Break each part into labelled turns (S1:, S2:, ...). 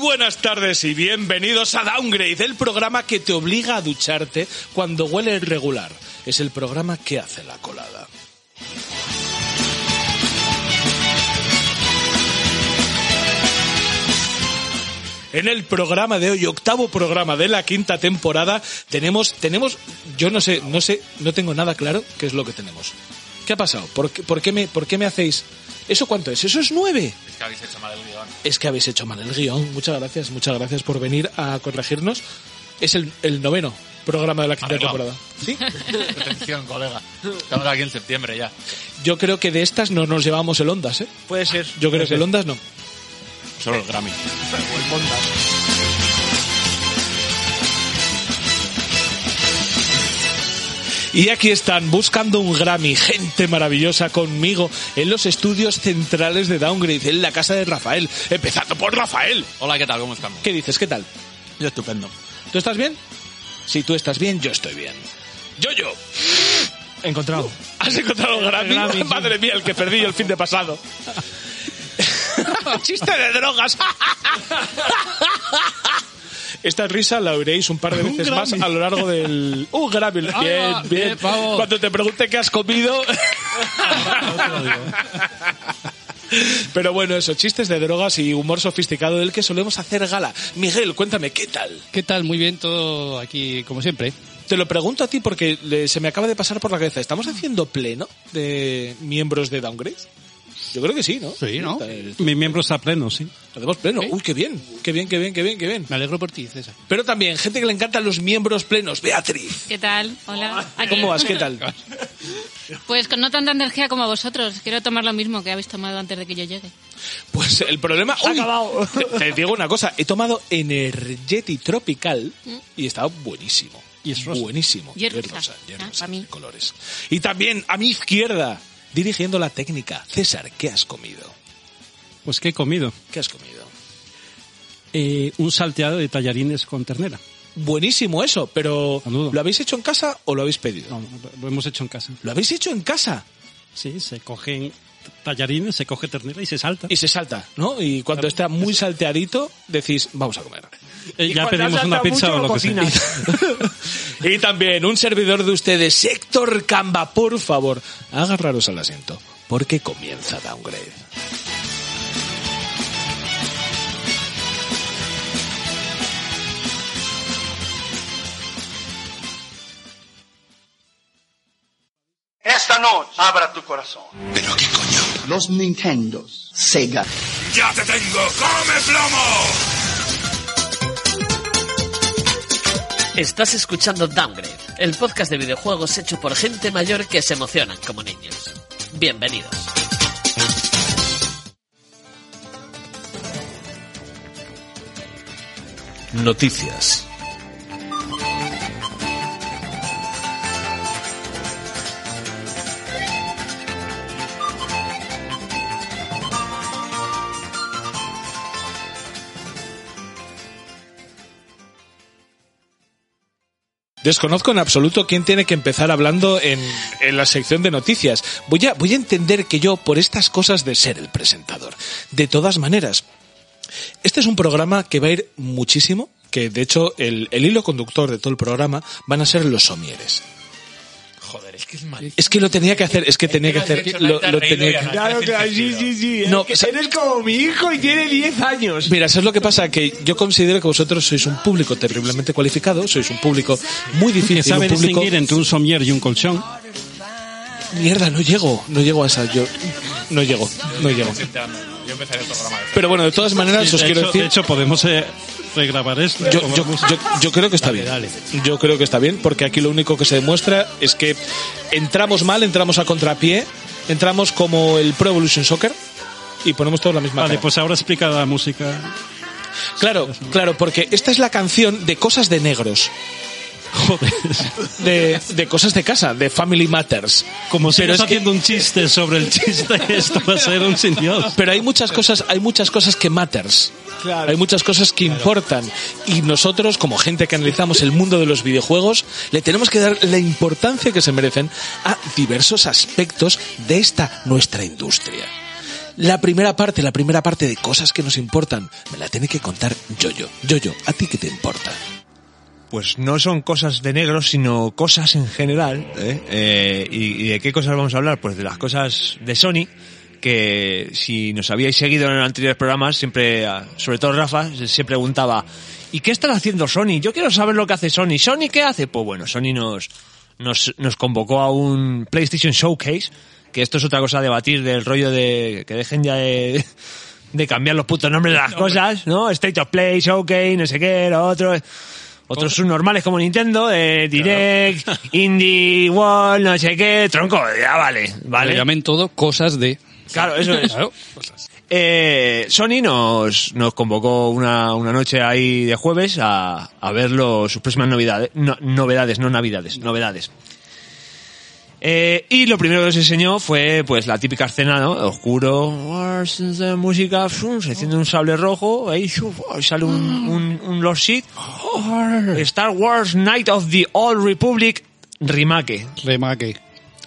S1: buenas tardes y bienvenidos a Downgrade, el programa que te obliga a ducharte cuando huele regular. Es el programa que hace la colada. En el programa de hoy, octavo programa de la quinta temporada, tenemos, tenemos, yo no sé, no sé, no tengo nada claro qué es lo que tenemos. ¿Qué ha pasado? ¿Por qué, por qué me, por qué me hacéis? ¿Eso cuánto es? ¿Eso es nueve?
S2: Es que habéis hecho mal el guión.
S1: es que habéis hecho mal el guión. Muchas gracias, muchas gracias por venir a corregirnos. Es el, el noveno programa de la quinta
S2: Arreglado.
S1: temporada. Sí.
S2: Atención, colega. Estamos aquí en septiembre ya.
S1: Yo creo que de estas no nos llevamos el Ondas, ¿eh?
S3: Puede ser.
S1: Yo creo que el Ondas no.
S2: Solo el Grammy.
S1: Y aquí están, buscando un Grammy, gente maravillosa conmigo en los estudios centrales de Downgrade, en la casa de Rafael. Empezando por Rafael.
S2: Hola, ¿qué tal? ¿Cómo estamos?
S1: ¿Qué dices? ¿Qué tal?
S3: Yo estupendo.
S1: ¿Tú estás bien? Si tú estás bien, yo estoy bien. Yo, yo.
S3: Encontrado.
S1: ¿Has encontrado el Grammy?
S3: Grammy, sí.
S1: Madre mía, el que perdí el fin de pasado. Chiste de drogas. Esta risa la oiréis un par de veces más a lo largo del... ¡Un Grammy! Bien,
S2: Ahí va,
S1: bien.
S2: bien, vamos.
S1: Cuando te pregunte qué has comido... Pero bueno, eso, chistes de drogas y humor sofisticado del que solemos hacer gala. Miguel, cuéntame, ¿qué tal?
S4: ¿Qué tal? Muy bien, todo aquí como siempre.
S1: Te lo pregunto a ti porque le- se me acaba de pasar por la cabeza. ¿Estamos haciendo pleno de miembros de Downgrade? Yo creo que sí, ¿no?
S4: Sí, ¿no?
S1: Eh,
S3: Mi miembro está pleno, sí.
S1: Hacemos pleno. Uy, qué bien, qué bien, qué bien, qué bien, qué bien.
S4: Me alegro por ti, César.
S1: Pero también, gente que le encantan los miembros plenos. Beatriz,
S5: ¿Qué tal? Hola. Aquí.
S1: ¿cómo vas? ¿Qué tal?
S5: Pues con no tanta energía como vosotros. Quiero tomar lo mismo que habéis tomado antes de que yo llegue.
S1: Pues el problema... ¡Uy! Te, te digo una cosa, he tomado Energeti Tropical y estaba buenísimo.
S4: Y es rosa.
S1: Buenísimo.
S5: Mm. Y es rosa.
S1: y es
S5: Ah,
S1: rosa,
S5: pa' mí.
S1: de colores. Y también a mi izquierda, dirigiendo la técnica. César, ¿qué has comido?
S3: Pues que he comido.
S1: ¿Qué has comido?
S3: Eh, un salteado de tallarines con ternera.
S1: Buenísimo eso, pero
S3: Menudo.
S1: ¿lo habéis hecho en casa o lo habéis pedido?
S3: No, lo- lo hemos hecho en casa.
S1: Lo habéis hecho en casa
S3: Sí, se cogen tallarines, se coge ternera y se salta.
S1: y se salta, ¿no? Y cuando está muy salteadito decís, vamos a comer.
S3: Eh, ya pedimos una pizza o lo que sea.
S1: y también un servidor de ustedes, Héctor Camba, por favor, agarraros al asiento, porque comienza Downgrade.
S6: Esta noche abra tu corazón.
S7: los Nintendos, Sega.
S2: ¡Ya te tengo! ¡Come plomo!
S8: Estás escuchando Downgrade, el podcast de videojuegos hecho por gente mayor que se emocionan como niños. Bienvenidos.
S9: Noticias.
S1: Desconozco en absoluto quién tiene que empezar hablando en, en la sección de noticias. Voy a, voy a entender que yo, por estas cosas de ser el presentador, de todas maneras, este es un programa que va a ir muchísimo, que de hecho el, el hilo conductor de todo el programa van a ser los somieres.
S2: Joder, es que es mal.
S1: Es que lo tenía que hacer, es que tenía que hacer, lo, lo tenía que...
S2: Claro, claro, sí, sí, sí.
S1: No, o sea,
S3: como mi hijo y tiene 10 años.
S1: Mira, eso es lo que pasa, que yo considero que vosotros sois un público terriblemente cualificado, sois un público muy
S3: Que
S1: difícil, un
S3: sabe
S1: público...
S3: distinguir entre un somier y un colchón.
S1: Mierda, no llego, no llego a esa, yo... No llego, no llego.
S2: Yo empezaré el programa de
S1: Pero bueno, de todas maneras
S3: Sí,
S1: os
S3: de,
S1: quiero
S3: hecho,
S1: decir...
S3: de hecho, podemos eh, regrabar esto.
S1: Yo, yo,
S3: Podemos-
S1: yo- yo creo que está bien.
S3: Dale,
S1: Yo creo que está bien, porque aquí lo único que se demuestra es que entramos mal, entramos a contrapié, entramos como el Pro Evolution Soccer y ponemos todos la misma
S3: Vale,
S1: cara.
S3: pues ahora explica la música.
S1: Claro, claro, porque esta es la canción de cosas de negros,
S3: Joder.
S1: de, de cosas de casa, de Family Matters.
S3: Como si
S1: Pero
S3: eres
S1: es que-
S3: haciendo un chiste sobre el chiste, esto va a ser un sin Dios.
S1: Pero hay muchas cosas, hay muchas cosas que matters. Hay muchas cosas que importan. Y nosotros, como gente que analizamos el mundo de los videojuegos, le tenemos que dar la importancia que se merecen a diversos aspectos de esta nuestra industria. La primera parte, la primera parte de cosas que nos importan, me la tiene que contar Yoyo. Yoyo, ¿a ti qué te importa?
S10: Pues no son cosas de negros, sino cosas en general. ¿eh? Eh, y, y de qué cosas vamos a hablar? Pues de las cosas de Sony, que si nos habíais seguido en los anteriores programas, siempre, ah, sobre todo Rafa, se se preguntaba, ¿y qué estará haciendo Sony? Yo quiero saber lo que hace Sony. ¿Sony qué hace? Pues bueno, Sony nos, nos, nos convocó a un PlayStation Showcase, que esto es otra cosa a debatir del rollo de que dejen ya de... De cambiar los putos nombres de las cosas, ¿no? State of Play, Showcase, no sé qué, lo otro. Otros subnormales como Nintendo, eh, Direct, Indie, Wall, no sé qué, tronco, ya vale,
S4: Le
S10: vale.
S4: llamen todo cosas de...
S10: Claro, eso es.
S4: Claro.
S10: Eh, Sony nos, nos convocó una, una noche ahí de jueves a, a ver lo- sus próximas novedades. No, novedades, no navidades, novedades. Eh, y lo primero que nos enseñó fue pues la típica escena, ¿no? Oscuro, ah, música, fum, se enciende un sable rojo, ahí shuf, ah, sale un, un, un Lord Sith. Star Wars Night of the Old Republic remake.
S4: Remake.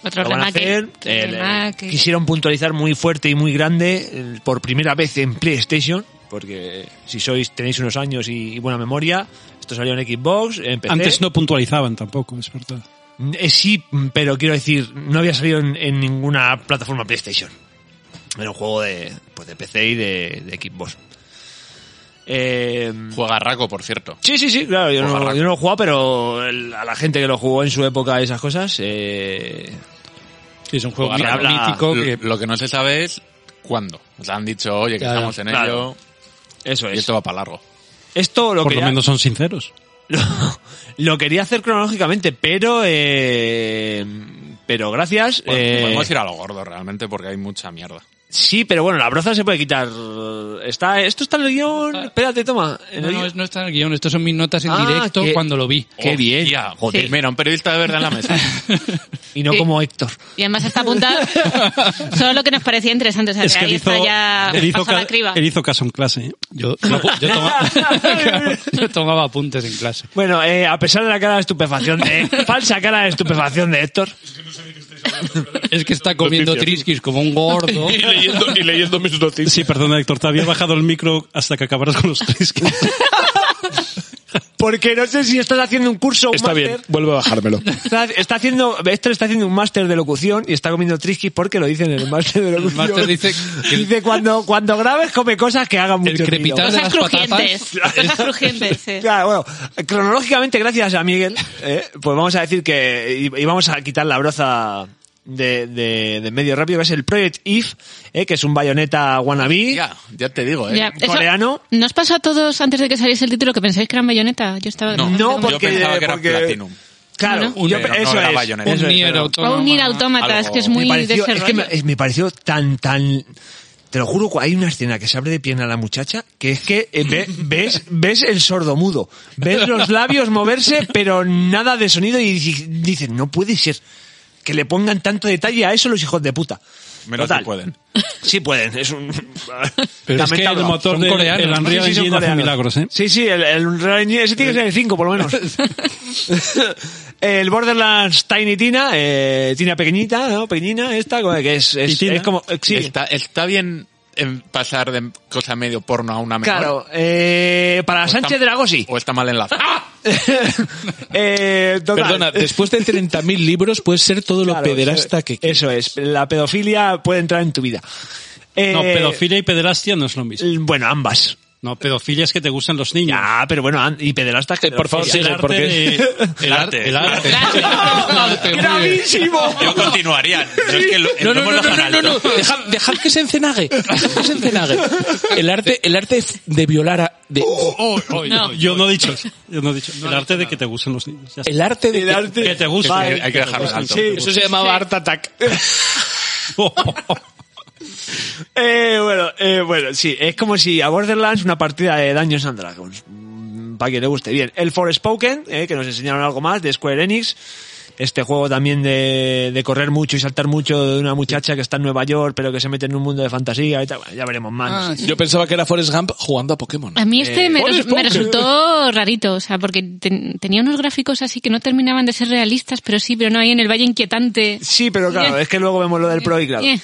S5: Otro
S10: Lo van a
S5: remake.
S10: hacer, eh,
S5: Remake.
S10: quisieron puntualizar muy fuerte y muy grande eh, por primera vez en PlayStation, porque si sois tenéis unos años y, y buena memoria, esto salió en Xbox, en PC.
S3: Antes no puntualizaban tampoco, es verdad.
S10: Eh, sí, pero quiero decir, no había salido en, en ninguna plataforma PlayStation. Era un juego de, pues, de PC y de, de Xbox. Eh,
S2: Juega Raco, por cierto.
S10: Sí, sí, sí, claro, yo no,
S2: Ojalá.
S10: yo no lo he jugado, pero el- a la gente que lo jugó en su época esas cosas, eh,
S4: Sí, es un juego
S10: Jugar
S4: mítico
S10: habla-
S4: mítico
S2: Lo-
S4: que...
S2: Lo que no se sabe es cuándo. Nos han dicho, oye, que
S4: Claro,
S2: estamos en
S10: claro.
S2: ello.
S10: eso es.
S2: Y esto va para largo.
S10: Esto lo
S3: Por
S10: que
S3: lo
S10: ya-
S3: menos son sinceros.
S10: lo, lo quería hacer cronológicamente, pero eh, pero gracias.
S2: Bueno,
S10: eh,
S2: podemos ir a lo gordo realmente porque hay mucha mierda.
S10: sí, pero bueno, la broza se puede quitar. Está, esto está en el guión. Espérate, toma. en
S4: Ah. No, no,
S10: el guión.
S4: es- no está en el guión, estos son mis notas en
S10: Ah,
S4: directo
S10: que-
S4: cuando lo vi.
S10: Qué bien.
S2: Hostia,
S10: Joder.
S2: sí. Mira, un periodista de verdad en la mesa.
S10: Y no
S4: Eh,
S5: Sí.
S10: como Héctor.
S5: Y además está apuntado solo lo que nos parecía interesante. O sea, que ahí está ya
S3: él hizo
S5: pasó la
S3: ca-
S5: criba.
S3: él hizo caso en
S5: ¿eh?
S3: clase.
S4: Yo, yo, toma- yo tomaba apuntes en clase.
S10: Bueno, eh, a pesar de la cara de estupefacción de. falsa cara de estupefacción de Héctor.
S4: Es que está comiendo trisquis como un gordo.
S2: leyendo, y leyendo mis noticias.
S3: Sí, perdona, Héctor, te había bajado el micro hasta que acabaras con los tres.
S10: Porque no sé si estás haciendo un curso o un
S1: Está bien,
S10: máster.
S1: vuelve a bajármelo.
S10: Está, está haciendo, Héctor está haciendo un máster de locución y está comiendo trisquis porque lo dicen en el máster de locución.
S4: máster dice que-
S10: Dice, cuando, cuando grabes come cosas que hagan mucho ruido".
S4: crepitar de
S5: Cosas
S4: las
S5: crujientes. Cosas crujientes, sí.
S10: Claro, bueno, cronológicamente, gracias a Miguel, eh, pues vamos a decir que y- y vamos a quitar la broza de, de- de medio rápido, que es el Project If, eh, que es un bayoneta wannabe.
S2: Ya, ya te digo, ¿eh?
S5: Ya, eso-
S10: coreano.
S5: ¿No os pasó a todos antes de que saliese el título que pensáis que eran bayoneta? Yo estaba.
S2: No,
S10: No,
S5: como-
S10: porque,
S2: yo pensaba que era
S10: porque-
S2: Platinum.
S10: Claro,
S5: Bueno.
S10: yo-
S2: Pero no
S10: eso
S2: era
S10: es.
S2: bayoneta.
S10: eso
S4: Un
S10: es,
S4: Nier
S10: pero-
S5: O
S4: autónoma.
S5: unir autómatas,
S2: Algo-
S5: que es muy
S10: me pareció,
S5: de ese
S10: es que me,
S5: rollo.
S10: es- me pareció tan, tan... Te lo juro, hay una escena que se abre de pierna a la muchacha que es que eh, ve- ves, ves el sordo mudo, ves los labios moverse, pero nada de sonido y di- dices, no puede ser que le pongan tanto detalle a eso los hijos de puta.
S2: Menos
S10: Total.
S2: que pueden.
S10: Sí pueden, es un...
S3: Pero es que el
S10: Lamentable.
S3: motor
S4: Son
S3: del
S4: coreanos.
S3: el Unreal
S10: Sí, sí, son
S3: Engine hace
S10: coreanos.
S3: milagros, ¿eh?
S10: Sí, sí, el, el Unreal Engine, ese tiene que ser el 5 por lo menos. el Borderlands Tiny Tina, eh, Tina pequeñita, ¿no? Pequeñina esta, que es, es,
S3: Titina.
S10: es como... eh, sí.
S2: Está, está bien em, pasar de cosa medio porno a una menor.
S10: Claro, eh, para
S2: O está-
S10: Sánchez Dragossi.
S2: O está mal enlazado.
S10: eh, total.
S1: Perdona, después de 30.000 libros puedes ser todo lo
S10: Claro,
S1: pederasta
S10: eso-
S1: que quieras.
S10: Eso es, la pedofilia puede entrar en tu vida. Eh,
S3: No, pedofilia y pederastia no es lo mismo.
S10: Bueno, ambas.
S3: No, pedofilia es que te gustan los niños.
S10: Ya, pero bueno, an- y pederastas que...
S1: por favor,
S3: El
S1: sigue,
S3: arte
S1: porque...
S3: de-
S2: El arte. El arte.
S10: ¡Gravísimo!
S2: Yo continuaría. Eh, No es que lo,
S1: No,
S2: lo
S1: no,
S2: hemos
S1: no, no,
S2: dejado
S1: no,
S2: en
S1: no,
S2: alto.
S1: no. Dejad, dejad que se encenague. Dejad que se encenague. El arte, el arte de violar a, de-
S5: No.
S3: Yo no he dicho eso. Yo no he dicho. el arte de que te gustan los niños. Ya está.
S1: el arte de
S10: El arte-
S3: Que te guste.
S10: Vale.
S2: Hay que dejarlo en alto.
S10: Sí,
S1: Eso se llamaba Art Attack.
S10: Eh, bueno, eh, bueno, sí, es como si a Borderlands una partida de Dungeons and Dragons. Para que le guste. Bien, el Forspoken, eh, que nos enseñaron algo más de Square Enix. Este juego también de, de correr mucho y saltar mucho de una muchacha que está en Nueva York, pero que se mete en un mundo de fantasía y tal. Bueno, ya veremos más.
S4: Ah, sí.
S1: Yo pensaba que era Forrest Gump jugando a Pokémon.
S5: A mí este
S10: Eh,
S5: me,
S10: Bob
S5: res-
S10: Esponja.
S5: me resultó rarito, o sea, porque ten- tenía unos gráficos así que no terminaban de ser realistas, pero sí, pero no, ahí en el Valle Inquietante.
S10: Sí, pero claro,
S5: Eh.
S10: es que luego vemos lo del Pro y claro.
S5: Eh.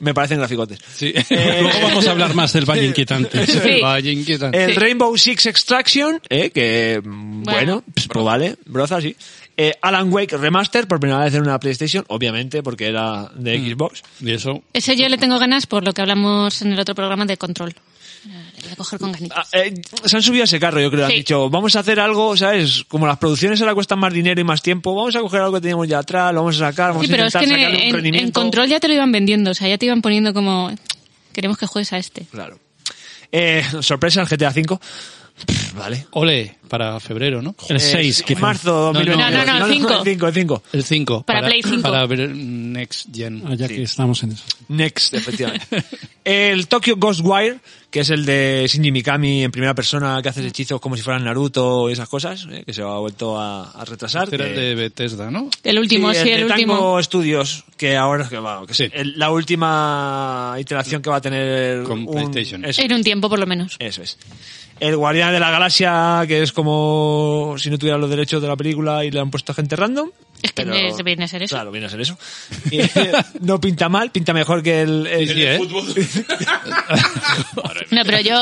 S10: me parecen graficotes.
S4: Sí.
S10: Eh,
S4: Luego vamos a hablar más del Valle Inquietante.
S5: Sí.
S4: Valle Inquietante.
S10: El
S5: Sí.
S10: Rainbow Six Extraction, eh, que mm, bueno,
S5: Bueno.
S10: pues, pues vale, broza, sí. Eh, Alan Wake Remaster, por primera vez en una PlayStation, obviamente, porque era de
S5: Mm.
S10: Xbox.
S4: Y eso.
S5: Ese yo le tengo ganas por lo que hablamos en el otro programa de control. Eh, Le voy a coger con
S10: Ah,
S5: ganitas.
S10: eh, se han subido a ese carro, yo creo. Han
S5: Sí.
S10: dicho, vamos a hacer algo, ¿sabes? Como las producciones ahora cuestan más dinero y más tiempo, vamos a coger algo que teníamos ya atrás, lo vamos a sacar, vamos
S5: Sí,
S10: a
S5: pero es
S10: intentar
S5: que en,
S10: sacarle un
S5: en- en
S10: rendimiento.
S5: control ya te lo iban vendiendo, o sea, ya te iban poniendo como queremos que juegues a este.
S10: Claro. Eh, sorpresa, el GTA V. Pff, vale.
S4: Ole, para febrero, ¿no?
S10: Eh,
S4: El 6. que
S10: marzo
S4: No, no,
S10: 2022.
S5: no, no, el cinco.
S10: 5.
S4: El 5.
S5: Para Play cinco.
S4: Para ver Next Gen.
S3: Ah, ya que estamos en eso.
S10: Next, efectivamente. el Tokyo Ghostwire, que es el de Shinji Mikami en primera persona que hace hechizos como si fueran Naruto y esas cosas, eh, que se ha vuelto a, a retrasar.
S4: Este Era
S10: que-
S4: el de
S3: Eh.
S4: Bethesda, ¿no?
S5: El último, sí,
S10: de
S5: el último.
S10: Tango Studios, que ahora que, bueno, que es
S4: Sí.
S10: el- la última iteración que va a tener
S4: Con
S10: un-
S4: PlayStation.
S10: Eso,
S5: En un tiempo por lo menos.
S10: eso es. El Guardián de la Galaxia, que es como si no tuviera los derechos de la película y le han puesto a gente random.
S5: Es que es- viene a ser eso.
S10: Claro, viene a ser eso. Y, eh, no pinta mal, pinta mejor que el, el-
S4: Sí, ¿eh?
S5: No, pero yo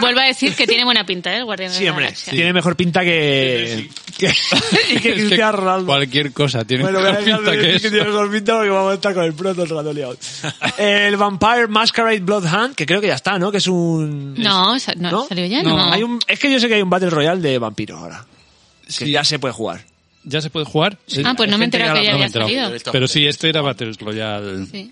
S5: vuelvo a decir que tiene buena pinta, ¿eh? El Guardián de
S10: Sí,
S5: la
S10: hombre,
S5: Galaxia.
S10: tiene mejor pinta que, que, y que
S4: Es que
S10: Cristiano Ronaldo.
S4: Cualquier cosa tiene
S10: Bueno, voy a
S4: mejor
S10: dejar
S4: pinta
S10: de
S4: que
S10: decir que
S4: eso.
S10: tiene mejor pinta porque vamos a estar con el pro todo el rato liado. El Vampire Masquerade Blood Hunt, que creo que ya está, ¿no? Que es un...
S5: No, sa- no, salió ya, no.
S10: Hay un- es que yo sé que hay un Battle Royale de vampiros ahora. Que
S4: Sí.
S10: ya se puede jugar.
S4: ¿Ya se puede jugar?
S5: Ah, pues no me he
S4: Gente
S5: enterado que ya
S4: no
S5: había
S4: me he enterado.
S5: salido.
S4: Pero sí, este era Battle Royale.
S5: Sí.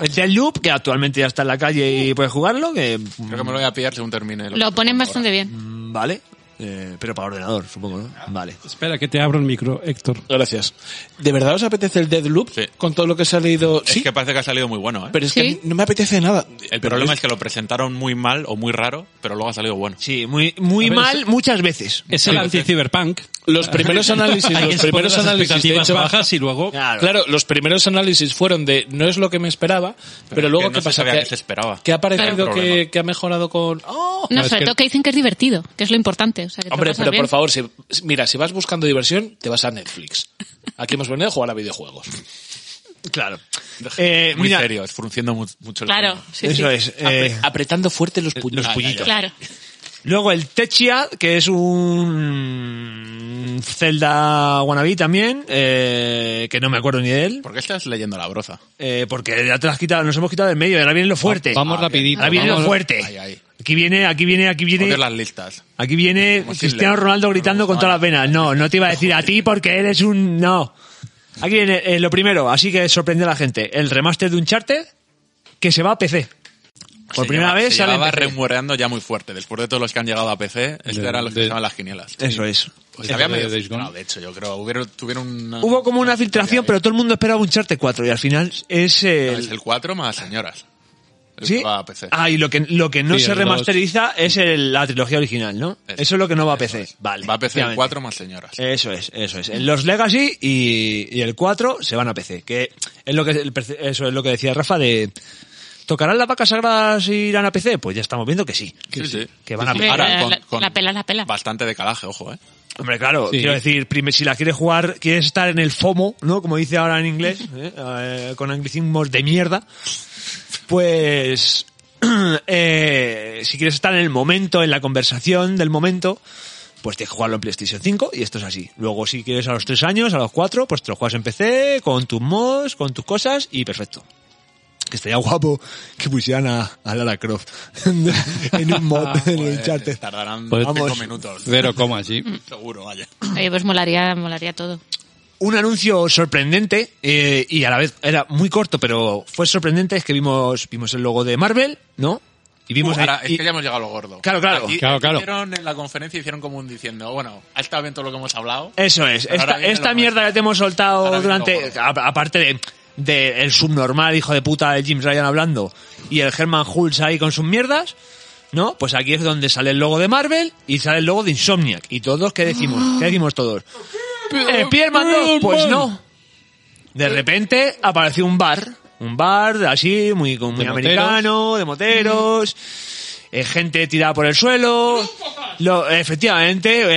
S10: El Dead Loop, que actualmente ya está en la calle y puedes jugarlo, que... mm,
S2: Creo que me lo voy a pillar según termine.
S5: Lo ponen bastante bien.
S10: Vale. Eh, pero para ordenador, supongo, ¿no? Vale.
S3: Espera, que te abro el micro, Héctor.
S1: Gracias. ¿De verdad os apetece el Deadloop?
S2: Sí.
S1: Con todo lo que se ha leído.
S2: Es
S1: sí,
S2: que parece que ha salido muy bueno, ¿eh?
S1: pero es
S5: Sí.
S1: que no me apetece nada.
S2: El problema es que lo presentaron muy mal o muy raro, pero luego ha salido bueno.
S10: Sí, muy, muy
S3: A ver,
S10: mal
S3: es-
S10: muchas veces.
S3: Es el anti-cyberpunk.
S1: Los primeros análisis,
S3: Hay que
S1: los
S3: exponer
S1: primeros
S3: las
S1: análisis, de
S3: expectativas
S1: hecho,
S3: bajas y luego...
S10: Claro.
S1: Claro, los primeros análisis fueron de no es lo que me esperaba, pero, luego
S2: que no
S1: qué
S2: se
S1: pasa
S2: sabía
S1: que,
S2: qué se esperaba.
S1: que ha
S2: Claro.
S1: parecido que,
S2: Problema.
S1: que ha mejorado con ¡Oh!
S5: No,
S4: es
S5: sobre
S4: que-
S5: todo que dicen que es divertido, que es lo importante. O sea, que te lo
S1: Hombre,
S5: pasas
S1: pero
S5: bien.
S1: por favor, si- mira, si vas buscando diversión, te vas a Netflix. Aquí hemos venido a jugar a videojuegos.
S10: Claro. Eh,
S2: muy
S10: mira,
S2: serio, esfrunciendo mu- mucho el
S5: Claro,
S2: ceño.
S5: sí,
S10: eso
S5: sí.
S10: es. eh,
S1: Apretando fuerte los puños.
S10: los puñitos.
S5: Claro.
S10: Luego el Techia, que es un Zelda wannabe también, eh, que no me acuerdo ni de él,
S2: ¿Por qué estás leyendo la broza?
S10: eh, porque ya te las quitado, nos hemos quitado del medio, y ahora viene lo fuerte.
S2: Ah,
S4: Vamos rapidito.
S10: Ahora viene lo
S4: vamos-
S10: fuerte.
S2: Ahí, ahí.
S10: Aquí viene, aquí viene, aquí
S2: Joder
S10: viene,
S2: las listas.
S10: aquí viene
S2: Como
S10: Cristiano
S2: Hitler.
S10: Ronaldo gritando con todas las venas. No, no te iba a decir a ti porque eres un... No. Aquí viene eh, lo primero, así que sorprende a la gente. El remaster de Uncharted que se va a PC. Por
S2: Se
S10: primera
S2: lleva-
S10: vez
S2: se
S10: sale en
S2: llevaba
S10: PC.
S2: remuereando ya muy fuerte. Después de todos los que han llegado a PC, este
S4: De-
S2: eran los que
S4: de-
S2: estaban las quinielas.
S10: Eso es.
S2: Pues
S4: de-
S2: había
S4: de-
S2: medio
S4: de-
S2: filtrado, de hecho, yo creo. Hubieron, tuvieron una...
S10: Hubo como una filtración, pero todo el mundo esperaba un Charter 4 y al final es
S2: No,
S10: el...
S2: es el 4 más señoras. El
S10: ¿Sí?
S2: que va a PC.
S10: Ah, y lo que, lo que no
S4: Sí,
S10: se
S4: el dos.
S10: remasteriza es el- la trilogía original, ¿no? Eso,
S2: Eso.
S10: es lo que no va a
S2: Eso
S10: PC.
S2: es.
S10: Vale.
S2: Va a PC el
S10: efectivamente. Eh,
S2: 4 más señoras.
S10: Eso es, eso es. Los Legacy y, y el 4 se van a PC, que es lo que el perce- eso es lo que decía Rafa de ¿Tocarán las vacas sagradas y irán a PC? Pues ya estamos viendo que sí.
S2: Sí, sí.
S10: Que van a
S5: Hombre,
S2: Ahora,
S5: la-
S2: con-
S5: la-
S2: con-
S5: la pela, la pela.
S2: Bastante de calaje, ojo, ¿eh?
S10: Hombre, claro,
S4: Sí.
S10: quiero decir, prime- si la quieres jugar, quieres estar en el FOMO, ¿no? Como dice ahora en inglés, ¿eh? Eh, con anglicismos de mierda, pues eh, si quieres estar en el momento, en la conversación del momento, pues tienes que jugarlo en PlayStation 5 y esto es así. Luego, si quieres a los 3 años, a los 4, pues te lo juegas en PC, con tus mods, con tus cosas y perfecto. Que estaría guapo que pusieran a, a Lara Croft en un mod en el Uncharted.
S2: Eh, Tardarán
S4: Pues-
S2: 5
S10: Vamos.
S2: minutos.
S4: Cero coma, sí.
S2: Seguro, vaya.
S5: Oye, pues molaría, molaría todo.
S10: un anuncio sorprendente eh, y a la vez era muy corto, pero fue sorprendente es que vimos vimos el logo de Marvel, ¿no? Y vimos
S2: Uh, ahora,
S10: ahí-
S2: es
S10: y-
S2: que ya hemos llegado a lo gordo.
S10: Claro, claro.
S2: Aquí-
S4: Claro,
S2: aquí
S4: claro.
S2: Hicieron en la conferencia hicieron como un diciendo, bueno, ha estado bien todo lo que hemos hablado.
S10: Eso es.
S2: Pero ahora
S10: Esta,
S2: viene
S10: esta
S2: lo
S10: mierda
S2: nuestro.
S10: que te hemos soltado
S2: Ahora viene lo
S10: durante,
S2: nuestro.
S10: a- aparte de, de el subnormal hijo de puta de Jim Ryan hablando y el Herman Hulse ahí con sus mierdas, ¿no? Pues aquí es donde sale el logo de Marvel y sale el logo de Insomniac. Y todos, ¿qué decimos? ¿Qué decimos todos? ¿Spiderman 2? Pues no. De repente apareció un bar, un bar así, muy, muy
S4: moteros.
S10: americano, de moteros, eh, gente tirada por el suelo, lo- efectivamente, eh,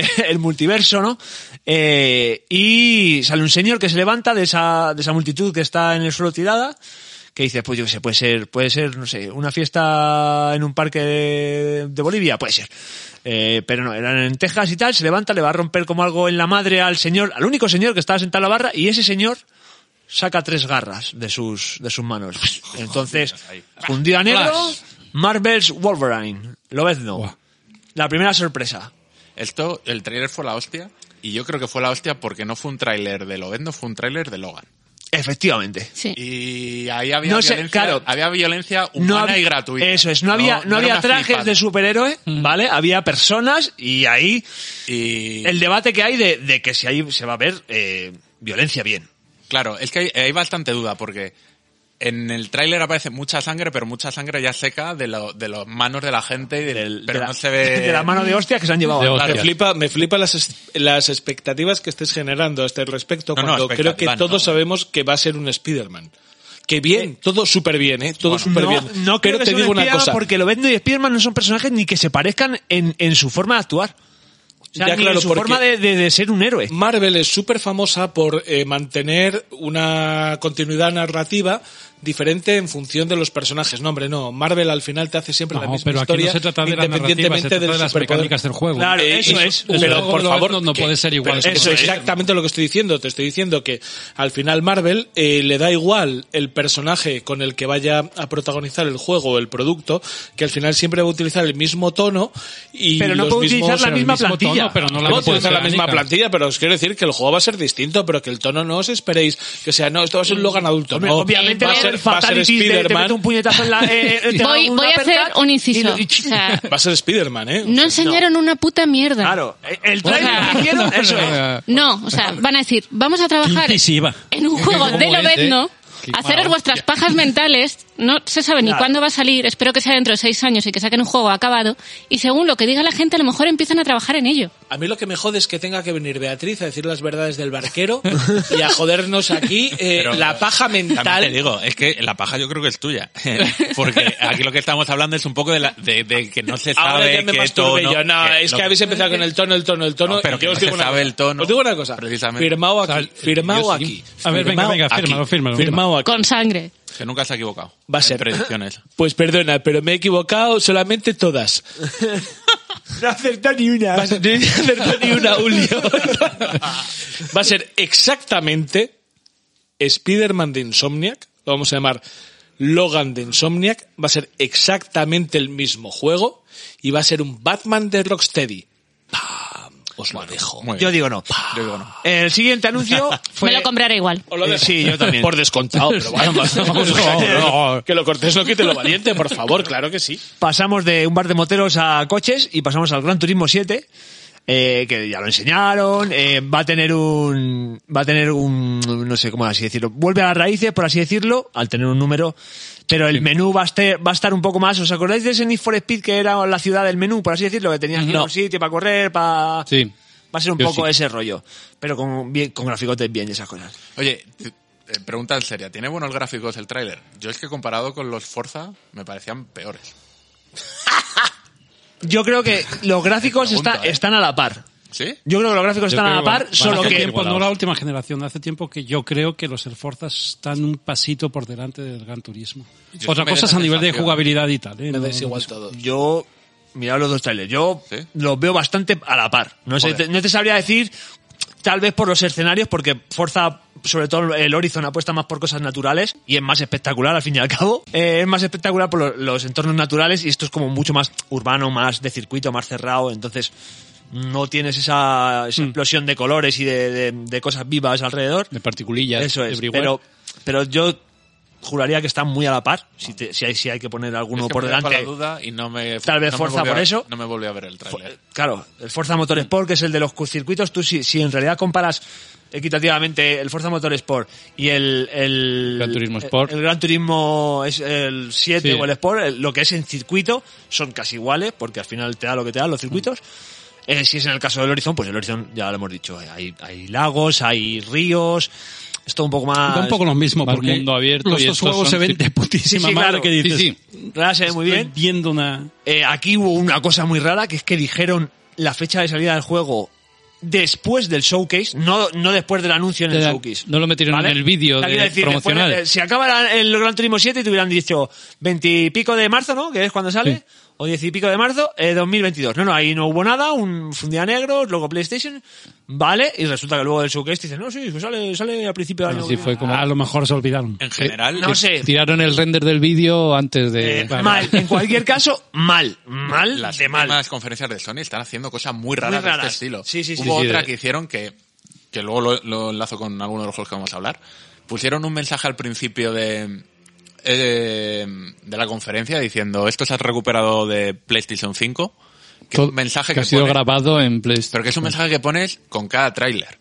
S10: eh, el multiverso, ¿no? Eh, y sale un señor que se levanta de esa, de esa multitud que está en el suelo tirada, que dices, pues yo qué sé, puede ser, puede ser, no sé, una fiesta en un parque de, de Bolivia, puede ser. Eh, pero no, eran en Texas y tal, se levanta, le va a romper como algo en la madre al señor, al único señor que estaba sentado en la barra, y ese señor saca tres garras de sus, de sus manos. Entonces, un día negro, Marvel's Wolverine, lo ves no. La primera sorpresa.
S2: Esto, el tráiler fue la hostia. Y yo creo que fue la hostia porque no fue un tráiler de Lobezno, fue un tráiler de Logan.
S10: Efectivamente.
S5: Sí.
S2: Y ahí había
S10: No sé,
S2: violencia,
S10: claro.
S2: había violencia humana
S10: había-
S2: y gratuita.
S10: Eso es, no había,
S2: era
S10: no, había
S2: una
S10: trajes
S2: flipada.
S10: de superhéroe,
S4: Mm.
S10: ¿vale? Había personas y ahí
S2: Y
S10: el debate que hay de, de que si ahí se va a ver eh, violencia bien.
S2: claro, es que hay, hay bastante duda porque en el tráiler aparece mucha sangre, pero mucha sangre ya seca de, lo- de las manos de la gente, y de-
S10: Del-
S2: pero
S10: de
S2: no
S10: la,
S2: se ve...
S10: de la mano de hostias que se han llevado.
S4: De
S1: Me
S4: hostias.
S1: flipa, me flipa las, es- las expectativas que estés generando a este respecto
S2: No, no,
S1: cuando creo que
S2: expectativas,
S1: todos
S2: no.
S1: sabemos que va a ser un Spider-Man. Que bien, todo súper bien, ¿eh? Todo súper
S10: No,
S1: bien.
S10: no creo
S1: Pero
S10: que
S1: te
S10: sea
S1: digo una
S10: espiada
S1: cosa.
S10: porque Lobezno y Spiderman no son personajes ni que se parezcan en, en su forma de actuar. O sea,
S1: Ya,
S10: ni
S1: claro,
S10: en su
S1: porque-
S10: forma de, de- de ser un héroe.
S1: Marvel es súper famosa por eh, mantener una continuidad narrativa diferente en función de los personajes. No, hombre, no. Marvel al final te hace siempre la
S4: No,
S1: misma
S4: pero aquí
S1: historia,
S4: no se trata de la narrativa, se
S1: independientemente
S4: trata de
S1: del
S4: las
S1: superpoder.
S4: mecánicas del juego.
S10: Claro,
S1: Eh,
S10: eso es.
S1: un
S4: pero,
S1: juego
S4: por
S1: global
S4: favor, no- no puede ser igual.
S1: pero
S4: Eso
S1: Eso es
S4: es.
S1: exactamente lo que estoy diciendo. Te estoy diciendo que al final Marvel eh, le da igual el personaje con el que vaya a protagonizar el juego o el producto, que al final siempre va a utilizar el mismo tono y
S10: Pero no
S1: los
S10: puede
S1: mismos-
S10: utilizar la
S4: pero el
S10: misma
S4: mismo
S10: plantilla.
S4: tono, pero no la
S1: Puedo
S4: misma
S1: utilizar la
S4: mecánica.
S1: misma plantilla, pero os quiero decir que el juego va a ser distinto, pero que el tono no os esperéis que sea, no, esto va a ser un Logan adulto.
S10: Hombre,
S1: no,
S10: obviamente
S1: va a
S10: no,
S1: ser, va a ser
S10: fatalities, te- te
S1: Spider-Man.
S10: mete un puñetazo en la... eh, eh, te da
S5: Voy,
S10: un
S5: voy a hacer
S10: uppercut
S5: un
S10: y
S5: inciso.
S10: lo- y-
S5: O sea,
S1: Va a ser Spider-Man, ¿eh?
S5: no enseñaron una puta mierda.
S10: Claro, el trailer
S5: sea,
S10: que hicieron, eso es.
S5: No, o sea, van a decir, vamos a
S3: Qué
S5: trabajar
S3: incisiva.
S5: en un juego
S4: ¿Cómo
S5: de
S4: es,
S5: Lobezno,
S4: eh? Qué
S5: haceros
S4: mala
S5: vuestras pajas mentales, no se sabe ni cuándo va a salir, espero que sea dentro de seis años y que saquen un juego acabado, y según lo que diga la gente, a lo mejor empiezan a trabajar en ello.
S1: A mí lo que me jode es que tenga que venir Beatriz a decir las verdades del barquero y a jodernos aquí eh,
S2: Pero-
S1: la paja
S2: También te
S1: mental.
S2: digo, es que la paja yo creo que es tuya. Porque aquí lo que estamos hablando es un poco de, la- de- de que no se sabe
S1: Ahora ya me
S2: qué
S1: masturbe
S2: tono-
S1: yo. No,
S2: que
S1: es
S2: lo-
S1: que habéis empezado con el tono, el tono, el tono.
S2: No, pero
S1: y
S2: que
S1: yo
S2: no
S1: os digo
S2: se
S1: una
S2: sabe
S1: cosa.
S2: el tono,
S1: Os digo una cosa.
S2: precisamente.
S1: Firmado aquí.
S4: O sea,
S1: firmado
S2: yo-
S1: aquí.
S4: A ver, venga,
S1: firmado
S4: venga,
S1: aquí,
S4: fírmalo, fírmalo.
S1: Firmado aquí.
S5: Con sangre.
S2: Que nunca se ha equivocado.
S1: Va a ser.
S2: En predicciones.
S1: Pues perdona, pero me he equivocado solamente todas.
S10: No acertó ni una.
S1: Va a ser, ni una, un lío. Va a ser exactamente Spider-Man de Insomniac. Lo vamos a llamar Logan de Insomniac. Va a ser exactamente el mismo juego. Y va a ser un Batman de Rocksteady. ¡Pam! Os lo dejo.
S2: Muy
S10: Yo
S2: bien.
S10: digo no.
S2: Yo digo no.
S10: El siguiente anuncio fue...
S5: Me lo compraré igual.
S1: Os lo dejo.
S10: Sí, yo también.
S1: Por descontado, pero bueno, vamos,
S4: No, no.
S1: que lo cortés no quite lo valiente, por favor, claro que sí.
S10: Pasamos de un bar de moteros a coches y pasamos al Gran Turismo 7, eh, que ya lo enseñaron, eh, va a tener un, va a tener un, no sé cómo así decirlo, vuelve a las raíces, por así decirlo, al tener un número, pero el menú va a, estar, va a estar un poco más, ¿os acordáis de ese Need for Speed que era la ciudad del menú, por así decirlo, que tenías que ir a un sitio para correr, para...
S4: Sí.
S10: Va a ser un
S4: Yo
S10: poco
S4: sí.
S10: ese rollo, pero con, bien, con graficotes bien y esas cosas.
S2: Oye, t- eh, pregunta en seria. ¿Tiene buenos gráficos el tráiler? Yo es que comparado con los Forza, me parecían peores.
S10: Yo creo que los gráficos
S2: Pregunta,
S10: está-
S2: ¿eh?
S10: están a la par.
S2: ¿Sí?
S10: Yo creo que los gráficos están a la par, solo
S3: hace
S10: que...
S3: tiempo, no la última generación, hace tiempo que yo creo que los Elforzas están un pasito por delante del Gran Turismo.
S2: Yo
S3: Otra
S2: me da
S3: cosa es
S2: esa
S3: a nivel de
S2: sensación.
S3: jugabilidad y tal. ¿eh?
S1: Me
S3: No-
S1: des igual todo.
S10: Yo, mirad los dos trailers, yo
S2: ¿Sí?
S10: los veo bastante a la par. No, sé,
S2: Joder.
S10: te- no te sabría decir, tal vez por los escenarios, porque Forza, sobre todo el Horizon, apuesta más por cosas naturales y es más espectacular al fin y al cabo. Eh, es más espectacular por lo- los, entornos naturales y esto es como mucho más urbano, más de circuito, más cerrado, entonces no tienes esa, esa explosión de colores y de, de- de cosas vivas alrededor.
S4: De particulillas.
S10: Eso
S4: de
S10: es,
S4: brigual.
S10: pero, pero yo juraría que están muy a la par, si, te- si hay, si hay que poner alguno
S2: Es que
S10: por
S2: me dejó
S10: delante.
S2: la duda y no me,
S10: Tal vez
S2: no me
S10: Forza
S2: volvió a-
S10: por eso.
S2: No me volví a ver el
S10: Fo-
S2: tráiler.
S10: Pues, Claro, el Forza Motorsport, que es el de los circuitos, tú si, si en realidad comparas equitativamente el Forza Motorsport y el, el
S4: Gran Turismo Sport.
S10: el, el Gran Turismo es el 7
S4: Sí.
S10: o el Sport, el- lo que es en circuito son casi iguales porque al final te da lo que te dan los
S3: Mm.
S10: circuitos. Eh, si es en el caso del Horizon, pues el Horizon ya lo hemos dicho, eh, hay, hay lagos, hay ríos, es todo un poco más
S3: Da un poco lo mismo,
S4: Más
S3: porque
S4: mundo abierto
S3: los
S4: y
S3: dos
S4: estos
S3: juegos se
S4: son-
S3: ven de
S10: Sí,
S3: putísima
S10: sí,
S3: madre
S10: claro.
S3: que dices.
S4: Sí,
S10: Claro, se ve muy
S3: estoy
S10: bien.
S3: viendo una...
S10: Eh, aquí hubo una cosa muy rara, que es que dijeron la fecha de salida del juego después del showcase, no, no después del anuncio en el
S4: Ya,
S10: showcase.
S4: no lo metieron en el vídeo
S10: O sea,
S4: de-
S10: quiero decir, después
S4: promocional.
S10: de- si acaba la- el Gran Turismo 7 y te hubieran dicho 20 y pico de marzo, ¿no? Que es cuando sale.
S4: Sí.
S10: O 10 y pico de marzo, eh, 2022. No, no, ahí no hubo nada, un, fue un día negro, luego PlayStation, vale, y resulta que luego del showcase te dicen, no, sí, pues sale, sale a principio de año.
S4: Así fue
S2: Ah,
S4: como...
S3: A lo mejor se olvidaron.
S2: En general,
S10: no sé.
S4: Tiraron el render del vídeo antes de...
S10: Eh, mal, en cualquier caso, mal, mal
S2: las
S10: de mal.
S2: últimas conferencias de Sony están haciendo cosas muy raras,
S10: Muy
S2: de
S10: raras.
S2: este estilo.
S10: Sí, sí, sí.
S2: Hubo
S10: Sí, sí,
S2: otra
S10: de-
S2: que hicieron que, que luego lo, lo enlazo con alguno de los juegos que vamos a hablar. Pusieron un mensaje al principio de, eh, de la conferencia diciendo esto se ha recuperado de PlayStation 5. Que es
S4: Todo-
S2: un mensaje que,
S4: que ha sido
S2: pone-
S4: grabado en PlayStation.
S2: Pero que es un mensaje que pones con cada tráiler.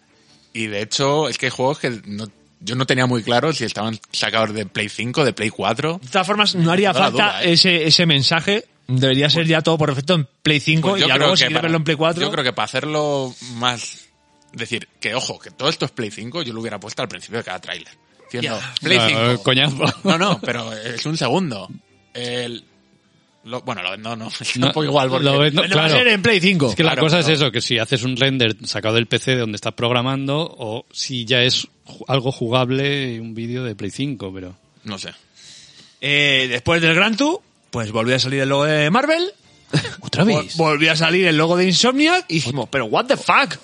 S2: Y de hecho, es que hay juegos que no- yo no tenía muy claro si estaban sacados de Play 5, de Play 4.
S10: De todas formas, no haría
S2: No la
S10: falta
S2: duda, ¿eh?
S10: ese, ese mensaje. Debería ser ya todo por defecto en Play 5
S2: Pues
S10: y ya luego si quieres verlo en Play 4.
S2: yo creo que para hacerlo más... Decir, que ojo, que todo esto es Play 5, yo lo hubiera puesto al principio de cada tráiler. Diciendo,
S10: Ya.
S2: Play
S4: No,
S2: 5.
S4: coñazo.
S2: No, no, pero es un segundo. El- lo- bueno, lo vendo, no, es
S4: No,
S2: un poco igual. Porque,
S4: lo vendo-
S10: Pero va a
S4: claro.
S10: ser en Play 5.
S4: Es que la
S2: Claro,
S4: cosa es
S2: pero-
S4: eso, que si haces un render sacado del PC de donde estás programando o si ya es ju- algo jugable un vídeo de Play 5, pero...
S2: No sé.
S10: Eh, después del Gran Tour, pues volvió a salir el logo de Marvel.
S4: ¿Otra
S10: vol- volvió a salir el logo de Insomniac. Y dijimos, pero what the fuck?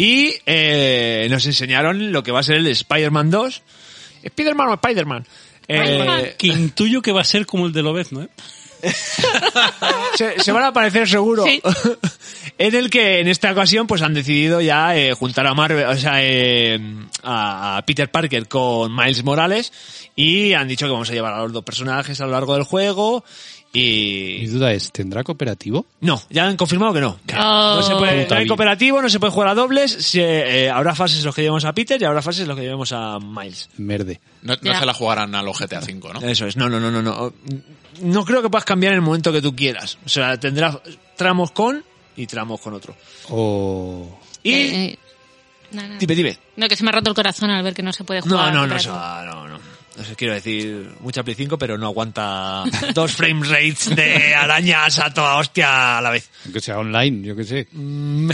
S10: Y eh, nos enseñaron lo que va a ser el Spider-Man 2. ¿Spider-Man o Spider-Man? Eh,
S3: Que intuyo que va a ser como el de Lobezno, ¿eh?
S10: se, se van a aparecer seguro. en el que en esta ocasión pues han decidido ya eh, juntar a Marvel, o sea, eh, a Peter Parker con Miles Morales y han dicho que vamos a llevar a los dos personajes a lo largo del juego
S4: Mi
S10: y
S4: duda es, ¿tendrá cooperativo?
S10: no, ya han confirmado que no.
S5: Oh.
S10: No se puede,
S4: Puta
S10: no hay
S4: vida.
S10: cooperativo, no se puede jugar a dobles, se- eh, habrá fases los que llevamos a Peter y habrá fases los que llevamos a Miles.
S4: Merde.
S2: No, no
S5: Ya.
S2: se la jugarán al GTA 5, ¿no?
S10: Eso es, no, no, no, no, no. No creo que puedas cambiar en el momento que tú quieras. O sea, tendrás tramos con y tramos con otro.
S4: O...
S10: Y
S5: Eh, eh, no, no.
S10: Dime, dime.
S5: No, que se me ha roto el corazón al ver que no se puede
S10: No,
S5: jugar.
S10: no, no,
S5: pero-
S10: eso, no, no. No sé, quiero decir, mucha Play 5, pero no aguanta dos frame rates de arañas a toda hostia a la vez.
S4: Que sea online, yo qué sé.
S10: Mm,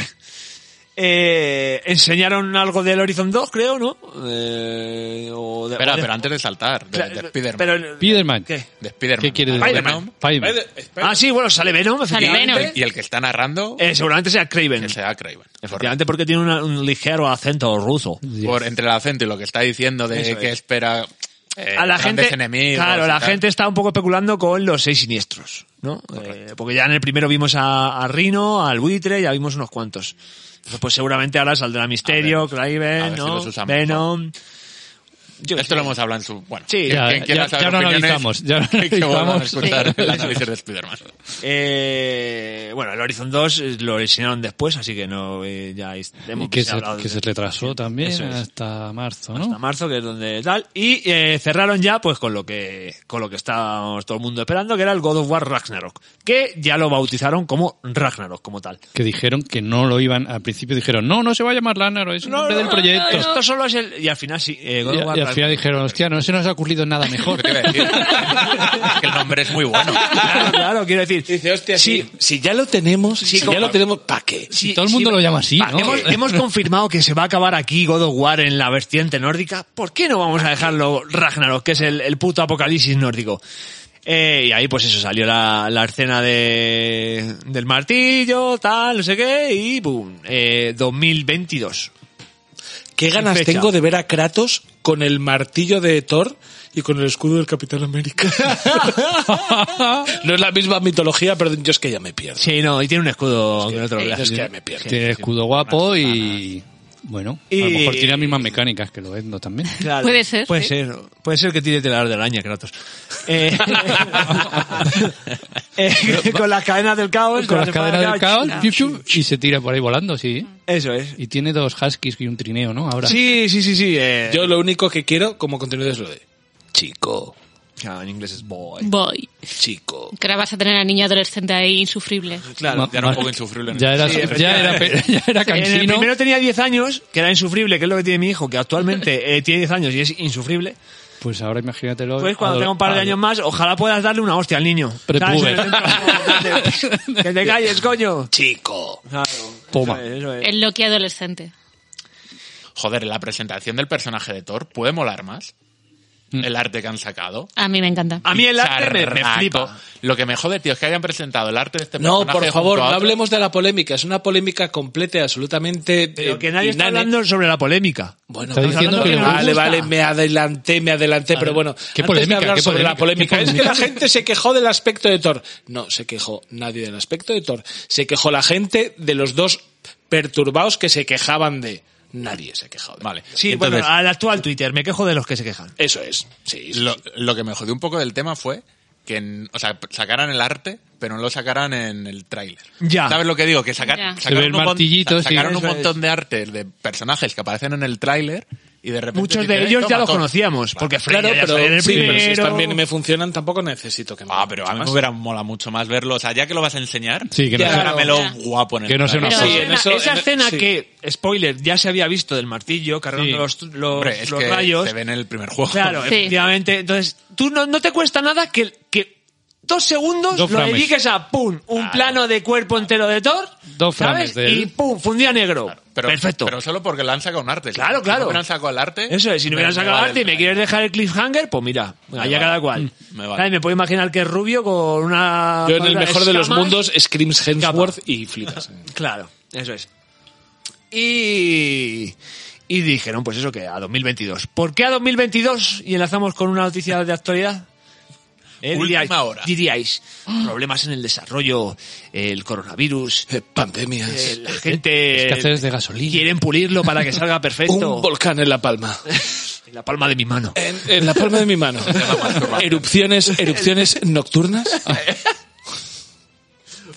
S10: eh, enseñaron algo del Horizon 2, creo, ¿no? Eh, o de-
S2: Espera,
S10: o de-
S2: pero antes de saltar, de, de Spider-Man.
S10: pero-
S4: Spiderman.
S10: ¿Qué?
S2: de Spider-Man.
S4: ¿Qué quieres decir?
S10: Spider-Man.
S2: Venom.
S4: Spider-Man.
S10: Ah, sí, bueno, sale Venom,
S5: Sale
S10: efectivamente.
S5: Venom.
S2: Y el que está narrando,
S10: Eh, seguramente sea Craven.
S2: que sea Craven.
S10: Efectivamente, porque tiene una- un ligero acento ruso.
S2: Por entre el acento y lo que está diciendo de
S10: Eso
S2: que
S10: es.
S2: espera eh,
S10: a la
S2: grandes
S10: gente,
S2: enemigos.
S10: claro,
S2: y
S10: la
S2: tal.
S10: gente está un poco especulando con los seis siniestros, ¿no? Eh, porque ya en el primero vimos a, a Rino, al buitre, ya vimos unos cuantos. Entonces, pues seguramente ahora saldrá Misterio,
S2: A ver, a
S10: Craven,
S2: ver si
S10: ¿no?
S2: los usan
S10: Venom. Yo qué
S2: Esto
S10: sé.
S2: lo hemos hablado en su... Bueno,
S10: Sí.
S2: quien-
S4: Ya,
S2: quien quiera
S4: ya-
S2: saber
S4: ya lo
S2: opiniones,
S4: analizamos, ya lo
S2: que vuelvan a
S4: analizamos.
S2: escuchar el análisis de Spider-Man.
S10: Eh, bueno, el Horizon 2 eh, lo enseñaron después, así que no eh, ya es- hemos
S4: Y que se,
S10: hablado
S4: que
S10: de-
S4: se retrasó también
S10: Eso es.
S4: hasta marzo,
S10: hasta
S4: ¿no?
S10: marzo, que es donde tal. Y eh, cerraron ya, pues, con lo que con lo que estábamos todo el mundo esperando, que era el God of War Ragnarok, que ya lo bautizaron como Ragnarok, como tal.
S4: Que dijeron que no lo iban... Al principio dijeron, no, no se va a llamar Lanaro, es el nombre del proyecto.
S10: Esto solo es el y al final sí. eh, God
S4: Y,
S10: of War
S4: y al final
S10: Ragnarok.
S4: dijeron, hostia, no se nos ha ocurrido nada mejor.
S2: ¿Qué te iba a decir? Es que el nombre es muy bueno.
S10: Claro, claro, quiero decir.
S1: Dice, hostia,
S10: sí.
S1: si, si ya lo tenemos, si
S10: como-
S1: ya lo tenemos, ¿para qué?
S10: sí,
S4: todo el mundo
S10: sí,
S4: lo llama así,
S10: va,
S4: ¿no?
S10: Hemos, hemos confirmado que se va a acabar aquí God of War en la vertiente nórdica. ¿Por qué no vamos a dejarlo Ragnarok, que es el, el puto apocalipsis nórdico? Eh, y ahí pues eso, salió la, la escena de, del martillo, tal, no sé qué, y boom, eh, 2022.
S1: ¿Qué ganas
S10: Fecha.
S1: tengo de ver a Kratos con el martillo de Thor y con el escudo del Capitán América? no es la misma mitología, pero yo es que ya me pierdo.
S10: Sí, no, y tiene un escudo que no te lo
S1: Yo
S10: creas.
S1: es que ya me pierdo.
S4: Tiene escudo guapo y... Bueno, a
S10: Y-
S4: lo mejor tiene las mismas mecánicas que lo Endo también.
S10: Claro.
S5: Puede ser,
S10: Puede
S5: sí.
S10: ser. Puede ser que tire telar de araña, Kratos. Eh, eh, con las cadenas del caos.
S4: Con las
S10: espadas
S4: cadenas del caos, chup, chup, y se tira por ahí volando, sí.
S10: Eso es.
S4: Y tiene dos huskies y un trineo, ¿no? Ahora.
S10: Sí, sí, sí, sí. eh.
S1: Yo lo único que quiero como contenido es lo de chico,
S10: Ah, en inglés es boy.
S5: Voy.
S1: chico.
S5: Que ahora vas a tener a niña adolescente ahí insufrible.
S1: Ah,
S10: Claro.
S4: Ma-
S2: Ya era un
S4: ma-
S2: poco insufrible. ¿no?
S4: Ya era,
S10: Sí,
S4: ya era, pe- ya era
S10: En el
S4: cansino.
S10: primero tenía 10 años, que era insufrible, que es lo que tiene mi hijo, que actualmente eh, tiene 10 años y es insufrible.
S4: Pues ahora imagínatelo.
S10: Pues cuando
S4: adol-
S10: tenga un par de
S4: adol-
S10: años más, ojalá puedas darle una hostia al niño.
S4: Prepuber.
S10: ¿Sabes? que te calles, coño.
S1: Chico.
S10: Claro.
S4: Toma.
S10: Eso es, eso es.
S5: El Loki adolescente.
S2: Joder, la presentación del personaje de Thor puede molar más.
S1: Mm.
S2: El arte que han sacado.
S5: A mí me encanta.
S10: A mí el arte me- me
S2: Charraco.
S10: flipa.
S2: Lo que me jode, tío, es que hayan presentado el arte de este
S1: No,
S2: personaje.
S1: por
S2: junto
S1: favor, no
S2: a otro.
S1: hablemos de la polémica. Es una polémica completa y absolutamente.
S10: Pero
S1: eh,
S10: que nadie está
S1: inane.
S10: hablando sobre la polémica.
S1: Bueno,
S4: Está
S1: pero-
S4: diciendo que le
S1: vale,
S4: gusta.
S1: vale, me adelanté, me adelanté, pero bueno.
S4: ¿qué
S1: antes de
S4: polémica,
S1: hablar
S4: qué
S1: sobre la polémica,
S4: polémica, qué
S1: es que
S4: polémica?
S1: la gente se quejó del aspecto de Thor. No, se quejó nadie del aspecto de Thor. Se quejó la gente de los dos perturbados que se quejaban de. Nadie se quejó. de-
S2: Vale.
S10: Sí,
S2: Entonces,
S10: bueno, al actual Twitter, me quejo de los que se quejan.
S1: Eso es. Sí, sí,
S2: Lo,
S1: sí.
S2: lo que me jodió un poco del tema fue que en- o sea, sacaran el arte, pero no lo sacaran en el tráiler.
S10: Ya.
S2: ¿Sabes lo que digo? Que sacar-
S5: Ya.
S4: Se ve el
S2: sacaron un, mon-
S4: martillito,
S2: sa-
S4: sí,
S2: sacaron un
S4: eso es.
S2: montón de arte de personajes que aparecen en el tráiler y de repente...
S10: Muchos
S2: dicen,
S10: de
S2: "Eh,
S10: ellos ya
S2: toma,
S10: los
S2: toma".
S10: conocíamos, porque Freya
S1: Claro,
S10: ya
S1: pero,
S10: salió en el
S1: sí, pero si
S10: primero.
S1: también me funcionan, tampoco necesito que me.
S2: Ah, pero a mí me hubiera mola mucho más verlo. O sea, ya que lo vas a enseñar,
S4: Sí, que no
S1: Ya,
S4: sea-
S1: claro.
S2: dáramelo
S5: Ya.
S2: guapo en el
S4: Que no sea una
S2: tráiler.
S5: Pero-
S1: Sí,
S5: foto.
S1: en eso-
S10: esa
S1: en-
S10: escena
S1: sí.
S10: que, spoiler, ya se había visto del martillo cargando
S4: Sí.
S10: los, los,
S2: Hombre, es
S10: los
S2: que
S10: rayos.
S2: se ve en el primer juego.
S10: Claro,
S5: Sí.
S10: efectivamente. Entonces, tú no, no te cuesta nada que, que dos segundos
S4: Dos
S10: lo
S4: frames.
S10: dediques a pum, un plano de cuerpo entero de Thor,
S4: Dos frames
S10: ¿sabes?
S4: de él.
S10: Y pum, fundía negro.
S2: Pero,
S10: Perfecto.
S2: Pero solo porque lo han sacado un arte.
S10: Claro,
S2: Si
S10: claro.
S2: no hubieran sacado el arte...
S10: Eso es, si no
S2: me-
S10: hubieran
S2: me
S10: sacado
S2: vale
S10: arte y
S2: el
S10: me quieres dejar el cliffhanger, pues mira, allá
S2: vale.
S10: cada cual.
S2: Me vale.
S10: ¿Sabes? puedo imaginar que es rubio con una...
S1: Yo en el mejor de los
S10: escamas.
S1: mundos, Screams Hemsworth y flipas.
S10: Claro, eso es. Y... Y dijeron, pues eso que a 2022. ¿Por qué a 2022? Y enlazamos con una noticia de actualidad. Eh,
S2: Última
S10: diríais-
S2: hora.
S10: diríais, problemas en el desarrollo, el coronavirus,
S1: Eh, Pandemias.
S10: eh, la gente
S4: Escasez de gasolina.
S10: quieren pulirlo para que salga perfecto.
S1: Un volcán en La Palma.
S10: En la palma de mi mano.
S1: En, en la palma de mi mano. erupciones, erupciones nocturnas.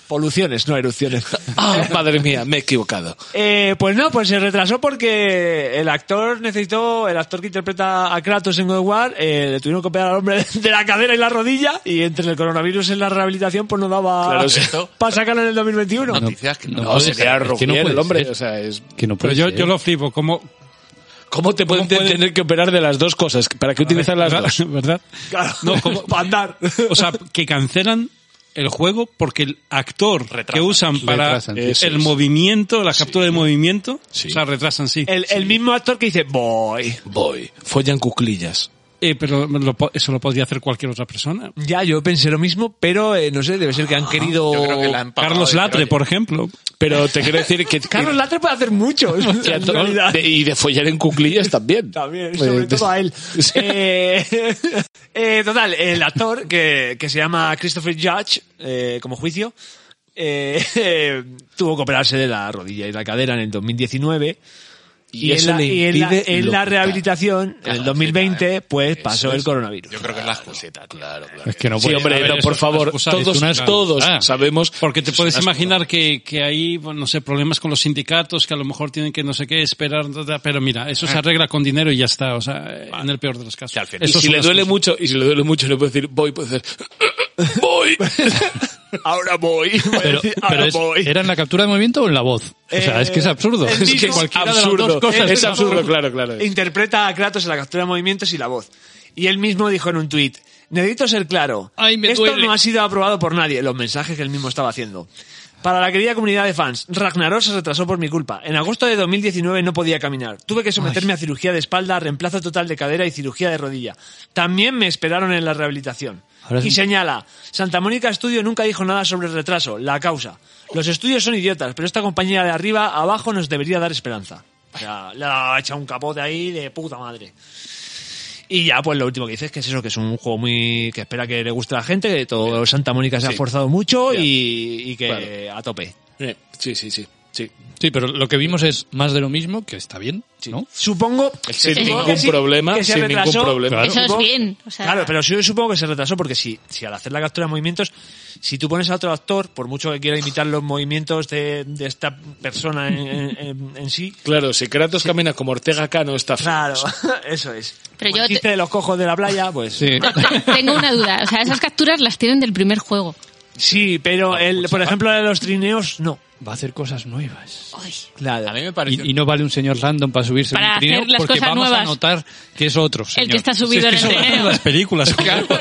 S10: Poluciones, no erupciones.
S1: Ah, madre mía, me he equivocado.
S10: Eh, pues no, pues se retrasó porque el actor necesitó, el actor que interpreta a Kratos en God of War, eh, le tuvieron que operar al hombre de la cadera y la rodilla y entre el coronavirus en la rehabilitación pues no daba
S2: Claro, esto-
S10: para sacarlo en el 2021.
S2: Noticias que no-
S1: No,
S4: puede
S1: sería
S4: ser, es que no
S1: rufián
S4: puede
S1: el hombre.
S4: ser.
S1: O sea, es-
S4: Que no
S3: Pero
S4: puede
S3: yo,
S4: ser.
S3: yo lo flipo, como...
S1: ¿Cómo te pueden
S3: puede-
S1: tener que operar de las dos cosas? ¿Para qué utilizan las
S3: ¿Verdad?
S1: dos?
S3: ¿Verdad?
S10: Claro,
S3: No, como-
S10: para andar.
S3: O sea, que cancelan el juego porque el actor que usan para
S1: eh,
S4: Retrasan, sí.
S3: el
S1: Eso es.
S3: movimiento, la captura de movimiento,
S1: Sí.
S3: o sea, retrasan, sí.
S10: El, el mismo actor que dice, voy.
S1: Voy, follan cuclillas.
S3: Eh, pero lo po- eso lo podría hacer cualquier otra persona.
S10: Ya, yo pensé lo mismo, pero eh, no sé, debe ser que han querido...
S2: Yo creo que la han pagado
S3: Carlos
S2: de
S3: Latre,
S2: Troya.
S3: por ejemplo.
S1: Pero te quiero decir que...
S10: Carlos Latre puede hacer mucho. en
S1: que a to-
S10: realidad.
S1: de- y de follar en cuclillas también.
S10: También,
S1: Eh,
S10: sobre todo a él.
S1: Sí.
S10: Eh, eh, total, el actor que, que se llama Christopher Judge, eh, como juicio, eh, eh, tuvo que operarse de la rodilla y la cadera en el 2019.
S1: Y,
S10: en
S1: eso
S10: la-
S1: le
S10: y en la-
S1: impide
S10: en la
S1: locutar.
S10: rehabilitación, en el 2020, pues pasó el coronavirus.
S2: Yo creo que es la excusita, tío.
S4: Es que no
S1: Sí,
S4: puede
S1: hombre,
S4: ser.
S1: no, por favor,
S3: excusa, es
S1: todos,
S4: una excusa.
S1: todos sabemos...
S3: Porque te
S1: Es
S3: puedes
S1: una excusa.
S3: imaginar que, que hay, bueno, no sé, problemas con los sindicatos, que a lo mejor tienen que no sé qué esperar, ta, ta, pero mira, eso
S1: Ah.
S3: se arregla con dinero y ya está, o sea, eh, en el peor de los casos.
S2: Que al final-
S1: Y
S3: Eso
S1: si
S3: es
S1: le
S3: una
S1: duele
S3: excusa.
S1: mucho, y si le duele mucho, le puedo decir, voy, puede hacer, voy.
S10: Ahora voy. voy a
S4: Pero,
S10: decir,
S4: pero
S10: ahora
S4: es-
S10: voy.
S4: ¿era en la captura de movimiento o en la voz? O sea,
S10: Eh,
S4: es que es absurdo.
S10: el
S4: Es que
S10: mismo-
S4: cualquiera de las
S1: absurdo.
S4: dos cosas
S1: es absurdo, claro, claro.
S10: Eh, Interpreta a Kratos en la captura de movimientos y la voz. Y él mismo dijo en un tuit, necesito ser claro,
S4: Ay, me
S10: esto
S4: duele.
S10: no ha sido aprobado por nadie, los mensajes que él mismo estaba haciendo. Para la querida comunidad de fans, Ragnarok se retrasó por mi culpa. En agosto de 2019 no podía caminar. Tuve que someterme a cirugía de espalda, reemplazo total de cadera y cirugía de rodilla. También me esperaron en la rehabilitación.
S4: Ahora es
S10: y
S4: un-
S10: señala, Santa Mónica Studio nunca dijo nada sobre el retraso, la causa. Los estudios son idiotas, pero esta compañía de arriba abajo nos debería dar esperanza. O sea, le ha echado un capote ahí de puta madre. Y ya, pues lo último que dices es que es eso, que es un juego muy que espera que le guste a la gente, que todo Santa Mónica se ha
S1: Sí.
S10: esforzado mucho
S1: Ya.
S10: y, y que
S1: Claro.
S10: a tope.
S1: Eh, Sí, sí, sí. sí.
S4: Sí, pero lo que vimos es más de lo mismo, que está bien, ¿no?
S10: Supongo
S1: Sin
S5: que
S1: ningún
S10: sí,
S1: problema,
S10: que se
S1: sin
S10: retrasó.
S1: ningún problema.
S4: Claro.
S5: Eso es
S10: Supongo-
S5: bien. O sea,
S10: Claro, pero yo supongo que se retrasó porque si, si al hacer la captura de movimientos, si tú pones a otro actor, por mucho que quiera imitar los movimientos de, de esta persona en, en- en- en sí,
S1: Claro, si Kratos camina como Ortega Cano está feo.
S10: claro, eso es.
S5: Pero
S10: Como
S5: yo
S10: el
S5: te-
S10: chiste de los cojos de la playa, pues sí,
S5: Tengo una duda. O sea, esas capturas las tienen del primer juego.
S10: pero
S1: Ah, pues
S10: el, por ejemplo de los trineos, no.
S4: Va a hacer cosas nuevas.
S5: Ay.
S10: Claro.
S2: A mí me pareció...
S4: Y, y no vale un señor random para subirse en
S5: Para
S4: un
S5: hacer
S4: trineo
S5: las
S4: porque
S5: cosas
S4: vamos a
S5: nuevas.
S4: notar que es otro señor.
S5: El que está subido
S3: Es que eso
S5: en el
S3: en
S5: trineo.
S3: las películas.
S4: Poner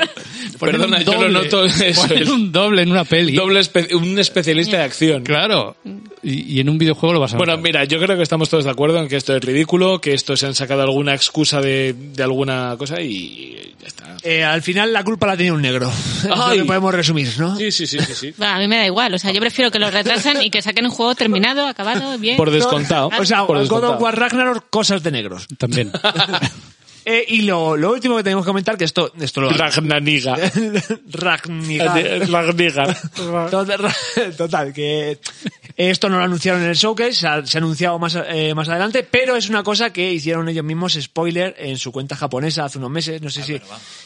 S1: Perdona,
S4: un
S1: yo lo
S4: doble,
S1: noto, eso
S4: poner
S1: es.
S4: un doble en una peli.
S1: Doble espe- un especialista de acción.
S4: Claro. y, y en un videojuego lo vas a
S1: Bueno,
S4: notar.
S1: mira, yo creo que estamos todos de acuerdo en que esto es ridículo, que esto se han sacado alguna excusa de, de alguna cosa y ya está.
S10: Eh, al final la culpa la tenía un negro. Eso es lo que podemos resumir, ¿no?
S1: Sí, sí, sí, sí. sí.
S5: Va, a mí me da igual, o sea, yo prefiero que lo retrasen y que saquen un juego terminado, acabado, bien.
S1: Por descontado.
S10: O sea,
S1: por
S10: God
S1: descontado.
S10: of War Ragnarok, cosas de negros.
S4: También.
S10: Eh, y lo, lo último que tenemos que comentar, que esto, esto lo...
S1: Ragnaniga.
S10: Ragnigar.
S1: Ragnaniga.
S10: Total, total, que esto no lo anunciaron en el showcase, se ha, se ha anunciado más, eh, más adelante, pero es una cosa que hicieron ellos mismos spoiler en su cuenta japonesa hace unos meses, no sé
S2: Ah,
S10: si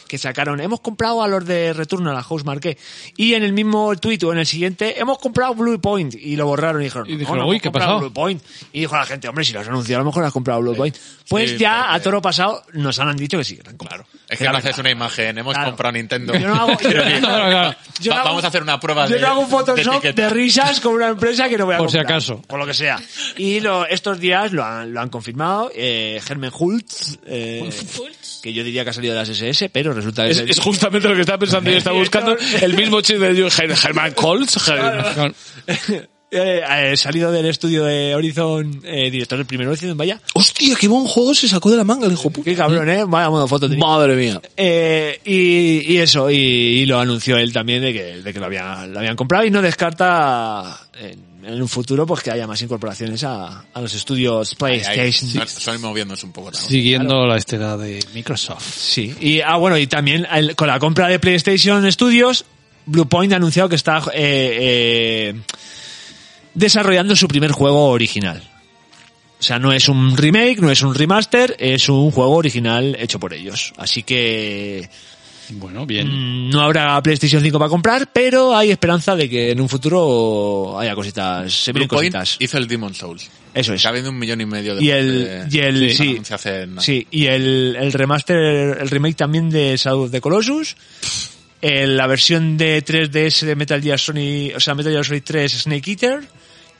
S10: que sacaron, hemos comprado a los de Return a la House Marquee, y en el mismo tuit o en el siguiente, hemos comprado Blue Point, y lo borraron y dijeron,
S4: Y dijeron,
S10: "No, no
S4: "Uy,
S10: hemos
S4: ¿qué ha
S10: comprado
S4: pasado?".
S10: Blue Point. Y dijo la gente, hombre, si lo has anunciado, a lo mejor has comprado Blue Point. Pues
S2: Sí,
S10: ya
S2: porque-
S10: a toro pasado nos han dicho que sí, que lo han comprado.
S2: Es que no haces una imagen, hemos
S10: Claro.
S2: comprado Nintendo.
S10: Yo no hago- yo no-
S4: Claro, claro.
S10: yo
S2: Va-
S10: no hago-
S2: vamos a hacer una prueba
S10: Yo
S2: de-
S10: no hago un
S2: de
S10: Photoshop de,
S2: etiqueta.
S10: risas con una empresa que no voy a
S4: Por si
S10: comprar,
S4: acaso.
S10: Por lo que sea. Y lo- estos días lo han, lo han confirmado. Eh, Germen Hultz, eh, que yo diría que ha salido de las SS, pero resulta que...
S1: Es, es justamente lo que estaba pensando. Yo estaba buscando el mismo chiste de Ger- Germán Colts. Ger-
S4: Claro.
S10: Eh, eh, salido del estudio de Horizon, eh, director del primer Horizon, vaya.
S1: Hostia, qué buen juego se sacó de la manga el hijo puta.
S10: Qué cabrón, ¿eh? Vaya modo foto. tenía.
S1: Madre mía.
S10: Eh, y, y eso, y, y lo anunció él también de que, de que lo, había, lo habían comprado y no descarta en, en un futuro pues que haya más incorporaciones a, a los estudios
S2: Ahí,
S10: PlayStation.
S2: ahí, son- son moviéndose un poco. ¿no?
S4: Siguiendo la estela de Microsoft.
S10: Sí, y ah, bueno, y también el- con la compra de PlayStation Studios, Bluepoint ha anunciado que está eh, eh, desarrollando su primer juego original. O sea, no es un remake, no es un remaster, es un juego original hecho por ellos. Así que
S4: Bueno, bien.
S10: mm, no habrá PlayStation 5 para comprar, pero hay esperanza de que en un futuro haya cositas, se vienen
S2: Bluepoint
S10: cositas.
S2: hizo el Demon Souls.
S10: Eso es.
S2: Se ha vendido un millón y medio de
S10: Y el- y el- sí.
S2: Se hace nada.
S10: Sí, y el, el remaster, el remake también de Shadow of the Colossus. eh, la versión de 3DS de Metal Gear Sony, o sea, Metal Gear Solid 3 Snake Eater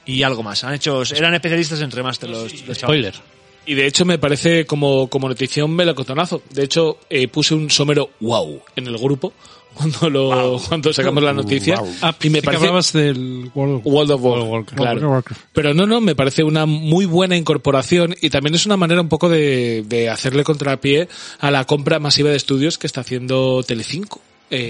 S10: y algo más. Han hecho, eran especialistas en remaster los, los chavales.
S4: Spoiler.
S1: Y de hecho me parece como, como noticia un melocotonazo. De hecho, eh, puse un somero wow en el grupo cuando lo cuando sacamos
S10: Uh,
S1: la noticia.
S3: Ah,
S1: Y me
S3: que
S1: parece
S3: hablabas del World of
S1: World of Warcraft,
S3: Warcraft.
S1: claro.
S3: World of Warcraft.
S1: Pero no, no, me parece una muy buena incorporación y también es una manera un poco de, de hacerle contrapié a la compra masiva de estudios que está haciendo Telecinco. Eh,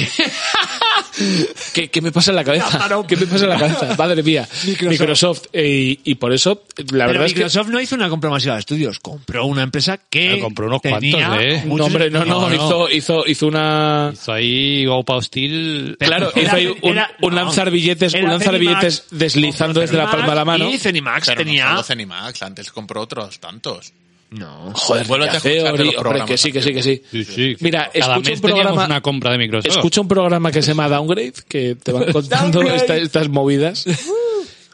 S1: ¿qué, qué me pasa en la cabeza? ¿Qué me pasa en la cabeza? Madre mía. Microsoft. eh, y, y por eso, la
S10: Pero
S1: verdad es que... Ah,
S10: Microsoft no hizo una compra masiva de estudios, compró una empresa que
S4: Pero compró unos
S10: tenía
S4: cuantos, ¿eh?
S1: No,
S10: muchos
S1: hombre, no, no,
S4: No, no.
S1: Hizo, hizo, hizo una...
S4: Hizo ahí Opa Hostil.
S1: Claro,
S10: Era-
S1: hizo ahí un,
S10: era-
S1: un
S10: no.
S1: lanzar billetes, un
S10: Era
S1: lanzar billetes
S10: Zenimax.
S1: deslizando desde la palma de la mano.
S10: Y Zenimax
S2: Pero
S10: tenía...
S2: no solo Zenimax, antes compró otros tantos.
S10: No.
S1: Joder,
S2: Vuélvete a
S1: ya
S2: escucharte
S1: Theory,
S2: los
S1: hombre,
S2: programas,
S1: que sí, que sí, que sí.
S4: Sí, sí.
S1: Mira,
S4: Cada
S1: escucho
S4: mes
S1: un programa-
S4: teníamos una compra de Microsoft.
S1: Escucha un programa que se llama Downgrade, que te van contando
S10: Downgrade.
S1: esta- estas movidas.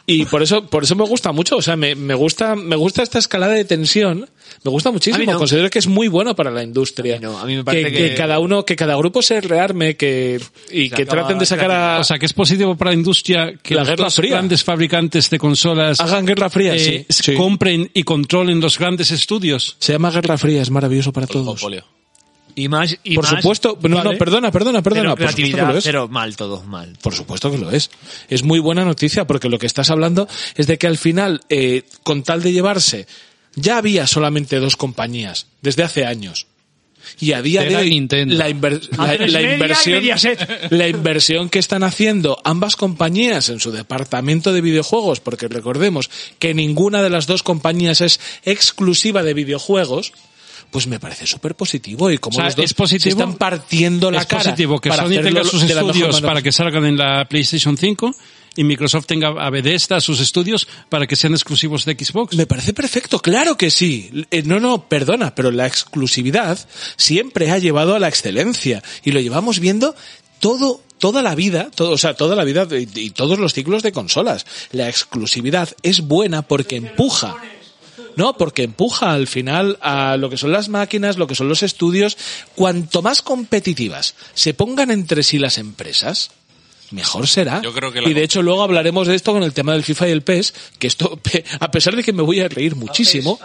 S1: Y por eso, por eso me gusta mucho. O sea, me, me gusta, me gusta esta escalada de tensión. Me gusta
S10: A
S1: muchísimo.
S10: mí no.
S1: Considero que es muy bueno para la industria.
S10: A mí no, a mí me parece que-
S1: cada uno, que cada grupo se rearme, que, y
S10: Se
S1: que
S10: acaba
S1: traten de sacar a,
S3: O sea, que es positivo para la industria que
S1: La
S3: los
S1: Guerra
S3: dos
S1: Fría.
S3: grandes fabricantes de consolas
S1: hagan Guerra Fría.
S3: eh,
S1: sí,
S3: s-
S1: sí.
S3: compren y controlen los grandes estudios.
S1: Se llama Guerra Fría, es maravilloso para todos.
S2: Monopolio.
S10: Y más, y
S1: Por
S10: más-
S1: supuesto, no,
S10: Vale.
S1: no, perdona, perdona, perdona.
S10: Cero
S1: por supuesto que
S10: creatividad,
S1: lo es.
S10: cero mal, todo mal.
S1: Por supuesto que lo es. Es muy buena noticia porque lo que estás hablando es de que al final, eh, con tal de llevarse, ya había solamente dos compañías desde hace años. Y a día de
S4: Sega y
S1: hoy,
S4: Nintendo.
S1: la, inver- la-
S10: Antes
S1: la
S10: Media y
S1: inversión,
S10: Mediaset.
S1: la inversión que están haciendo ambas compañías en su departamento de videojuegos, porque recordemos que ninguna de las dos compañías es exclusiva de videojuegos, pues me parece súper positivo. Y como
S3: O sea,
S1: los dos
S3: es positivo-
S1: se están partiendo la
S3: es
S1: cara
S3: positivo que
S1: para
S3: Sony tenga
S1: hacerlo
S3: sus
S1: de la mejor
S3: estudios
S1: manera
S3: para que salgan en la PlayStation 5 y Microsoft tenga a Bethesda sus estudios para que sean exclusivos de Xbox.
S1: Me parece perfecto, claro que sí. Eh, no, no, perdona, pero la exclusividad siempre ha llevado a la excelencia y lo llevamos viendo todo toda la vida, todo, o sea, toda la vida y, y todos los ciclos de consolas. La exclusividad es buena porque empuja. No, porque empuja al final a lo que son las máquinas, lo que son los estudios. Cuanto más competitivas se pongan entre sí las empresas, mejor será.
S2: Yo creo que la-
S1: y de hecho luego hablaremos de esto con el tema del FIFA y el PES, que esto, pe- a pesar de que me voy a reír muchísimo,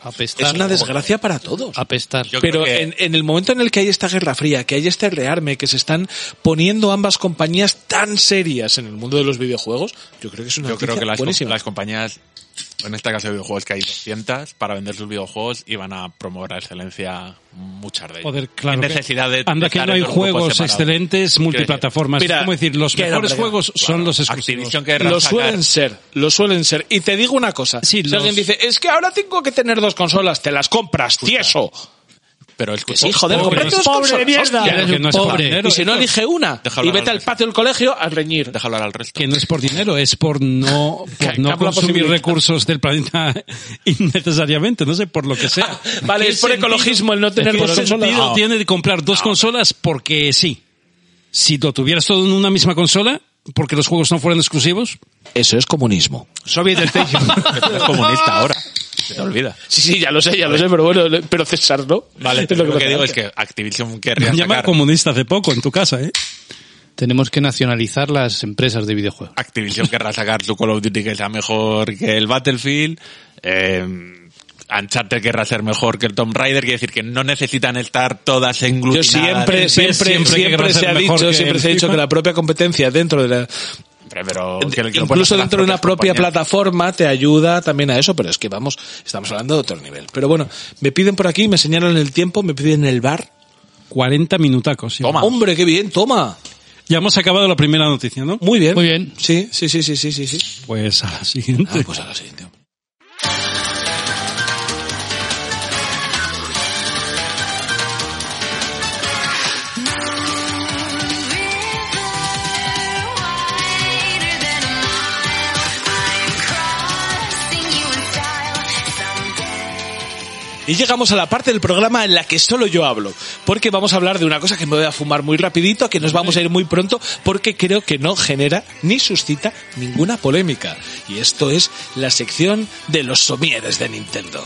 S4: Apestar.
S1: Es una desgracia para todos.
S4: Apestar.
S2: Yo creo
S1: Pero
S2: que-
S1: en, en el momento en el que hay esta guerra fría, que hay este rearme, que se están poniendo ambas compañías tan serias en el mundo de los videojuegos, yo creo que es una
S2: Yo creo
S1: noticia
S2: que las,
S1: buenísima.
S2: las compañías, en este caso de videojuegos, que hay 200, para vender sus videojuegos y van a promover la excelencia muchas de ellas.
S3: Joder, claro.
S2: Sin
S3: que-
S2: necesidad de.
S3: anda
S2: de
S3: que
S2: estar
S3: no
S2: en
S3: hay
S2: dos grupos
S3: juegos
S2: separados.
S3: excelentes multiplataformas.
S1: Mira,
S3: es como decir, los
S1: queda
S3: mejores
S1: hombre,
S3: juegos son los exclusivos.
S2: Activision que
S1: Lo suelen ser, lo suelen ser. Y te digo una cosa,
S3: Sí,
S1: si
S3: los-
S1: alguien dice, es que ahora tengo que tener dos consolas, te las compras, tieso.
S2: Pero es
S1: Que sí, joder,
S3: pobre,
S1: cómprate dos
S3: pobre
S1: consolas.
S3: mierda.
S1: hostia.
S3: Eres un
S1: No es
S3: pobre.
S1: Y si no elige una,
S2: Déjalo
S1: y
S2: hablar
S1: vete
S2: al
S1: al patio del colegio a reñir.
S2: Déjalo hablar al resto.
S3: que no es por dinero, es por no, por
S1: Que
S3: no
S1: acaba la
S3: consumir
S1: posibilidad.
S3: recursos del planeta innecesariamente, no sé, por lo que sea.
S1: Vale,
S3: ¿Qué
S1: es por
S3: sentido-
S1: ecologismo el Ah, no tener
S3: ¿qué
S1: dos consolas?
S3: sentido
S1: Ah.
S3: tiene de comprar dos consolas porque sí? Si lo tuvieras todo en una misma consola, porque los juegos no fueran exclusivos,
S1: Eso es comunismo.
S10: Soviet Station.
S2: Es comunista ahora. Se te olvida.
S1: Ah, Sí, sí, ya lo sé, ya lo sé, pero bueno, le- pero César no.
S2: Vale,
S1: Es
S2: lo, que,
S1: me
S2: digo es
S1: parece.
S2: que Activision
S3: me
S2: querría
S3: han llamado
S2: sacar.
S3: comunista hace poco en tu casa, ¿eh?
S4: Tenemos que nacionalizar las empresas de videojuegos.
S2: Activision querrá sacar su Call of Duty que sea mejor que el Battlefield. Eh, Uncharted querrá ser mejor que el Tomb Raider. Quiere decir que no necesitan estar todas
S1: Yo
S2: englutinadas.
S1: siempre,
S3: el
S1: siempre,
S3: PES
S1: siempre,
S3: siempre querrá
S1: se
S3: ser
S1: ha
S3: mejor
S1: dicho,
S3: que
S1: siempre
S3: el
S1: se ha dicho
S3: FIFA.
S1: que la propia competencia dentro de la,
S2: Pero, pero que lo- que lo pueden
S1: incluso
S2: hacer las
S1: dentro de una propia
S2: propias compañías.
S1: plataforma te ayuda también a eso, pero es que vamos, estamos hablando de otro nivel. Pero bueno, me piden por aquí, me señalan el tiempo, me piden el bar.
S3: 40 minutacos. sí.
S2: Toma.
S1: Hombre, qué bien, toma.
S3: Ya hemos acabado la primera noticia, ¿no?
S1: Muy bien.
S4: Muy bien.
S1: Sí, sí, sí, sí, sí, sí. sí.
S3: Pues a la siguiente.
S1: Ah, pues a la siguiente. Y llegamos a la parte del programa en la que solo yo hablo, porque vamos a hablar de una cosa que me voy a fumar muy rapidito, que nos vamos a ir muy pronto, porque creo que no genera ni suscita ninguna polémica. Y esto es la sección de los somieres de Nintendo.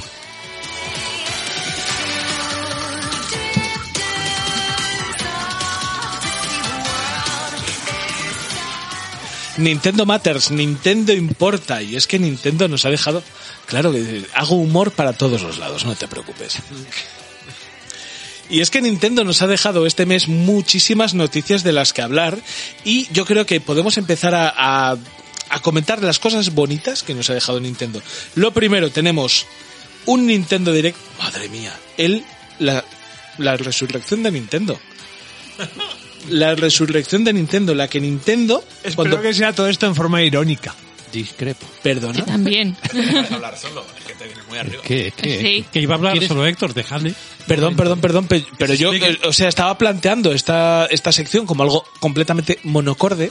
S1: Nintendo Matters, Nintendo importa. Y es que Nintendo nos ha dejado... Claro que hago humor para todos los lados, no te preocupes. Y es que Nintendo nos ha dejado este mes muchísimas noticias de las que hablar y yo creo que podemos empezar a, a- a comentar las cosas bonitas que nos ha dejado Nintendo. Lo primero, tenemos un Nintendo Direct. Madre mía, el, la, la resurrección de Nintendo. La resurrección de Nintendo, la que Nintendo...
S10: Espero
S1: cuando-
S10: que sea todo esto en forma irónica.
S4: Discrepo.
S1: Perdona.
S5: También.
S4: ¿Qué? ¿Qué?
S5: Sí.
S3: Que iba a hablar
S4: ¿Quieres-
S3: solo Héctor, dejadle.
S1: Perdón, perdón, perdón, pe- pero yo, eh, o sea, estaba planteando esta, esta sección como algo completamente monocorde,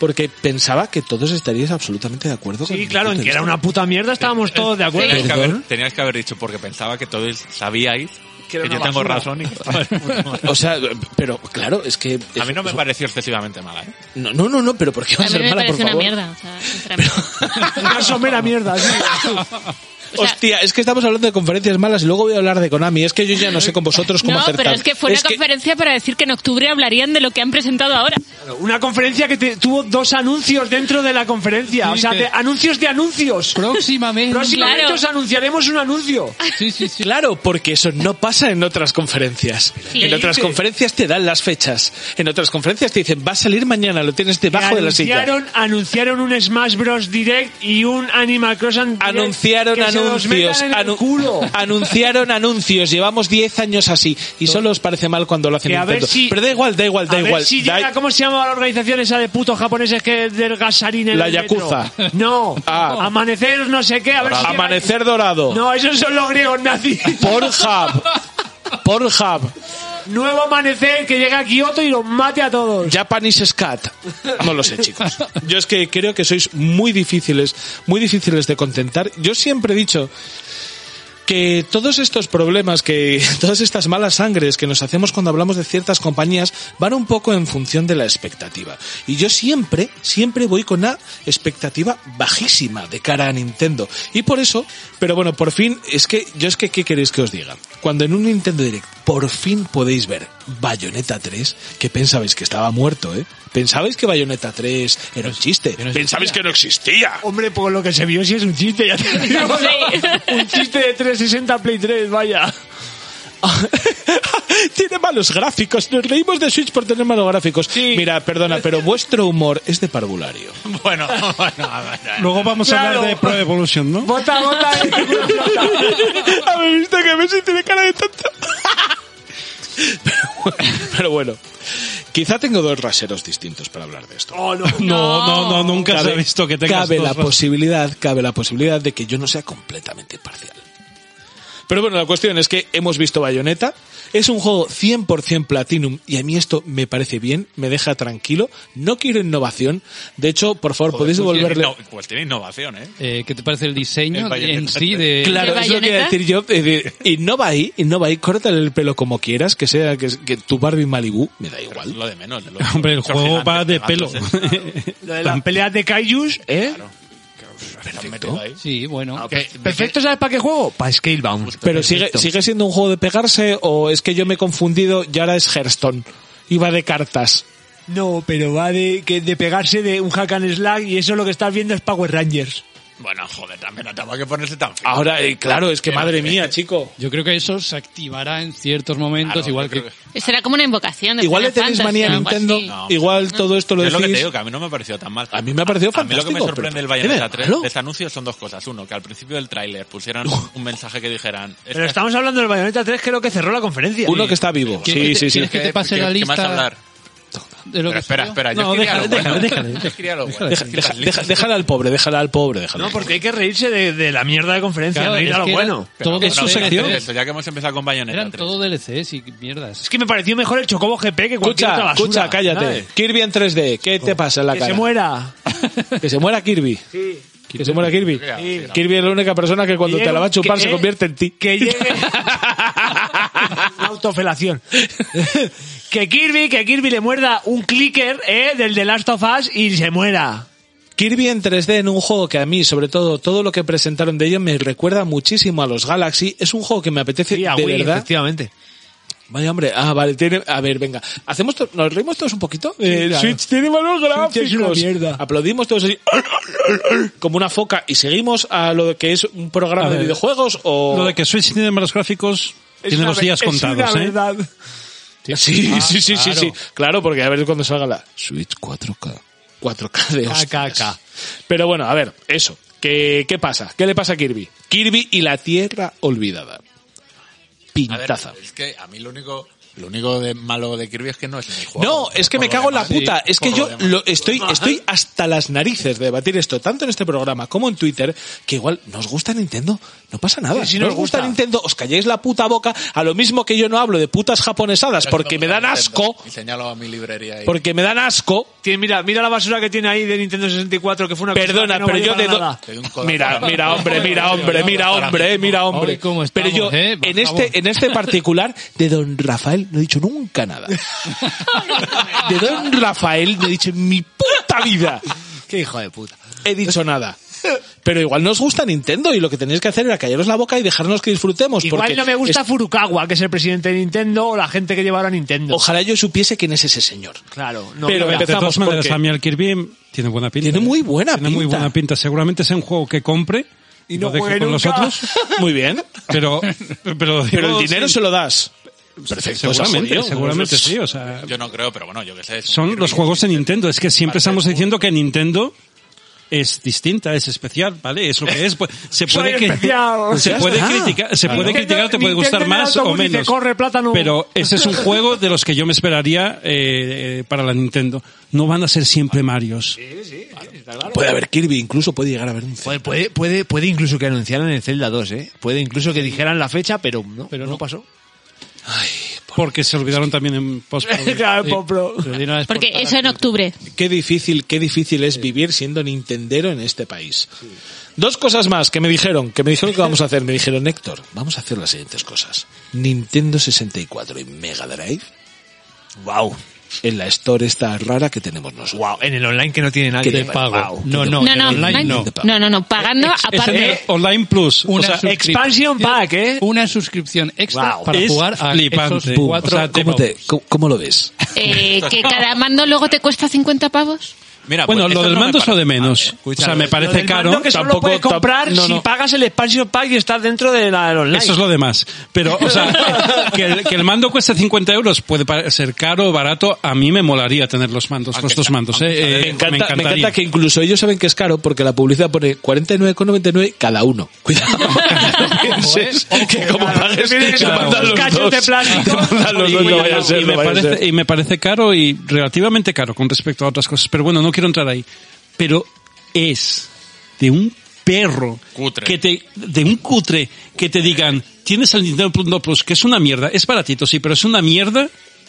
S1: porque pensaba que todos estaríais absolutamente de acuerdo con
S10: Sí,
S1: mi
S10: claro, en
S1: punto
S10: que
S1: de
S10: era
S1: vista.
S10: una puta mierda
S1: Eh,
S10: estábamos todos de acuerdo.
S2: Teníais que, haber,
S1: Perdón.
S2: teníais que haber dicho porque pensaba que todos sabíais que,
S10: era
S2: yo
S10: una
S2: tengo
S10: basura.
S2: razón. Y que-
S1: O sea, pero claro, es que...
S2: a mí no me pareció excesivamente mala. ¿eh?
S1: No, no, no, no, pero ¿por qué va
S5: A
S1: a
S5: mí
S1: ser
S5: me
S1: mala, por
S5: parece una
S1: favor?
S5: mierda. o sea, sinceramente.
S10: Una somera mierda, sí.
S5: O sea,
S1: Hostia, es que estamos hablando de conferencias malas y luego voy a hablar de Konami. Es que yo ya no sé con vosotros cómo
S5: No,
S1: acertar.
S5: pero es que fue una conferencia para decir que en octubre hablarían de lo que han presentado ahora.
S10: Una conferencia que te- tuvo dos anuncios dentro de la conferencia. O sea, de- anuncios de anuncios.
S4: Próximamente.
S10: Próximamente
S5: Claro.
S10: os anunciaremos un anuncio.
S4: Sí, sí, sí.
S1: Claro, porque eso no pasa en otras conferencias.
S5: Sí.
S1: En otras conferencias te dan las fechas. En otras conferencias te dicen, va a salir mañana, lo tienes debajo de la silla.
S10: anunciaron, anunciaron un Smash Bros. Direct y un Animal Crossing Direct
S1: Anunciaron
S10: que se los
S1: anuncios.
S10: metan en el
S1: anu-
S10: culo.
S1: Anunciaron anuncios. Llevamos 10 años así. Y solo os parece mal cuando lo hacen
S10: Que a ver
S1: Nintendo.
S10: si-
S1: Pero da igual, da igual, da
S10: A ver
S1: igual.
S10: si
S1: da-
S10: llega, ¿Cómo se llama la organización esa de putos japoneses que del gasarín en
S1: La
S10: el metro?
S1: Yakuza.
S10: No.
S1: Ah.
S10: Amanecer no sé qué. A ver si llega-
S1: Amanecer dorado.
S10: No, esos son los griegos nazis.
S1: Pornhub. Pornhub.
S10: Nuevo amanecer que llega a Kioto y los mate a todos.
S1: Japanese Scat. No lo sé, chicos. Yo es que creo que sois muy difíciles, muy difíciles de contentar. Yo siempre he dicho que todos estos problemas, que todas estas malas sangres que nos hacemos cuando hablamos de ciertas compañías van un poco en función de la expectativa. Y yo siempre, siempre voy con una expectativa bajísima de cara a Nintendo. Y por eso, pero bueno, por fin, es que, yo es que, ¿qué queréis que os diga? Cuando en un Nintendo Direct por fin podéis ver Bayonetta 3, que pensabais que estaba muerto, ¿eh? Pensabais que Bayonetta 3 era un chiste. Pensabais que no existía.
S10: Hombre, por lo que se vio, si es un chiste. Ya te digo,
S5: Sí.
S10: Un chiste de tres
S1: 360 Play 3, vaya. Tiene malos gráficos. Nos reímos de Switch por tener malos gráficos. Mira, perdona, pero vuestro humor es de parvulario.
S2: Bueno, bueno, a ver, a ver.
S3: Luego vamos a hablar de Pro Evolution, ¿no?
S10: Bota, bota.
S1: ¿Habéis visto que Messi tiene cara de tonto? pero bueno, quizá tengo dos raseros distintos para hablar de esto.
S3: No, no, no, nunca se ha visto que tengas
S1: cabe
S3: dos
S1: la
S3: razas.
S1: posibilidad, cabe la posibilidad de que yo no sea completamente imparcial. Pero bueno, la cuestión es que hemos visto Bayonetta, es un juego 100% Platinum y a mí esto me parece bien, me deja tranquilo, no quiero innovación, de hecho, por favor,
S2: Joder,
S1: podéis
S2: pues tiene
S1: devolverle...
S2: inno- pues tiene innovación, ¿eh?
S4: Eh, ¿Qué te parece el diseño
S2: El Bayonetta
S4: en sí
S3: eh,
S4: de
S1: Claro,
S5: ¿De
S1: es lo que iba a
S5: Bayonetta?
S1: decir yo. eh, de- innova ahí, innova ahí, córtale el pelo como quieras, que sea que, que tu Barbie Malibu, me da
S2: Pero
S1: igual.
S2: es Lo de menos. lo-
S3: Hombre, el
S2: son
S3: juego
S2: gigantes
S3: va de pelo.
S2: pegándose.
S10: Lo de las peleas de Kaijus, ¿eh?
S1: Perfecto.
S2: Ahí.
S4: Sí, bueno.
S2: Que-
S10: Perfecto, ¿sabes para qué juego? Para Scalebound.
S1: Pero sigue, sigue siendo un juego de pegarse o es que yo me he confundido y ahora es Hearthstone. Iba de cartas.
S10: No, pero va de, que, de pegarse de un hack and slack y eso lo que estás viendo es Power Rangers.
S2: Bueno, joder, también ataba que ponerse tan fino.
S1: Ahora, eh, claro, es que madre
S5: eh,
S1: mía, chico.
S4: Yo creo que eso se activará en ciertos momentos,
S2: Claro,
S4: igual
S2: yo
S4: que...
S2: creo que-
S5: Será como una invocación. de
S1: Igual le
S5: Final
S1: tenéis
S5: Fantasy
S1: manía a
S5: o algo
S1: Nintendo,
S5: así.
S1: igual todo esto lo
S2: Yo es lo que te
S1: decís...
S2: digo, que a mí no me ha parecido tan mal.
S1: A mí me ha parecido
S2: A mí lo que
S1: fantástico,
S2: me sorprende
S1: pero-
S2: el
S1: ¿era
S2: Bayonetta 3
S1: malo?
S2: de este anuncio son dos cosas. Uno, que al principio del tráiler pusieran un mensaje que dijeran...
S10: Pero estamos hablando del Bayonetta 3, que es lo que cerró la conferencia.
S1: Uno que está vivo.
S4: ¿Quieres que
S1: Sí, sí,
S4: te-
S1: sí.
S4: quieres que te pase la
S2: ¿Qué más
S4: lista?
S2: hablar?
S4: de lo
S2: Pero
S4: que
S2: espera,
S4: salió.
S2: espera, yo
S3: No,
S2: quería
S3: déjale,
S2: algo bueno.
S3: déjale, déjale.
S2: Yo quería algo bueno.
S1: Deja-
S2: Es que
S1: deja-
S2: las
S1: deja-
S2: listas-
S1: déjala al pobre, déjala al pobre, déjala.
S10: No, porque hay que reírse de, de la mierda de conferencia,
S4: Claro,
S10: no ir
S4: es
S10: a lo
S4: que
S10: bueno.
S4: era todo
S1: Es su
S4: DLC,
S1: sección.
S2: Esto, ya que hemos empezado con Bayonetta
S4: Eran
S2: 3.
S4: todo DLCs y mierdas.
S10: Es que me pareció mejor el Chocobo GP que cualquier otra
S1: Escucha,
S10: basura.
S1: escucha, cállate.
S10: ¿sabes?
S1: Kirby en 3D, ¿qué te pasa en la
S10: Que
S1: cara?
S10: se muera.
S1: Que se muera Kirby.
S10: Sí.
S1: Que se muera Kirby.
S2: Sí.
S1: Kirby es la única persona que cuando
S10: Que
S1: te la va a
S10: llegue-
S1: chupar
S10: que-
S1: se convierte en ti.
S10: Que llegue. Una autofelación. que Kirby, que Kirby le muerda un clicker eh, del The Last of Us y se muera.
S1: Kirby en 3D en un juego que a mí, sobre todo, todo lo que presentaron de ellos me recuerda muchísimo a los Galaxy. Es un juego que me apetece
S10: Sí, a
S1: de
S10: Wii,
S1: verdad.
S10: efectivamente.
S1: Vaya hombre, ah, vale, tiene, a ver, venga. ¿Hacemos to- nos reímos todos un poquito. Eh,
S10: claro.
S1: Switch tiene malos gráficos.
S10: es una mierda.
S1: Aplaudimos todos así como una foca y seguimos a lo que es un programa
S3: A
S1: de
S3: ver.
S1: videojuegos o
S3: Lo de que Switch tiene malos gráficos, tiene los días contados, ¿eh?
S1: Sí, sí, sí, sí,
S4: claro.
S1: sí. Claro, porque a ver cuando salga la Switch 4K. 4K de hostias.
S10: KKK.
S1: Pero bueno, a ver, eso. ¿Qué, ¿Qué pasa? ¿Qué le pasa a Kirby? Kirby y la Tierra Olvidada.
S2: A ver,
S1: Pintaza.
S2: es que a mí lo único, lo único de malo de Kirby es que no es mi juego.
S1: No, es que me
S2: Por lo
S1: cago en la
S2: demás, sí,
S1: puta. Es que
S2: por
S1: yo
S2: demás.
S1: lo estoy, estoy hasta las narices de debatir esto, tanto en este programa como en Twitter, que igual nos gusta Nintendo, no pasa nada.
S10: Sí, sí,
S1: no
S10: nos
S1: os gusta,
S10: gusta.
S1: Nintendo, os calláis la puta boca, a lo mismo que yo no hablo de putas japonesadas
S2: Pero
S1: porque
S2: esto
S1: me dan
S2: gusta Nintendo.
S1: asco,
S2: Y señalo a mi librería. y-
S1: porque me dan asco,
S10: Tiene- mira, mira la basura que tiene ahí de Nintendo 64, que fue una cosa
S1: Perdona,
S10: que no
S1: pero
S10: valió
S1: yo de
S10: para
S1: do-
S10: nada.
S2: Te doy un codazo.
S1: Mira, mira, Ah, hombre, mira, hombre, mira, hombre, eh, mira, hombre.
S4: Hoy cómo
S1: Pero
S4: estamos,
S1: yo,
S4: eh, por
S1: en este,
S4: favor.
S1: en este particular, de don Rafael no he dicho nunca nada. De don Rafael no he dicho en mi puta vida
S10: Qué hijo de puta.
S1: he dicho nada. Pero igual nos gusta Nintendo y lo que tenéis que hacer era callaros la boca y dejarnos que disfrutemos.
S10: Igual
S1: porque
S10: no me gusta
S1: es-
S10: Furukawa, que es el presidente de Nintendo, o la gente que lleva ahora Nintendo.
S1: Ojalá yo supiese quién es ese señor.
S10: Claro, no.
S1: Pero
S10: no,
S3: De
S1: empezamos
S3: todas maneras,
S1: porque-
S3: a mí el Kirby tiene buena pinta.
S1: Tiene
S3: ¿eh?
S1: muy buena
S3: Tiene muy
S1: pinta.
S3: buena pinta. Seguramente sea un juego que compre y
S10: no
S3: lo deje
S10: juegue
S3: con los
S10: nunca.
S3: otros.
S1: Muy bien.
S3: Pero, pero,
S1: Pero
S3: digo,
S1: el dinero
S3: sí,
S1: se lo das. Perfecto. pues, se ha
S3: seguramente,
S1: jodido.
S3: seguramente sí. O sea,
S2: Yo no creo, pero bueno, yo qué sé. es un
S3: son
S2: Kirby.
S3: los juegos de Nintendo. Es que siempre
S2: Parece
S3: estamos
S2: un-
S3: diciendo que Nintendo es distinta, es especial, ¿vale? Es lo que es. pues, Se
S10: Soy
S3: puede, cri-
S10: especial.
S3: se
S1: Ya
S3: puede
S1: está.
S3: criticar, se puede
S10: Nintendo-
S3: criticar, te puede
S10: Nintendo
S3: gustar
S10: en el
S3: más o
S10: autobús dice,
S3: menos.
S10: "Corre, plátano".
S3: Pero ese es un juego de los que yo me esperaría eh, eh, para la Nintendo. No van a ser siempre Marios.
S1: Puede haber Kirby, incluso puede llegar a haber un
S10: Puede, puede, puede, puede incluso que anunciaran el Zelda 2, ¿eh? Puede incluso que dijeran la fecha, pero no, pero no, pasó.
S3: Porque se olvidaron también en post
S10: claro, Popro.
S4: Pero di una vez
S5: Porque
S4: por
S5: eso en
S4: cada-
S5: octubre.
S1: Qué difícil, qué difícil es vivir siendo nintendero en este país. Dos cosas más que me dijeron, que me dijeron que vamos a hacer. Me dijeron, Héctor, vamos a hacer las siguientes cosas. Nintendo 64 y Mega Drive. Wow. En la store esta rara que tenemos nosotros.
S10: Wow, en el online que no tiene
S1: Que
S10: nadie.
S1: te
S10: Wow.
S1: pago.
S4: No, no,
S5: No,
S4: en
S5: no,
S4: online no.
S5: no, no, no, pagando
S3: Es en el
S5: aparte.
S3: Online Plus. O
S4: Una
S3: sea,
S4: suscrip-
S10: Expansion Pack, ¿eh?
S4: Una suscripción extra
S10: Wow.
S4: para
S3: Es
S4: jugar a
S3: flipante.
S4: esos
S3: Boom.
S4: cuatro...
S3: O sea, te-
S1: ¿Cómo, te- cómo- cómo lo ves?
S5: eh, que cada mando luego te cuesta 50 pavos.
S2: Mira,
S3: bueno,
S2: pues
S3: lo
S2: esto
S3: del
S2: no me
S3: mando es lo de
S2: parece mal,
S3: menos.
S2: ¿eh?
S3: o sea, me
S10: Lo
S3: parece
S10: del
S3: caro.
S10: mando que solo
S3: tampoco
S10: puedes
S3: tam-
S10: comprar
S3: no,
S10: si
S3: no.
S10: pagas el expansion pack y estás dentro de la del online.
S3: Eso es lo demás. Pero, o sea, que el, que el mando cueste 50 euros puede ser caro o barato. A mí me molaría tener los mandos, los dos mandos.
S1: Ah,
S3: eh. Eh,
S1: me, encanta, me encanta
S3: encantaría.
S1: que incluso ellos saben que es caro porque la publicidad pone 49,99 cada uno. Cuidado. no pienses que como pagues
S10: Tiene que
S1: te
S10: ser
S1: mandan
S10: unos
S1: los
S10: cachos
S1: dos.
S10: de plástico.
S1: Te mandan los dos,
S3: Y-
S1: no vaya a ser,
S3: y, me
S1: no vaya a ser.
S3: parece, y me parece caro y relativamente caro con respecto a otras cosas. Pero bueno, no quiero entrar ahí. Pero es de un perro
S2: Cutre.
S3: que te de un cutre que te digan tienes el Nintendo Plus, no Plus que es una mierda es baratito sí pero es una mierda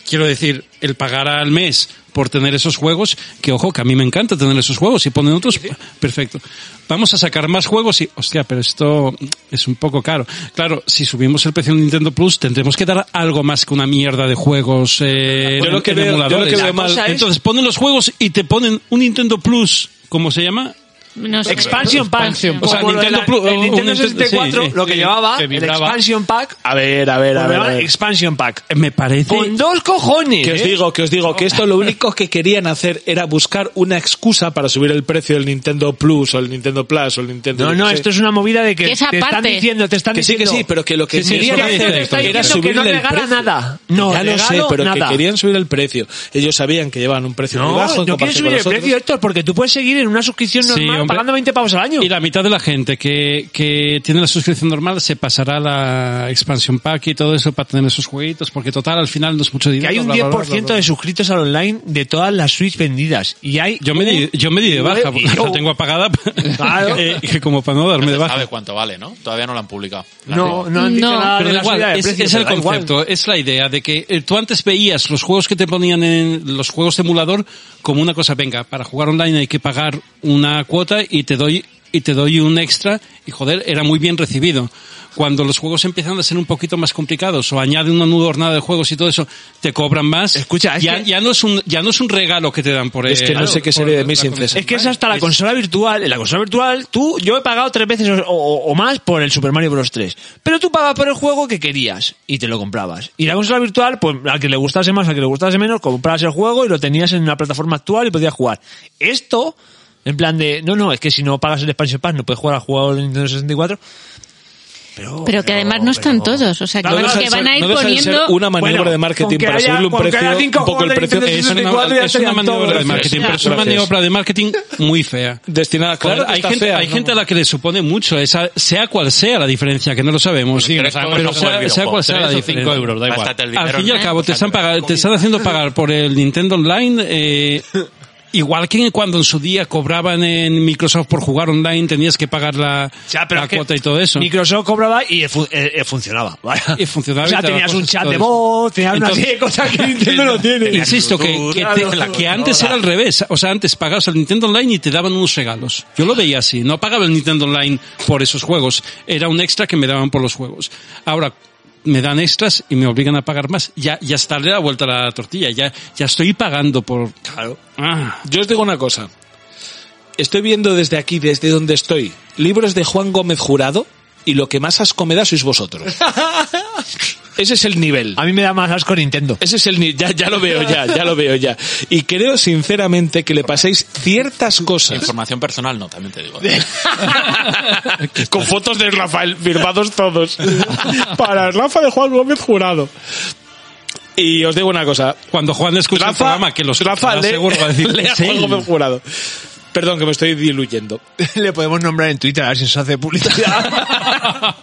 S3: quiero decir el pagar al mes por tener esos juegos que ojo que a mí me encanta tener esos juegos y ponen otros perfecto vamos a sacar más juegos y hostia pero esto es un poco caro claro si subimos el precio de Nintendo Plus tendremos que dar algo más que una mierda de juegos eh,
S1: Yo lo que
S3: en
S1: veo- yo lo
S3: emuladores.
S1: que veo
S3: La
S1: mal-
S3: cosa es- entonces ponen los juegos y te ponen un Nintendo Plus ¿cómo se llama?
S5: No sé.
S10: Expansion Pack.
S5: Expansion
S3: O sea,
S10: Como lo de
S3: Nintendo
S10: la-
S3: Plus-
S10: el
S3: un
S10: Nintendo
S3: Nintendo-
S10: 64
S3: sí, sí,
S10: lo que
S3: sí,
S10: llevaba,
S3: que
S10: el
S3: vibraba.
S10: expansion pack,
S1: A ver, a ver,
S10: lo
S1: a ver. Pues a
S10: llamaban
S1: ver.
S10: expansion pack.
S3: me parece
S10: Con dos cojones.
S1: Que os
S10: ¿eh?
S1: digo, que os digo, que esto lo único que querían hacer era buscar una excusa para subir el precio del Nintendo Plus o el Nintendo Plus o el Nintendo...
S10: No,
S1: yo
S10: no,
S1: qué sé.
S10: esto es una movida de que
S5: Que
S10: te
S5: esa
S10: están
S5: parte-
S10: diciendo, te están
S1: Que sí, que
S10: diciendo.
S1: sí, pero que lo que
S3: Sí, sí,
S10: Sí,
S1: querían
S3: eso
S10: que
S1: hacer
S3: dice,
S10: te está
S3: era
S1: era
S10: diciendo que
S1: subirle
S10: no
S1: el
S10: regala
S1: precio.
S10: nada. No,
S1: ya lo sé,
S10: regalo
S1: pero
S10: nada.
S1: que querían subir el precio. Ellos sabían que llevaban un precio muy bajo.
S10: No,
S1: en
S10: no quieres
S1: comparación
S10: subir
S1: con
S10: el
S1: los otros.
S10: precio, Héctor, porque tú puedes seguir en una suscripción
S3: Sí,
S10: normal
S3: hombre.
S10: pagando 20 pavos al año.
S3: Y la mitad de la gente que, que tiene la suscripción normal se pasará a la expansión pack y todo eso para tener esos jueguitos, porque total, al final no es mucho
S10: Que
S3: dinero.
S10: hay un
S3: bla, bla, bla, bla,
S10: 10%
S3: bla.
S10: de suscritos al online de todas las Switch vendidas. Y hay.
S3: Yo me, di, yo me di de baja, porque la tengo apagada,
S10: oh. Claro.
S3: eh, que como para no darme de
S2: No se
S3: baja.
S2: sabe cuánto vale, ¿no? Todavía no lo han publicado. La
S10: No,
S2: tengo.
S10: no han dicho
S5: No.
S10: nada
S3: Pero
S10: de
S3: da
S10: la subida
S3: igual,
S10: de
S3: es,
S10: precios,
S3: es el
S10: pero da igual.
S3: concepto, es la idea de que eh, tú antes veías los juegos que te ponían en los juegos de emulador como una cosa, venga, para jugar online hay que pagar una cuota y te doy y te doy un extra y joder, era muy bien recibido. Cuando los juegos empiezan a ser un poquito más complicados o añade una nueva jornada de juegos y todo eso, te cobran más.
S10: Escucha, es
S3: ya,
S10: que-
S3: ya no es un ya no es un regalo que te dan por
S1: Es que no sé qué sería de mí sin César.
S10: Es que es hasta la consola virtual. En la consola virtual, tú, yo he pagado tres veces o, o- o más por el Super Mario Bros. 3. Pero tú pagabas por el juego que querías y te lo comprabas. Y la consola virtual, pues al que le gustase más, al que le gustase menos, comprabas el juego y lo tenías en una plataforma actual y podías jugar. Esto, en plan de, no, no, es que si no pagas el Expansion Pass no puedes jugar al juego del Nintendo 64. Pero,
S5: Pero que además no están
S10: pero-
S5: todos, o sea, que,
S1: No
S5: van-
S1: deja de
S5: que
S1: ser-
S5: van a ir
S1: no deja de ser
S5: poniendo...
S1: una maniobra
S10: Bueno,
S1: de marketing
S10: con que
S1: para
S10: haya-
S1: subirle un
S10: con que
S1: precio,
S10: haya cinco
S1: un poco el
S10: juegos de
S1: precio
S10: Nintendo
S3: es una,
S10: 64 ya
S3: es una
S10: serían
S3: maniobra
S10: todos
S3: de marketing, pero es una
S1: Gracias.
S3: maniobra de marketing muy fea.
S1: destinada a
S3: Claro,
S1: que
S3: hay
S1: está
S3: gente,
S1: fea,
S3: hay
S1: ¿no?
S3: gente a la que le supone mucho, esa, sea cual sea la diferencia, que no lo sabemos, sí,
S2: tres
S3: pero,
S2: euros por
S3: sea,
S2: el
S3: sea cual sea la
S4: Tres o
S3: diferencia.
S4: cinco euros, da igual.
S2: Bástate el
S3: Al
S2: dinero,
S3: fin y al
S2: ¿no?
S3: cabo, te están, paga- te están haciendo pagar por el Nintendo Online, eh, igual que cuando en su día cobraban en Microsoft por jugar online, tenías que pagar la,
S10: Ya, pero
S3: la
S10: es que
S3: cuota y todo eso.
S10: Microsoft cobraba y eh, fu- eh, eh, funcionaba. vaya.
S3: Y funcionaba y
S10: O sea,
S3: te daba
S10: tenías un
S3: cosas y
S10: chat
S3: todo
S10: de
S3: eso.
S10: voz, tenías una
S3: Entonces-
S10: serie de cosas que Nintendo no tiene.
S3: Insisto, que, que, te-
S10: Claro.
S3: que antes
S10: Ahora.
S3: era al revés. O sea, antes pagabas el Nintendo Online y te daban unos regalos. Yo lo veía así. No pagaba el Nintendo Online por esos juegos. Era un extra que me daban por los juegos. Ahora me dan extras y me obligan a pagar más. Ya, ya está la vuelta a la tortilla. Ya, ya estoy pagando por...
S1: Claro.
S3: Ah.
S1: Yo os digo una cosa. Estoy viendo desde aquí, desde donde estoy, libros de Juan Gómez Jurado y lo que más asco me da sois vosotros. Ese es el nivel.
S10: A mí me da más asco Nintendo.
S1: Ese es el ni- ya ya lo veo ya, ya lo veo ya. Y creo sinceramente que le paséis ciertas cosas
S2: Información personal, no, también te digo.
S1: con fotos de Rafael firmados todos para Rafa de Juan Gómez Jurado. Y os digo una cosa,
S3: Cuando Juan escucha el
S1: Rafa-
S3: programa, que los
S1: Rafa
S3: escuchará
S1: lee-
S3: seguro va a decir...
S1: lea
S3: "Es él".
S1: Juan Gómez Jurado. Perdón que me estoy diluyendo.
S10: Le podemos nombrar en Twitter a ver si se hace publicidad.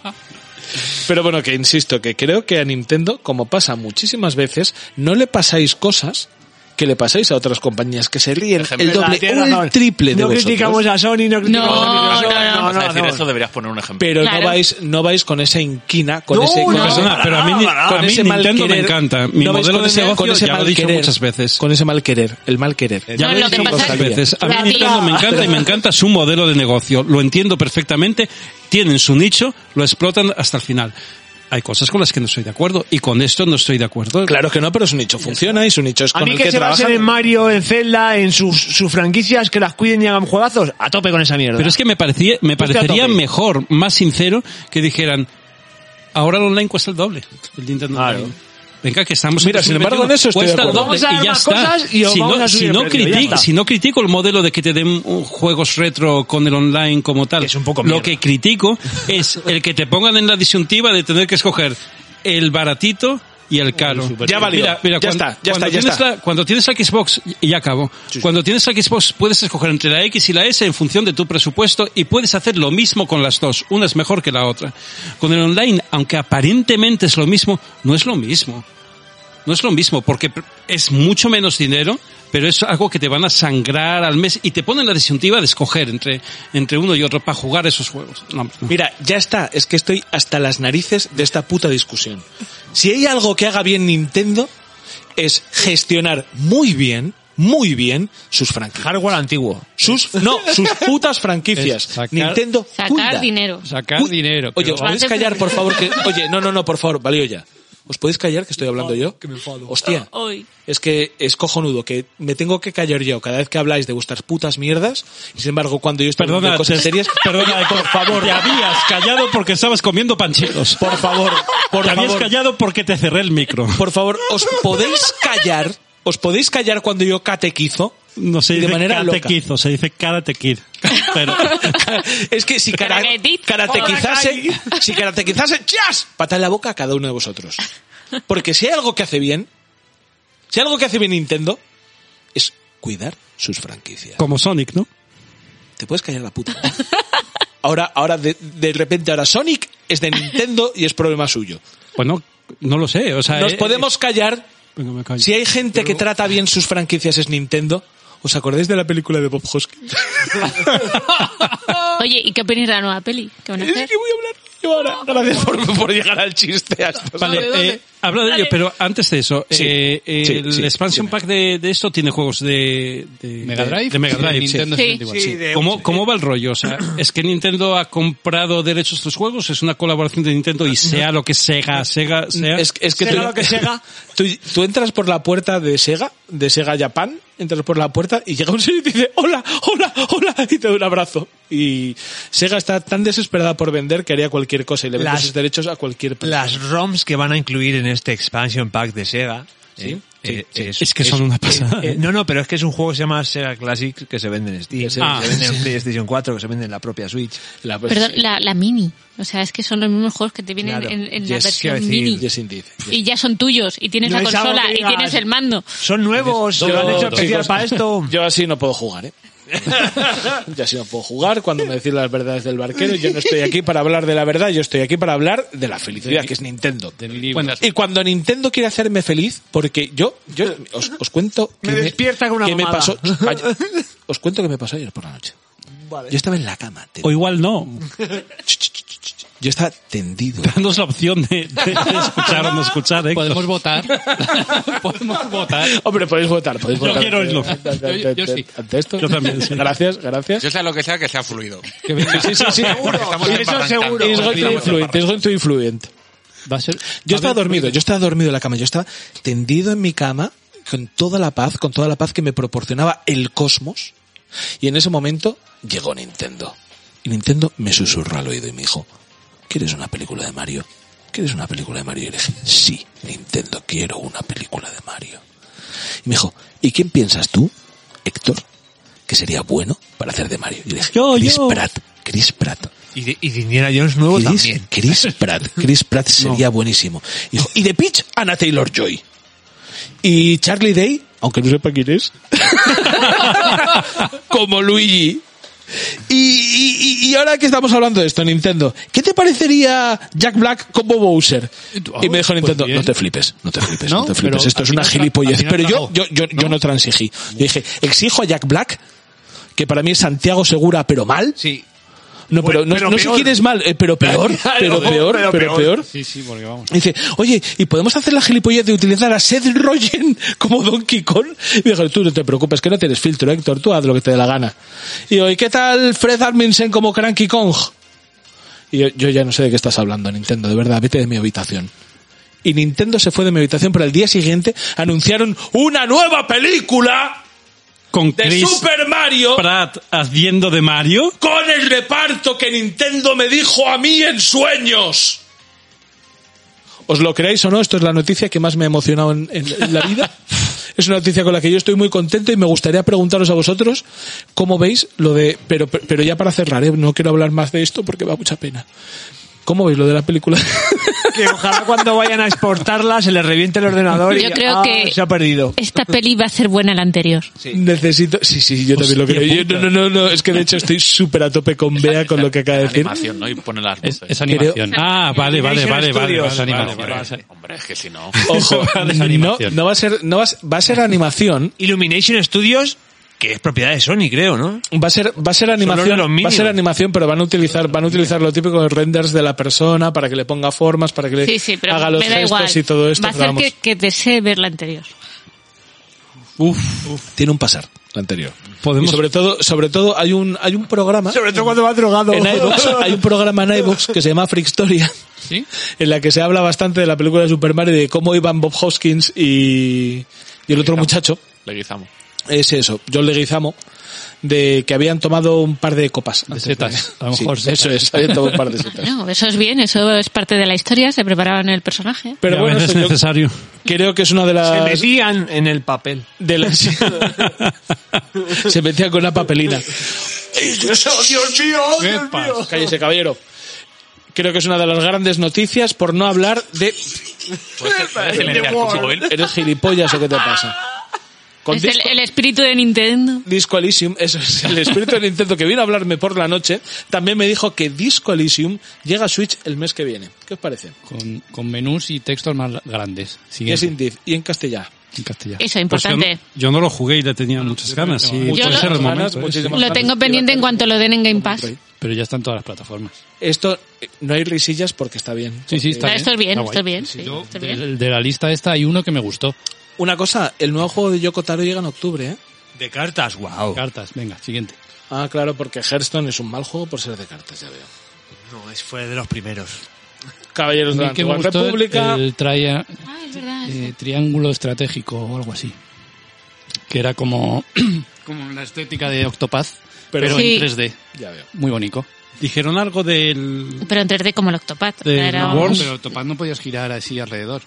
S1: Pero bueno, que insisto, que creo que a Nintendo, como pasa muchísimas veces, no le pasáis cosas que le pasáis a otras compañías que se ríen el doble
S10: Tienes
S1: o
S10: razón.
S1: el triple de
S10: No
S1: vosotros.
S10: criticamos a Sony, no criticamos a Microsoft.
S5: no, no.
S2: Vas a decir
S10: no.
S2: eso, deberías poner un ejemplo.
S1: Pero
S5: Claro.
S1: no vais, no vais con esa inquina, con
S10: No,
S1: ese, con
S10: no,
S1: ese-
S3: Perdona, pero a mí,
S10: para nada,
S3: a
S1: con
S3: mí
S1: ese mal
S3: Nintendo me
S1: querer.
S3: encanta. Mi
S1: No vais
S3: modelo
S1: con
S3: de
S1: ese-
S3: negocio
S1: con ese
S3: ya lo he
S1: mal
S3: dicho
S1: querer,
S3: muchas veces.
S1: Con ese mal querer, el mal querer.
S3: Ya
S5: No,
S3: lo he
S5: lo que
S3: dicho
S5: pasa
S3: muchas
S5: es que-
S3: veces. A mí
S5: La
S3: Nintendo
S5: tía-
S3: me encanta y me encanta su modelo de negocio. Lo entiendo perfectamente. Tienen su nicho, lo explotan hasta el final. Hay cosas con las que no estoy de acuerdo y con esto no estoy de acuerdo.
S1: Claro que no, pero su nicho funciona y su nicho es
S10: A
S1: con
S10: mí
S1: el
S10: que,
S1: que
S10: se basen
S1: trabajan.
S10: en Mario, en Zelda, en sus, sus franquicias, que las cuiden y hagan juegazos, a tope con esa mierda.
S3: Pero es que me parecía, me
S10: Ponte a
S3: parecería
S10: tope.
S3: mejor, más sincero, que dijeran, ahora el online cuesta el doble. El Nintendo
S10: Claro.
S3: Online. venga, que estamos... en
S1: Mira, sin embargo,
S3: 2021,
S1: en eso estoy de
S3: cuesta el
S1: acuerdo.
S3: doble
S1: Vamos a
S3: y
S1: dar
S3: ya
S1: más
S3: está.
S1: cosas y os
S3: si,
S1: vamos
S3: no,
S1: a subir
S3: si
S1: el
S3: no
S1: precio, ya
S3: critico-
S1: está.
S3: si no critico el modelo de que te den uh, juegos retro con el online como tal,
S10: Es un poco
S3: lo
S10: mierda.
S3: que critico es el que te pongan en la disyuntiva de tener que escoger el baratito y el caro.
S1: Ya valió.
S3: Mira, mira,
S1: Ya
S3: cuando,
S1: está, ya está,
S3: cuando
S1: ya
S3: tienes
S1: está.
S3: La, cuando tienes la Xbox, y ya acabo, cuando tienes la Xbox puedes escoger entre la X y la S en función de tu presupuesto y puedes hacer lo mismo con las dos. Una es mejor que la otra. Con el online, aunque aparentemente es lo mismo, no es lo mismo. No es lo mismo, porque pr- es mucho menos dinero, pero es algo que te van a sangrar al mes y te ponen la disyuntiva de escoger entre, entre uno y otro para jugar esos juegos. No, hombre, no.
S1: Mira, ya está, es que estoy hasta las narices de esta puta discusión. Si hay algo que haga bien Nintendo, es gestionar muy bien, muy bien sus franquicias.
S10: Hardware antiguo.
S1: Sus, no, sus putas franquicias.
S4: Es sacar-
S1: Nintendo
S5: Sacar
S1: cuida.
S5: dinero.
S4: Sacar
S1: Uy,
S4: dinero.
S1: Oye,
S4: pero-
S1: ¿os podéis callar, por favor? Que, oye, no, no, no, por favor, valió ya. ¿Os podéis callar que estoy hablando yo? Hostia.
S5: Hoy.
S1: Es que es cojonudo que me tengo que callar yo cada vez que habláis de vuestras putas mierdas y sin embargo cuando yo estoy hablando
S3: Perdona,
S1: de cosas serias,
S3: perdona, por favor. Te habías callado porque estabas comiendo panchitos.
S1: por favor, por
S3: te habías
S1: favor,
S3: callado porque te cerré el micro.
S1: por favor, os podéis callar, os podéis callar cuando yo catequizo.
S3: No se
S1: Y de
S3: dice
S1: manera loca.
S3: karatequizo, se dice karatequid. Pero
S1: es que si cara-
S5: Catequetit.
S1: karatequizase, si karatequizase, ¡chas! Pata en la boca a cada uno de vosotros. Porque si hay algo que hace bien, si hay algo que hace bien Nintendo, es cuidar sus franquicias.
S3: como Sonic, ¿no?
S1: Te puedes callar la puta. boca? Ahora, ahora de, de repente, ahora Sonic es de Nintendo y es problema suyo.
S3: Bueno, no lo sé, o sea,
S1: Nos
S3: eh,
S1: podemos callar.
S3: Venga, me callo.
S1: Si hay gente que trata bien sus franquicias es Nintendo. ¿Os acordáis de la película de Bob Hoskins?
S5: Oye, ¿y qué opinas de la nueva peli? ¿Qué van a
S1: Es
S5: hacer?
S1: que voy a hablar yo ahora. Gracias por, por llegar al chiste. a estas
S3: Vale,
S5: ¿Dónde, dónde?
S3: eh, habla de ello, pero antes de eso,
S1: Sí,
S3: eh, eh,
S1: sí,
S3: el
S1: sí,
S3: expansion
S1: dime.
S3: pack de, de esto tiene juegos de, de-
S4: Mega
S3: de-
S4: Drive.
S3: de Mega
S4: y de
S3: Drive, sí.
S4: Nintendo
S5: Sí.
S4: 64.
S10: Sí, de-
S3: ¿Cómo, ¿Cómo va el rollo? O sea, ¿es que Nintendo ha comprado derechos a estos juegos? ¿Es una colaboración de Nintendo y sea lo que Sega, Sega, sea?
S1: Es, es que
S10: Sega
S1: tú,
S10: lo que Sega.
S1: Tú, tú entras por la puerta de Sega, de Sega Japan, entras por la puerta y llega un señor y te dice, hola, hola, hola, y te da un abrazo. Y Sega está tan desesperada por vender que haría cualquier cosa y le vende
S10: Las-
S1: sus derechos a cualquier persona.
S10: Las ROMs que van a incluir en este expansion pack de Sega.
S1: Sí,
S10: eh,
S1: sí,
S10: eh,
S1: sí.
S3: Es que son una pasada.
S10: eh, no, no, pero es que es un juego que se llama Sega Classic que se vende en Steam, se,
S3: Ah.
S10: se vende en PlayStation 4, que se vende en la propia Switch.
S1: La-
S5: Perdón, la, la mini. O sea, es que son los mismos juegos que te vienen
S10: Claro.
S5: en, en
S10: Yes,
S5: la versión
S10: quiero decir,
S5: mini.
S1: Yes, indeed.
S5: Y ya son tuyos, y tienes
S10: No
S5: la
S10: es algo
S5: consola,
S10: que
S5: y
S10: digas-
S5: tienes el mando.
S10: Son nuevos, se lo han hecho
S1: chicos,
S10: especial para esto.
S1: Yo así no puedo jugar, ¿eh? yo así no puedo jugar. Cuando me decís las verdades del barquero, yo no estoy aquí para hablar de la verdad, yo estoy aquí para hablar de la felicidad, que es Nintendo.
S4: Bueno,
S1: Y cuando Nintendo quiere hacerme feliz, porque yo, yo os, os cuento que
S10: Me despierta con una
S1: que me
S10: mamada.
S1: pasó, Calla. os cuento que me pasó ayer por la noche. Yo estaba en la cama, te-
S3: O igual no.
S1: yo estaba tendido.
S3: Danos la opción de, de- de escuchar o no escuchar, ¿eh?
S4: podemos votar. podemos votar.
S1: Hombre, podéis votar, podéis
S3: Yo
S1: votar.
S3: quiero oírlo.
S1: Ante- ante-
S4: Yo- yo sí.
S1: ante esto.
S3: Yo también, sí.
S1: Gracias, gracias.
S2: Yo sea lo que sea, que sea fluido.
S1: Sí, sí, sí.
S2: Estamos
S10: Eso
S2: embarrancando.
S10: seguro.
S1: It's going to influent, it's going to influent.
S4: Va a ser.
S1: Yo
S4: va a
S1: estaba
S4: haber-
S1: dormido, yo estaba dormido en la cama, yo estaba tendido en mi cama con toda la paz, con toda la paz que me proporcionaba el cosmos. Y en ese momento llegó Nintendo. Y Nintendo me susurró al oído y me dijo, ¿quieres una película de Mario? ¿Quieres una película de Mario? Y le dije, sí, Nintendo, quiero una película de Mario. Y me dijo, ¿y quién piensas tú, Héctor, que sería bueno para hacer de Mario? Y le dije,
S3: Yo,
S1: Chris
S3: yo.
S1: Pratt, Chris Pratt.
S10: Y, de, y de Indiana Jones nuevo
S1: Chris,
S10: también.
S1: Chris Pratt. Chris Pratt sería buenísimo. Y, dijo, y de Peach, Anna Taylor Joy. Y Charlie Day, aunque no sepa quién es, como Luigi. Y, y- y- y ahora que estamos hablando de esto, Nintendo, ¿qué te parecería Jack Black como Bowser? Y me dijo Nintendo,
S4: pues bien.
S1: no te flipes, no te flipes, no,
S4: No,
S1: te flipes,
S4: pero
S1: esto
S4: al
S1: es una
S4: final tra-
S1: gilipollez.
S4: al final
S1: Pero yo,
S4: trabajó,
S1: yo, yo, yo no transigí. Yo dije, exijo a Jack Black, que para mí es Santiago Segura, pero mal.
S10: Sí.
S1: No, pero, no,
S10: Pero
S1: no sé
S10: peor.
S1: quién es mal, eh, pero peor, pero peor, pero, peor.
S4: Sí, sí, porque vamos.
S1: Dice, oye, ¿y podemos hacer la gilipollez de utilizar a Seth Rogen como Donkey Kong? Y dijo, tú no te preocupes, que no tienes filtro, Héctor, tú haz lo que te dé la gana. Y digo, ¿y qué tal Fred Armisen como Cranky Kong? Y yo, yo ya no sé de qué estás hablando, Nintendo, de verdad, vete de mi habitación. Y Nintendo se fue de mi habitación, pero al día siguiente anunciaron una nueva película
S3: Con
S1: de
S3: Chris
S1: Super Mario
S3: Pratt haciendo de Mario.
S1: con el reparto que Nintendo me dijo a mí en sueños. Os lo creáis o no, esto es la noticia que más me ha emocionado en, en- en la vida. Es una noticia con la que yo estoy muy contento y me gustaría preguntaros a vosotros cómo veis lo de... Pero, pero ya para cerrar, ¿eh? no quiero hablar más de esto porque va mucha pena. ¿Cómo veis lo de la película?
S10: Que ojalá cuando vayan a exportarla se les reviente el ordenador
S5: Yo
S10: y
S5: creo
S10: ah,
S5: que-
S10: se ha perdido.
S5: Esta peli va a ser buena a la anterior.
S1: Necesito... Sí, sí, yo también lo
S4: Hostia
S1: creo. Yo- no,
S4: puta.
S1: no, no, no, es que de hecho estoy súper a tope con Bea con lo que acaba de decir.
S2: Animación, ¿no? Y pone las
S4: Es,
S2: luces.
S4: es animación.
S3: Ah, vale, vale, vale, vale, vale,
S10: Studios.
S3: vale,
S4: Animación.
S3: vale, vale.
S2: Hombre, es que si no...
S1: Ojo, no,
S4: animación.
S1: no va a ser, no va a, ser- va a ser animación.
S10: Illumination Studios, que es propiedad de Sony, creo, ¿no?
S1: Va a ser, va a ser
S10: Solo
S1: animación,
S10: los
S1: va a
S10: mínimos.
S1: ser animación, pero van a utilizar, van a utilizar lo típico de renders de la persona para que le ponga formas, para que le
S5: Sí, sí, pero
S1: haga los
S5: me da
S1: gestos
S5: igual.
S1: y todo esto.
S5: va a
S1: pero
S5: hacer
S1: vamos,
S5: que, que desee ver la anterior.
S1: uf, uf, tiene un pasar la anterior. Y
S3: Podemos-
S1: sobre todo, sobre todo hay un, hay un programa.
S10: Sobre todo cuando va drogado.
S1: en iVoox, hay un programa en iVoox que se llama Freakstoria, en la que se habla bastante de la película de Super Mario y de cómo iban Bob Hoskins y, y el otro muchacho,
S2: Le guisamos.
S1: es eso, John Leguizamo, de que habían tomado un par de copas. antes De
S4: setas, a lo mejor
S1: Sí,
S4: setas.
S1: Eso es, habían tomado un par de setas.
S5: No, eso es bien, eso es parte de la historia, se preparaban el personaje.
S1: Pero
S3: Y a
S1: bueno,
S3: veces
S1: esto yo
S3: es necesario.
S1: creo que es una de
S3: Ah,
S10: Se
S1: las...
S10: metían en el papel.
S1: de las- se metía con una papelina. Cállese, caballero. Creo que es una de las grandes noticias por no hablar de...
S2: Silenciar tu móvil.
S1: ¿Eres gilipollas o qué te pasa? Con
S5: Es el,
S1: Disco-
S5: el espíritu de Nintendo.
S1: Disco Elysium, eso es el espíritu de Nintendo que vino a hablarme por la noche, también me dijo que Disco Elysium llega a Switch el mes que viene. ¿Qué os parece?
S4: Con, con menús y textos más grandes.
S1: Y es
S4: Siguiente.
S1: indie y en castellano.
S4: En castellano.
S3: Pues
S5: Eso,
S3: yo,
S5: importante.
S3: no, yo no lo jugué y le tenía muchas ganas. Y
S5: Yo
S3: puede
S5: lo-
S3: ser el momento. ¿eh?
S1: Muchísimas
S5: Lo
S1: ganas.
S5: tengo pendiente en cuanto lo den en Game Pass.
S4: Pero ya están todas las plataformas.
S1: Esto, eh, no hay risillas porque está bien.
S4: Sí, sí, está
S5: Ah,
S4: bien.
S5: esto es bien,
S4: Está
S5: esto es
S4: guay.
S5: bien, sí,
S4: yo-
S5: esto es
S4: de-
S5: bien.
S4: De, la lista esta hay uno que me gustó.
S1: Una cosa, el nuevo juego de Yoko Taro llega en octubre, ¿eh?
S10: De cartas, wow.
S4: Cartas, venga, siguiente.
S1: Ah, claro, porque Hearthstone es un mal juego por ser de cartas, ya veo.
S10: No, es fue de los primeros.
S1: Caballeros de la
S4: A mí que me
S1: Antigua
S4: gustó el-
S1: República.
S4: el tria-
S5: Ah, es verdad.
S4: eh, triángulo estratégico o algo así. Que era como, como la estética de Octopath, pero,
S5: Sí.
S4: en 3D.
S1: Ya veo.
S4: Muy bonito.
S3: Dijeron algo del...
S5: Pero en 3D como el Octopath.
S3: De
S5: Era-
S3: Worms.
S4: Pero Octopath no podías girar así alrededor.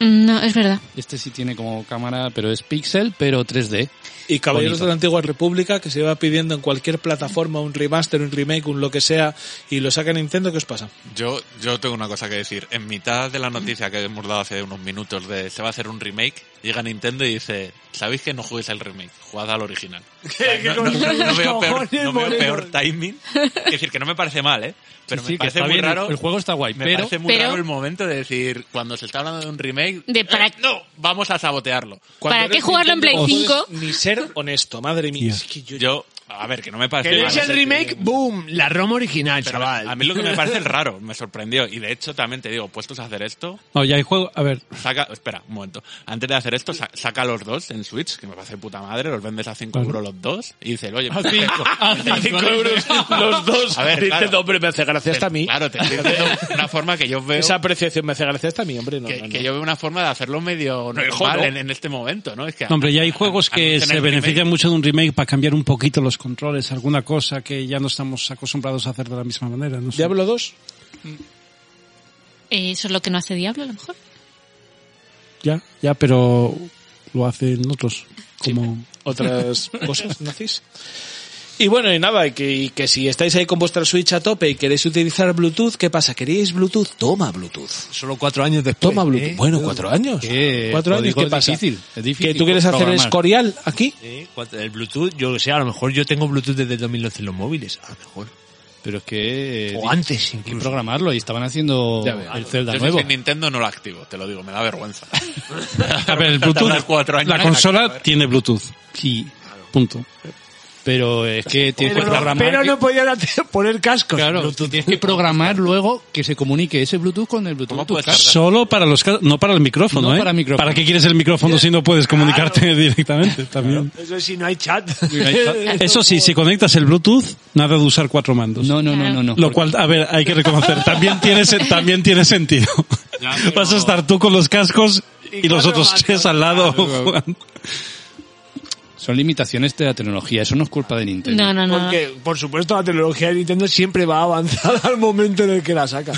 S5: No, es verdad.
S4: Este sí tiene como cámara, pero es pixel, pero 3D.
S1: Y Caballeros
S4: Bonito.
S1: de la Antigua República, que se va pidiendo en cualquier plataforma un remaster, un remake, un lo que sea, y lo saca Nintendo, ¿qué os pasa?
S2: Yo, yo tengo una cosa que decir. En mitad de la noticia que hemos dado hace unos minutos de se va a hacer un remake, llega Nintendo y dice, ¿sabéis que no juguéis al remake? Jugad al original. No, no- no veo peor, no veo peor timing. Es decir, que no me parece mal, ¿eh? Pero
S4: Sí,
S2: me
S4: que
S2: parece
S4: está
S2: muy
S4: bien, el-
S2: raro.
S4: El juego está guay,
S2: me
S4: pero
S2: parece muy
S5: pero-
S2: raro el momento de decir, cuando se está hablando de un remake,
S5: De para-
S2: "Eh, no, vamos a sabotearlo.
S1: Cuando
S5: ¿Para qué
S1: eres
S5: jugarlo en
S1: Nintendo
S5: Play
S1: no puedes
S5: 5?
S1: Ni ser honesto, madre mía.
S3: Dios.
S1: Es que yo-
S2: Yo, a ver, que no me parece mal.
S10: ¿Queréis
S2: ¿eh?
S10: el remake? ¡Boom! La Roma original,
S2: Pero
S10: chaval.
S2: A mí lo que me parece es raro, me sorprendió. Y de hecho, también te digo, puestos a hacer esto,
S3: No, ya hay juego... A ver,
S2: Saca, espera, un momento. Antes de hacer esto, sa- saca los dos en Switch, que me parece de puta madre, los vendes a 5 euros los dos y dices,
S1: Ah,
S2: oye, perfecto.
S1: A cinco euros los dos.
S2: A ver, claro.
S1: Nintendo, hombre, me hace gracia hasta a mí.
S2: Claro, te estoy diciendo una forma que yo veo.
S1: Esa apreciación me hace gracia hasta a mí, hombre. No,
S2: que,
S1: no, no.
S2: que yo veo una forma de hacerlo medio normal En, en este momento, ¿no? Es que,
S3: No, hombre, ya hay juegos
S2: a- a no
S3: que
S2: tener
S3: se benefician
S2: remake-
S3: mucho de un remake para cambiar un poquito los controles, alguna cosa que ya no estamos acostumbrados a hacer de la misma manera. No sé.
S1: Diablo 2,
S5: Eh, Eso es lo que no hace Diablo, a lo mejor.
S3: Ya, ya, pero lo hacen otros. Como...
S1: otras cosas nazis. Y bueno, y nada, y que, y que si estáis ahí con vuestra Switch a tope y queréis utilizar Bluetooth, ¿qué pasa? ¿Queréis Bluetooth? Toma Bluetooth.
S10: Solo cuatro años después.
S1: Toma Bluetooth.
S10: ¿eh?
S1: Bueno, cuatro años.
S4: ¿Qué?
S1: Cuatro años,
S4: Código
S1: ¿qué pasa?
S4: difícil, es difícil
S1: ¿Que tú quieres hacer
S4: programar.
S1: escorial aquí?
S10: Eh, cuatro- El Bluetooth, yo que sé, a lo mejor yo tengo Bluetooth desde el 2011 en los móviles, a lo mejor.
S4: Pero es que... eh,
S10: O antes,
S4: hay que
S10: incluso.
S4: programarlo y estaban haciendo
S1: Ya veo.
S4: el
S2: Yo
S4: Zelda
S2: si
S4: nuevo.
S2: soy Nintendo no lo activo, te lo digo, me da vergüenza.
S3: A ver, el
S2: Tardar
S3: Bluetooth,
S2: cuatro años
S3: la
S2: en
S3: consola
S2: acabar.
S3: tiene Bluetooth. Sí. Punto.
S4: Pero es que tienes que
S10: Pero, no-
S4: programar...
S10: pero
S4: que-
S10: no podían hacer- poner cascos.
S4: Claro,
S10: Bluetooth.
S4: tienes que programar luego que se comunique ese Bluetooth con el Bluetooth.
S2: ¿Cómo
S4: de tu
S2: puedes
S4: casa.
S3: Solo para los ca- no para el micrófono,
S4: No
S3: ¿eh?
S4: para micrófono.
S3: ¿Para qué quieres el micrófono si no puedes comunicarte directamente? También.
S10: Eso si no hay chat.
S3: Eso sí, si conectas el Bluetooth, nada de usar cuatro mandos.
S4: No, no, no, no. no.
S3: Lo cual, a ver, hay que reconocer, también tiene, se- también tiene sentido. Vas a estar tú con los cascos y,
S10: Y
S3: los
S10: cuatro
S3: otros
S10: mandos,
S3: tres al lado jugando.
S4: Son limitaciones de la tecnología, eso no es culpa de Nintendo.
S5: No, no, no.
S10: Porque, por supuesto, la tecnología de Nintendo siempre va avanzada al momento en el que la saca.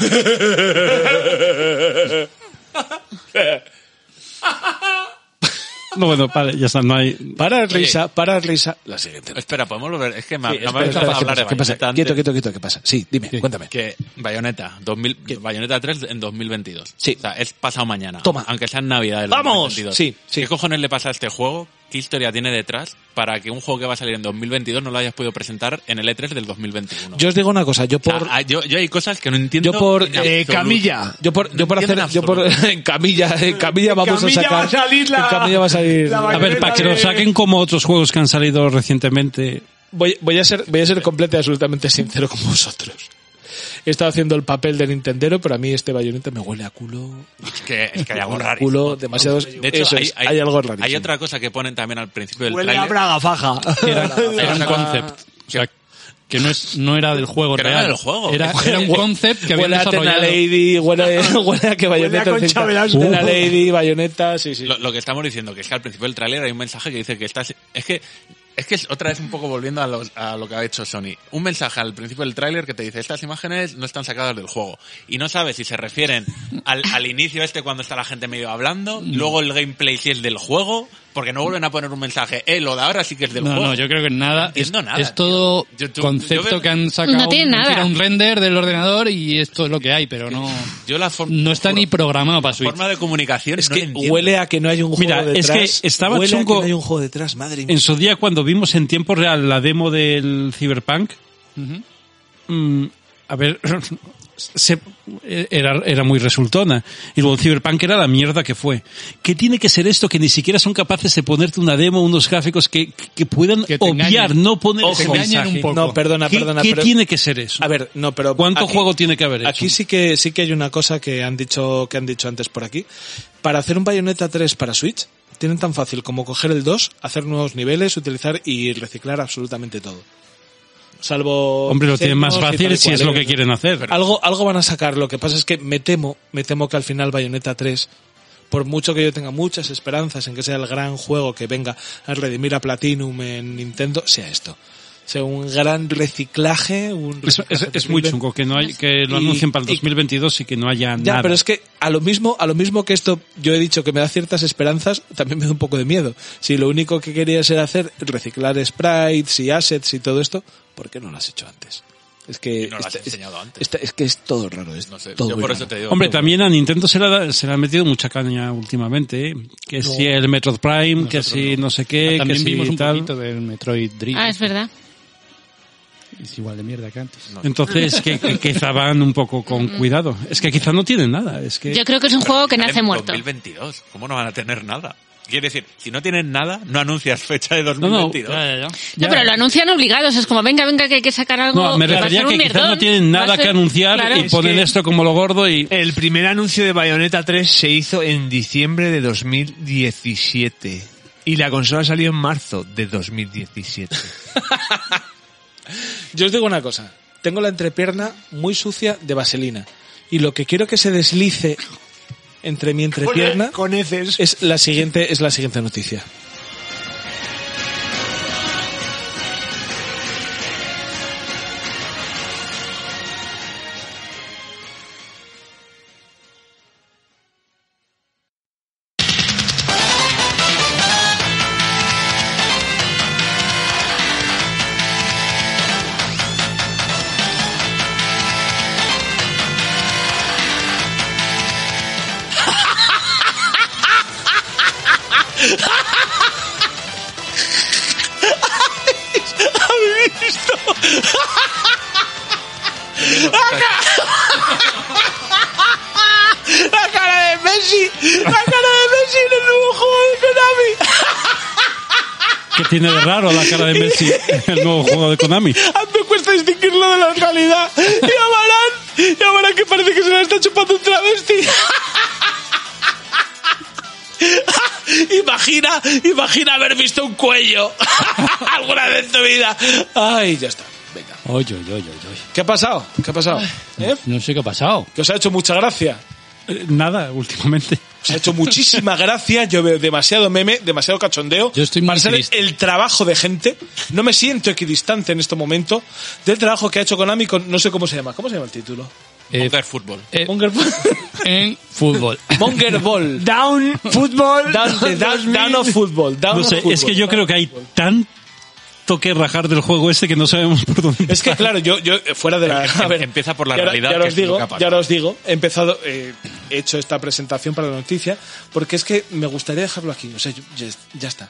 S3: No, bueno, vale, ya está, no hay...
S1: Para risa, para risa. La siguiente.
S2: Espera, podemos volver. Es que me,
S1: Sí,
S2: me
S1: espera,
S2: ha empezado
S1: espera,
S2: a
S1: ¿qué
S2: hablar de
S1: pasa? ¿Qué pasa?
S2: Bayonetta
S1: Quieto,
S2: antes.
S1: quieto, quieto, ¿qué pasa? Sí, dime, cuéntame.
S2: Que Bayonetta, 2000, Bayonetta 3 en 2022.
S1: Sí.
S2: O sea, es pasado mañana.
S1: Toma.
S2: Aunque sea en Navidad del
S1: ¡Vamos!
S2: 2022.
S1: Sí, sí.
S2: ¿Qué cojones le pasa a este juego? ¿Qué historia tiene detrás para que un juego que va a salir en 2022 no lo hayas podido presentar en el E3 del 2021?
S1: Yo os digo una cosa, yo por...
S2: O sea, ah, yo, yo hay cosas que no entiendo.
S1: Yo por,
S2: en
S1: eh,
S2: absoluto.
S10: Camilla.
S1: Yo por, yo por
S2: No
S1: hacer,
S2: entiendo
S1: yo por,
S2: en absoluto.
S1: en camilla, en camilla vamos
S10: Camilla
S1: a sacar.
S10: va a salir la-
S1: en camilla va a salir.
S10: la
S3: A ver, para que
S2: Eh,
S3: lo saquen como otros juegos que han salido recientemente.
S1: Voy, voy a ser, voy a ser completa y absolutamente sincero con vosotros. He estado haciendo el papel de Nintendero, pero a mí este bayoneta me huele a culo.
S2: Es que, es que hay algo
S1: Huele a
S2: raro.
S1: culo, demasiados.
S2: De hecho,
S1: eso
S2: hay,
S1: es, hay, algo raro.
S2: Hay otra cosa que ponen también al principio del
S10: Huele a
S2: tráiler.
S10: Braga Faja.
S4: Era un
S2: Era-
S4: concept. O sea, que no, es, no era del juego
S2: Que no
S4: real.
S2: era del juego.
S4: Era, era un concept que habían
S1: Huele a Tena
S4: desarrollado.
S1: Lady, huele, huele a que bayoneta.
S10: Concha
S1: necesita-
S10: Velasco.
S1: Tena Lady, bayoneta, sí, sí.
S2: Lo, lo que estamos diciendo, que es que al principio del tráiler hay un mensaje que dice que estás... Es que es que es otra vez un poco volviendo a, los- a lo que ha hecho Sony. Un mensaje al principio del tráiler que te dice, estas imágenes no están sacadas del juego. Y no sabes si se refieren al, al inicio este cuando está la gente medio hablando, luego el gameplay si es del juego, porque no vuelven a poner un mensaje, eh, lo de ahora sí que es del
S4: No,
S2: juego.
S4: no, yo creo que nada. Es,
S2: entiendo nada,
S4: es todo
S2: tío. Yo- tú-
S4: concepto
S2: yo veo-
S4: que han sacado.
S5: No tiene
S4: un-
S5: nada.
S4: era un render del ordenador y esto es lo que hay, pero no.
S2: Yo la forma...
S4: No está ni programado para Switch.
S2: Forma de comunicación
S1: es
S2: no
S1: que
S2: entiendo.
S1: huele a que no hay un juego
S3: Mira, es
S1: detrás.
S3: que estaba
S1: huele
S3: chungo-
S1: A que no hay un juego detrás, madre mía.
S3: En su día, cuando vimos en tiempo real la demo del Cyberpunk, mm, a ver, se- era, era muy resultona. Y luego el Cyberpunk era la mierda que fue. ¿Qué tiene que ser esto que ni siquiera son capaces de ponerte una demo, unos gráficos que, que puedan
S4: Que te
S3: obviar,
S4: engañen.
S3: no poner
S4: Ojo.
S3: ese
S4: Te engañen
S3: mensaje?
S4: un poco.
S1: No, perdona,
S3: ¿Qué,
S1: perdona.
S3: qué
S1: pero-
S3: tiene que ser eso?
S1: A ver, no, pero
S3: ¿Cuánto
S1: aquí-
S3: juego tiene que haber hecho?
S1: Aquí sí que sí que hay una cosa que han dicho que han dicho antes por aquí. Para hacer un Bayonetta 3 para Switch, tienen tan fácil como coger el 2, hacer nuevos niveles, utilizar y reciclar absolutamente todo. Salvo
S3: Hombre, lo tienen más
S1: séptimos y tal
S3: fácil
S1: y
S3: si
S1: cual,
S3: es lo
S1: ¿eh?
S3: que quieren hacer.
S1: Algo algo van a sacar, lo que pasa es que me temo, me temo que al final Bayonetta 3 por mucho que yo tenga muchas esperanzas en que sea el gran juego que venga a redimir a Platinum en Nintendo, sea esto. Sea un gran reciclaje, un
S3: Es, es-
S1: reciclaje
S3: es muy
S1: terrible.
S3: chungo que no hay que lo
S1: Y-
S3: anuncien para el
S1: y-
S3: 2022 y que no
S1: Ya,
S3: haya nada.
S1: pero es que a lo mismo, a lo mismo que esto yo he dicho que me da ciertas esperanzas, también me da un poco de miedo. Si lo único que querías era hacer reciclar sprites y assets y todo esto, ¿por qué no lo has hecho antes? Es que
S2: Y no lo has
S1: esta- es-
S2: enseñado antes.
S1: esta- es que es todo raro, es
S2: No sé,
S1: todo
S2: yo
S1: muy
S2: por
S1: raro.
S2: eso te digo...
S3: Hombre, también a Nintendo se le, ha, da- se le ha metido mucha caña últimamente, ¿eh? Que si el Metroid Prime, que si no sé qué, que
S4: Ah, También
S3: si
S4: vimos un
S3: tal.
S4: poquito del Metroid Dream.
S5: Ah, es verdad.
S4: Es igual de mierda que antes.
S3: Entonces, que, que quizá van un poco con cuidado. Es que quizá no tienen nada. Es que
S5: Mm. Yo creo que es un juego que
S2: Sale
S5: nace
S2: en
S5: muerto.
S2: 2022. ¿Cómo no van a tener nada? Quiere decir, si no tienen nada, no anuncias fecha de
S3: no, no.
S2: 2022.
S5: No, pero lo anuncian obligados. Es como, venga, venga, que hay que sacar algo.
S3: No, me
S5: que va a
S3: refería
S5: ser
S3: que
S5: un
S3: quizá no
S5: mierdón,
S3: tienen
S5: va a
S3: nada que
S5: ser-
S3: anunciar
S5: Claro.
S3: y ponen
S10: que-
S3: esto como lo gordo y
S10: El primer anuncio de Bayonetta 3 se hizo en diciembre de 2017. Y la consola salió en marzo de 2017.
S1: Yo os digo una cosa, tengo la entrepierna muy sucia de vaselina y lo que quiero que se deslice entre mi entrepierna
S10: Con heces.
S1: es la siguiente es la siguiente noticia. La cara de Messi, la cara de Messi en el nuevo juego de Konami.
S3: que tiene de raro la cara de Messi el nuevo juego de Konami.
S1: Me cuesta distinguirlo de la realidad. Y Amarán, y Amarán que parece que se la está chupando un travesti. Imagina, imagina haber visto un cuello alguna vez en tu vida. Ay, ya está. Venga.
S4: Oye, oye, oye, oye.
S1: ¿Qué ha pasado? ¿Qué ha pasado? ¿Eh?
S4: No sé qué ha pasado.
S1: Que os ha hecho mucha gracia.
S3: Eh, Nada, últimamente.
S1: Os Pues ha hecho muchísima gracia. Yo veo demasiado meme, demasiado cachondeo.
S4: Yo estoy muy
S1: Para ser
S4: triste.
S1: el trabajo de gente. No me siento equidistante en este momento del trabajo que ha hecho Konami con no sé cómo se llama. ¿Cómo se llama el título?
S2: Monger Fútbol.
S4: eh,
S1: Monger
S4: en fútbol.
S1: Mongerball.
S10: Down Fútbol.
S1: Down, de down, down of football. Down
S3: No
S1: of
S3: sé,
S1: football.
S3: es que yo creo que hay tanto que rajar del juego este que no sabemos por dónde.
S1: Es que claro, yo, yo eh, fuera de la.
S2: Em-
S1: a ver,
S2: empieza por la
S1: ya-
S2: realidad,
S1: Ya
S2: que
S1: os
S2: es lo
S1: digo,
S2: que ha pasado.
S1: ya os digo, he empezado, eh, he hecho esta presentación para la noticia, porque es que me gustaría dejarlo aquí. O sea, yo- ya, ya está.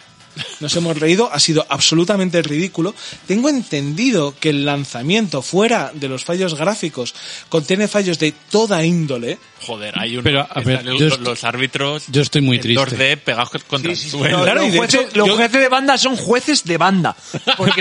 S1: Nos hemos reído, ha sido absolutamente ridículo. Tengo entendido que el lanzamiento fuera de los fallos gráficos contiene fallos de toda índole.
S2: Joder, hay uno.
S4: Pero, a ver,
S2: están
S4: yo
S2: los,
S4: est-
S2: los árbitros.
S4: yo estoy muy
S2: en
S4: triste.
S2: 2D pegados contra el suelo.
S10: No,
S1: Claro, y
S10: los
S1: de
S10: jueces,
S1: hecho,
S10: los
S1: yo-
S10: jueces de banda son jueces de banda. Porque,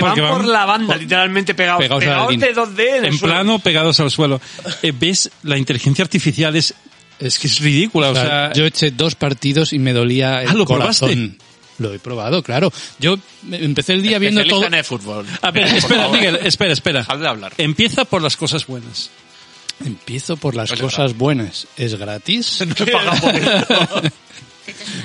S3: Porque
S10: van, por
S3: van
S10: la banda, literalmente pegados.
S4: pegados
S10: Pegados,
S4: a la línea.
S10: de 2D en, el
S3: en
S10: suelo.
S3: plano pegados al suelo. Eh, ¿Ves? La inteligencia artificial es, es que es ridícula. O
S4: O
S3: sea,
S4: sea, yo eché dos partidos y me dolía el
S3: Ah, ¿lo
S4: corazón.
S3: probaste?
S4: Lo he probado, claro. Yo me- empecé el día viendo todo.
S2: Especialista en el fútbol.
S3: A ver,
S2: Por
S3: espera,
S2: favor.
S3: Miguel, espera, espera.
S2: Dejad de hablar.
S3: Empieza por las cosas buenas.
S4: Empiezo por las
S2: Pues es
S4: cosas buenas. Es gratis.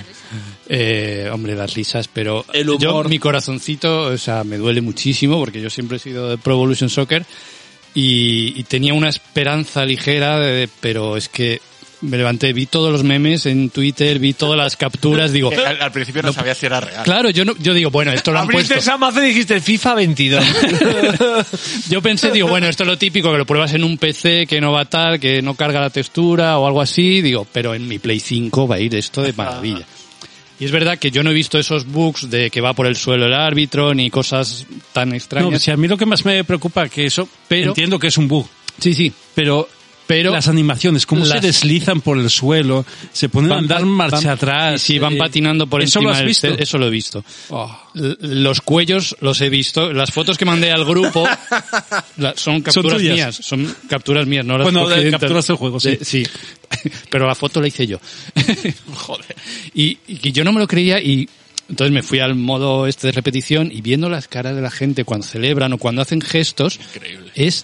S4: Eh, hombre, las risas, pero
S1: El humor.
S4: yo mi corazoncito, o sea, me duele muchísimo porque yo siempre he sido de Pro Evolution Soccer y, y tenía una esperanza ligera, de- pero es que me levanté, vi todos los memes en Twitter, vi todas las capturas, digo,
S2: Que Al, al principio no, sabía si era real.
S4: claro, yo no, yo digo, bueno, esto lo han
S10: Abriste
S4: puesto.
S10: esa maza y dijiste FIFA 22.
S4: Yo pensé, digo, bueno, esto es lo típico, que lo pruebas en un PC, que no va tal, que no carga la textura o algo así, digo, pero en mi Play 5 va a ir esto de maravilla. Y es verdad que yo no he visto esos bugs de que va por el suelo el árbitro ni cosas tan
S3: No,
S4: extrañas.
S3: si a mí lo que más me preocupa que eso,
S4: Pero-
S3: entiendo que es un bug,
S4: sí, sí,
S3: pero
S4: pero
S3: las animaciones, cómo se
S4: las-
S3: deslizan por el suelo, se ponen a andar marcha
S4: van-
S3: atrás.
S4: Sí, sí, van
S3: eh,
S4: patinando por
S3: ¿eso
S4: encima
S3: lo has
S4: del
S3: visto? Oh.
S4: cel- eso lo he visto. L- Los cuellos los he visto. Las fotos que mandé al grupo la- son capturas
S3: tuyas.
S4: mías. Son capturas mías, no las
S3: Bueno,
S4: cogí
S3: de-
S4: de
S3: capturas
S4: internet.
S3: del juego, sí.
S4: De- sí. Pero la foto la hice yo. Joder. Y, y que yo no me lo creía y entonces me fui al modo este de repetición y viendo las caras de la gente cuando celebran o cuando hacen gestos
S2: Increíble.
S4: es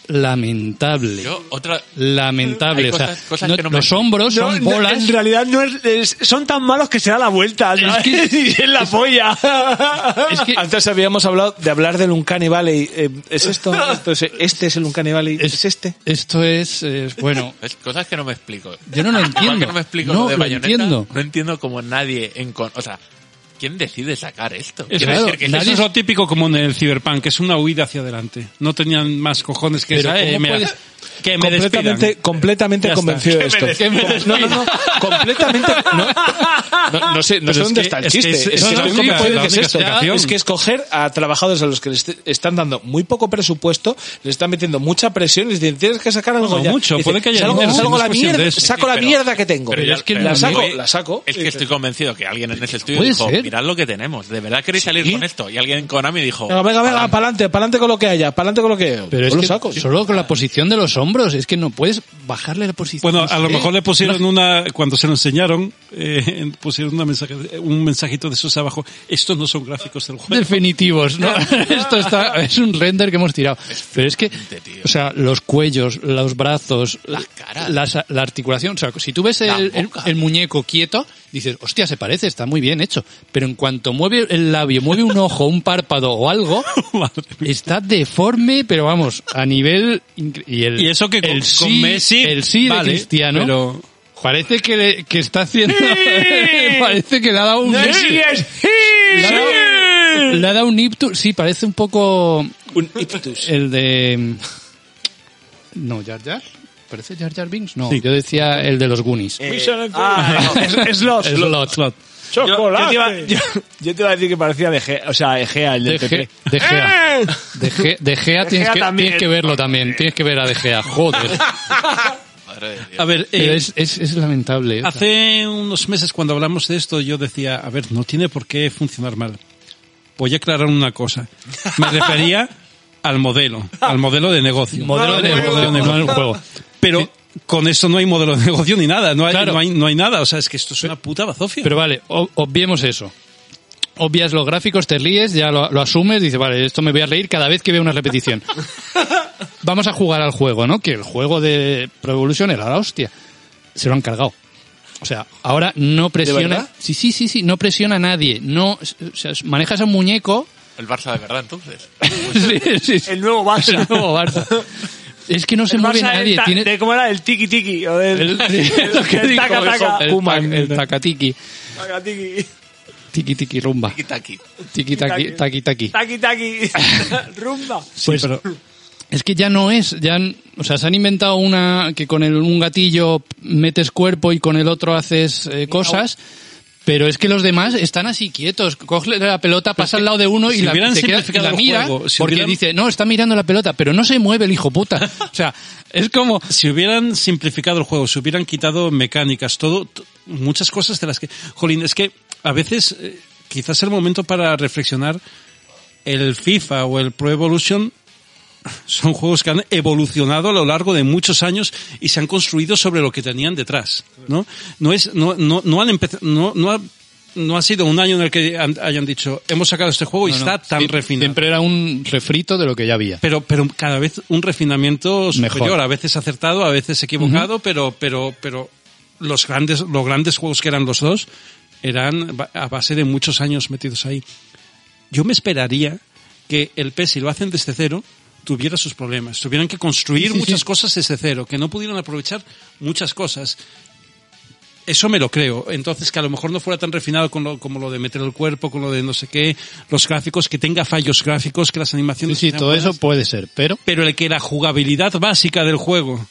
S4: lamentable.
S2: Yo, otra.
S4: Lamentable,
S2: Hay
S4: o sea,
S2: cosas- cosas
S4: no-
S2: que no me-
S4: los hombros
S10: No,
S4: son
S10: no,
S4: bolas.
S10: En realidad no es, es- son tan malos que se da la vuelta. ¿sabes? Y es la polla.
S4: es que-
S1: Antes habíamos hablado de hablar del Uncanny Valley. eh, ¿Es esto? Esto es- este es el Uncanny Valley. ¿Es, este?
S4: Esto es, eh, bueno,
S2: Es cosas que no me explico.
S4: Yo no lo
S2: Igual
S4: entiendo.
S2: que no me explico
S4: No
S2: lo de
S4: lo
S2: Bayonetta,
S4: entiendo.
S2: No entiendo cómo nadie en con- o sea, ¿quién decide sacar esto?
S3: Es,
S2: Quiero
S4: claro,
S2: decir que
S4: nadie-
S3: eso es lo típico como en el Cyberpunk, que es una huida hacia adelante. No tenían más cojones que
S4: Pero
S3: esa, eh,
S4: ¿cómo
S3: mira,
S4: puedes-
S3: que Eh, me despidan.
S1: completamente completamente
S3: Ya está.
S1: convencido de esto. No, no, no. Completamente. No, no, no sé, no
S3: Pero
S1: sé
S3: es
S1: dónde
S3: que-
S1: está el
S3: es que
S1: chiste.
S3: es-
S1: Es
S3: no,
S1: que
S3: no,
S1: estoy
S3: sí,
S1: convencido
S3: la
S1: de que es
S3: única
S1: esto.
S3: explicación.
S1: Es que escoger a trabajadores a los que les te- están dando muy poco presupuesto, les están metiendo mucha presión y les dicen, tienes que sacar algo
S3: No,
S1: ya.
S3: mucho,
S1: Dice,
S3: puede que haya
S1: salgo,
S3: dinero,
S1: salgo
S3: no es
S1: la
S3: cuestión de
S1: mierda,
S3: eso.
S2: Sí,
S1: saco la
S2: pero-
S1: mierda que tengo.
S2: pero ya-
S4: es que
S2: pero
S1: la
S4: no-
S1: saco,
S2: estoy-
S1: la saco.
S2: Es que estoy convencido que alguien en ese estudio
S4: Puede
S2: dijo,
S4: ser.
S2: mirad lo que tenemos, ¿de verdad queréis salir con esto? Y alguien en Konami dijo,
S1: Venga, venga, venga, pa'lante, pa'lante con lo que haya, pa'lante con lo que haya.
S4: pero es
S1: Yo lo
S4: que
S1: saco.
S4: solo con la posición de los hombros, es que no puedes bajarle la posición.
S3: Bueno,
S4: no
S3: a lo
S4: sé.
S3: mejor le pusieron una, cuando se lo enseñaron, eh, pusieron una mensaje, un mensajito de esos abajo. Estos no son gráficos del juego.
S4: definitivos, ¿no? Esto está, es un render que hemos tirado. Pero es que,
S2: Este, tío.
S4: o sea, los cuellos, los brazos, las
S2: caras.
S4: la, articulación, o sea, si tú ves
S2: La
S4: el, el-
S2: boca.
S4: el muñeco quieto, dices, hostia, se parece, está muy bien hecho. Pero en cuanto mueve el labio, mueve un ojo, un párpado o algo, está deforme, pero vamos, a nivel... incre- Y, el,
S3: Y eso que con-
S4: el sí,
S3: con Messi,
S4: el sí
S3: vale,
S4: de Cristiano...
S3: pero-
S4: Parece que, le- que está haciendo... parece que le ha dado un... Le ha dado- Le ha dado un ictus, sí, parece un poco
S1: Un ictus.
S4: el de... No, Jar Jar. ¿Parece Jar Jar Binks? No,
S3: Sí.
S4: yo decía el de los Goonies.
S10: Eh, Ah, no, es, es los.
S4: Es Lot.
S10: Yo te, iba, yo, yo te iba a decir que parecía de Ge- o sea, Egea, el
S4: De,
S10: del
S4: Ge-
S10: PP.
S4: de Gea. De, Ge- de Gea tienes,
S10: Gea
S4: que,
S10: también.
S4: tienes que verlo también. Tienes que ver a De Gea. Joder.
S2: madre de Dios.
S3: A ver,
S4: Pero
S3: eh,
S4: es, es, es lamentable. ¿eh?
S3: hace unos meses cuando hablamos de esto yo decía, a ver, no tiene por qué funcionar mal. Voy a aclarar una cosa. Me refería al modelo, al modelo de negocio.
S4: Modelo de negocio, no en un juego.
S3: Pero con esto no hay modelo de negocio ni nada, no hay,
S4: Claro.
S3: no hay, no hay nada. O sea, es que esto es una puta bazofia.
S4: Pero vale, o- obviemos eso. Obvias los gráficos, te ríes, ya lo, lo asumes, dices, vale, esto me voy a reír cada vez que veo una repetición. Vamos a jugar al juego, ¿no? Que el juego de Pro Evolution era la hostia. Se lo han cargado. O sea, ahora no presiona.
S1: verdad?
S4: Sí, sí, sí, sí, no presiona a nadie. No, o sea, manejas a un muñeco.
S2: el Barça de verdad entonces.
S4: Sí, sí, sí.
S10: El nuevo Barça.
S4: El nuevo Barça. Es que no se mueve
S10: Barça, el
S4: nadie.
S10: ta-
S4: tiene-
S10: de ¿Cómo era? El tiki tiki. O del,
S4: El, lo que
S10: el
S4: digo,
S10: taca,
S4: eso,
S10: taca.
S4: el tac- el tacatiqui.
S10: Taca, tiki.
S4: Tiki tiki rumba.
S2: Kitaki.
S4: Tiki taqui taqui taqui.
S10: Taqui, taqui. Rumba.
S4: Pues es que ya no es, ya, n- o sea, se han inventado una que con el, un gatillo metes cuerpo y con el otro haces eh, cosas. Pero es que los demás están así quietos. Coge la pelota, pasa al lado de uno y
S3: si
S4: la,
S3: hubieran
S4: se queda-
S3: simplificado
S4: la
S3: el
S4: mira
S3: juego, si
S4: porque
S3: hubieran-
S4: dice, no, está mirando la pelota, pero no se mueve el hijo puta. O sea, es como...
S3: si hubieran simplificado el juego, si hubieran quitado mecánicas, todo, t- muchas cosas de las que... Jolín, es que a veces eh, quizás el momento para reflexionar el FIFA o el Pro Evolution son juegos que han evolucionado a lo largo de muchos años y se han construido sobre lo que tenían detrás, ¿no? No es, no, no, no han empezado, no, no ha, no ha sido un año en el que han- hayan dicho, hemos sacado este juego y
S4: No, no,
S3: está tan
S4: sie-
S3: refinado.
S4: Siempre era un refrito de lo que ya había.
S3: Pero, pero cada vez un refinamiento superior,
S4: Mejor.
S3: a veces acertado, a veces equivocado, pero, pero, pero los grandes, los grandes juegos que eran los dos eran ba- a base de muchos años metidos ahí. Yo me esperaría que el PES, si lo hacen desde cero, tuviera sus problemas. Tuvieran que construir muchas cosas desde cero, que no pudieran aprovechar muchas cosas. Eso me lo creo. Entonces, que a lo mejor no fuera tan refinado con lo- como lo de meter el cuerpo, con lo de no sé qué, los gráficos, que tenga fallos gráficos, que las
S4: Sí,
S3: animaciones...
S4: sí,
S3: sean
S4: todo
S3: buenas
S4: eso puede ser, pero...
S3: pero el que la jugabilidad básica del juego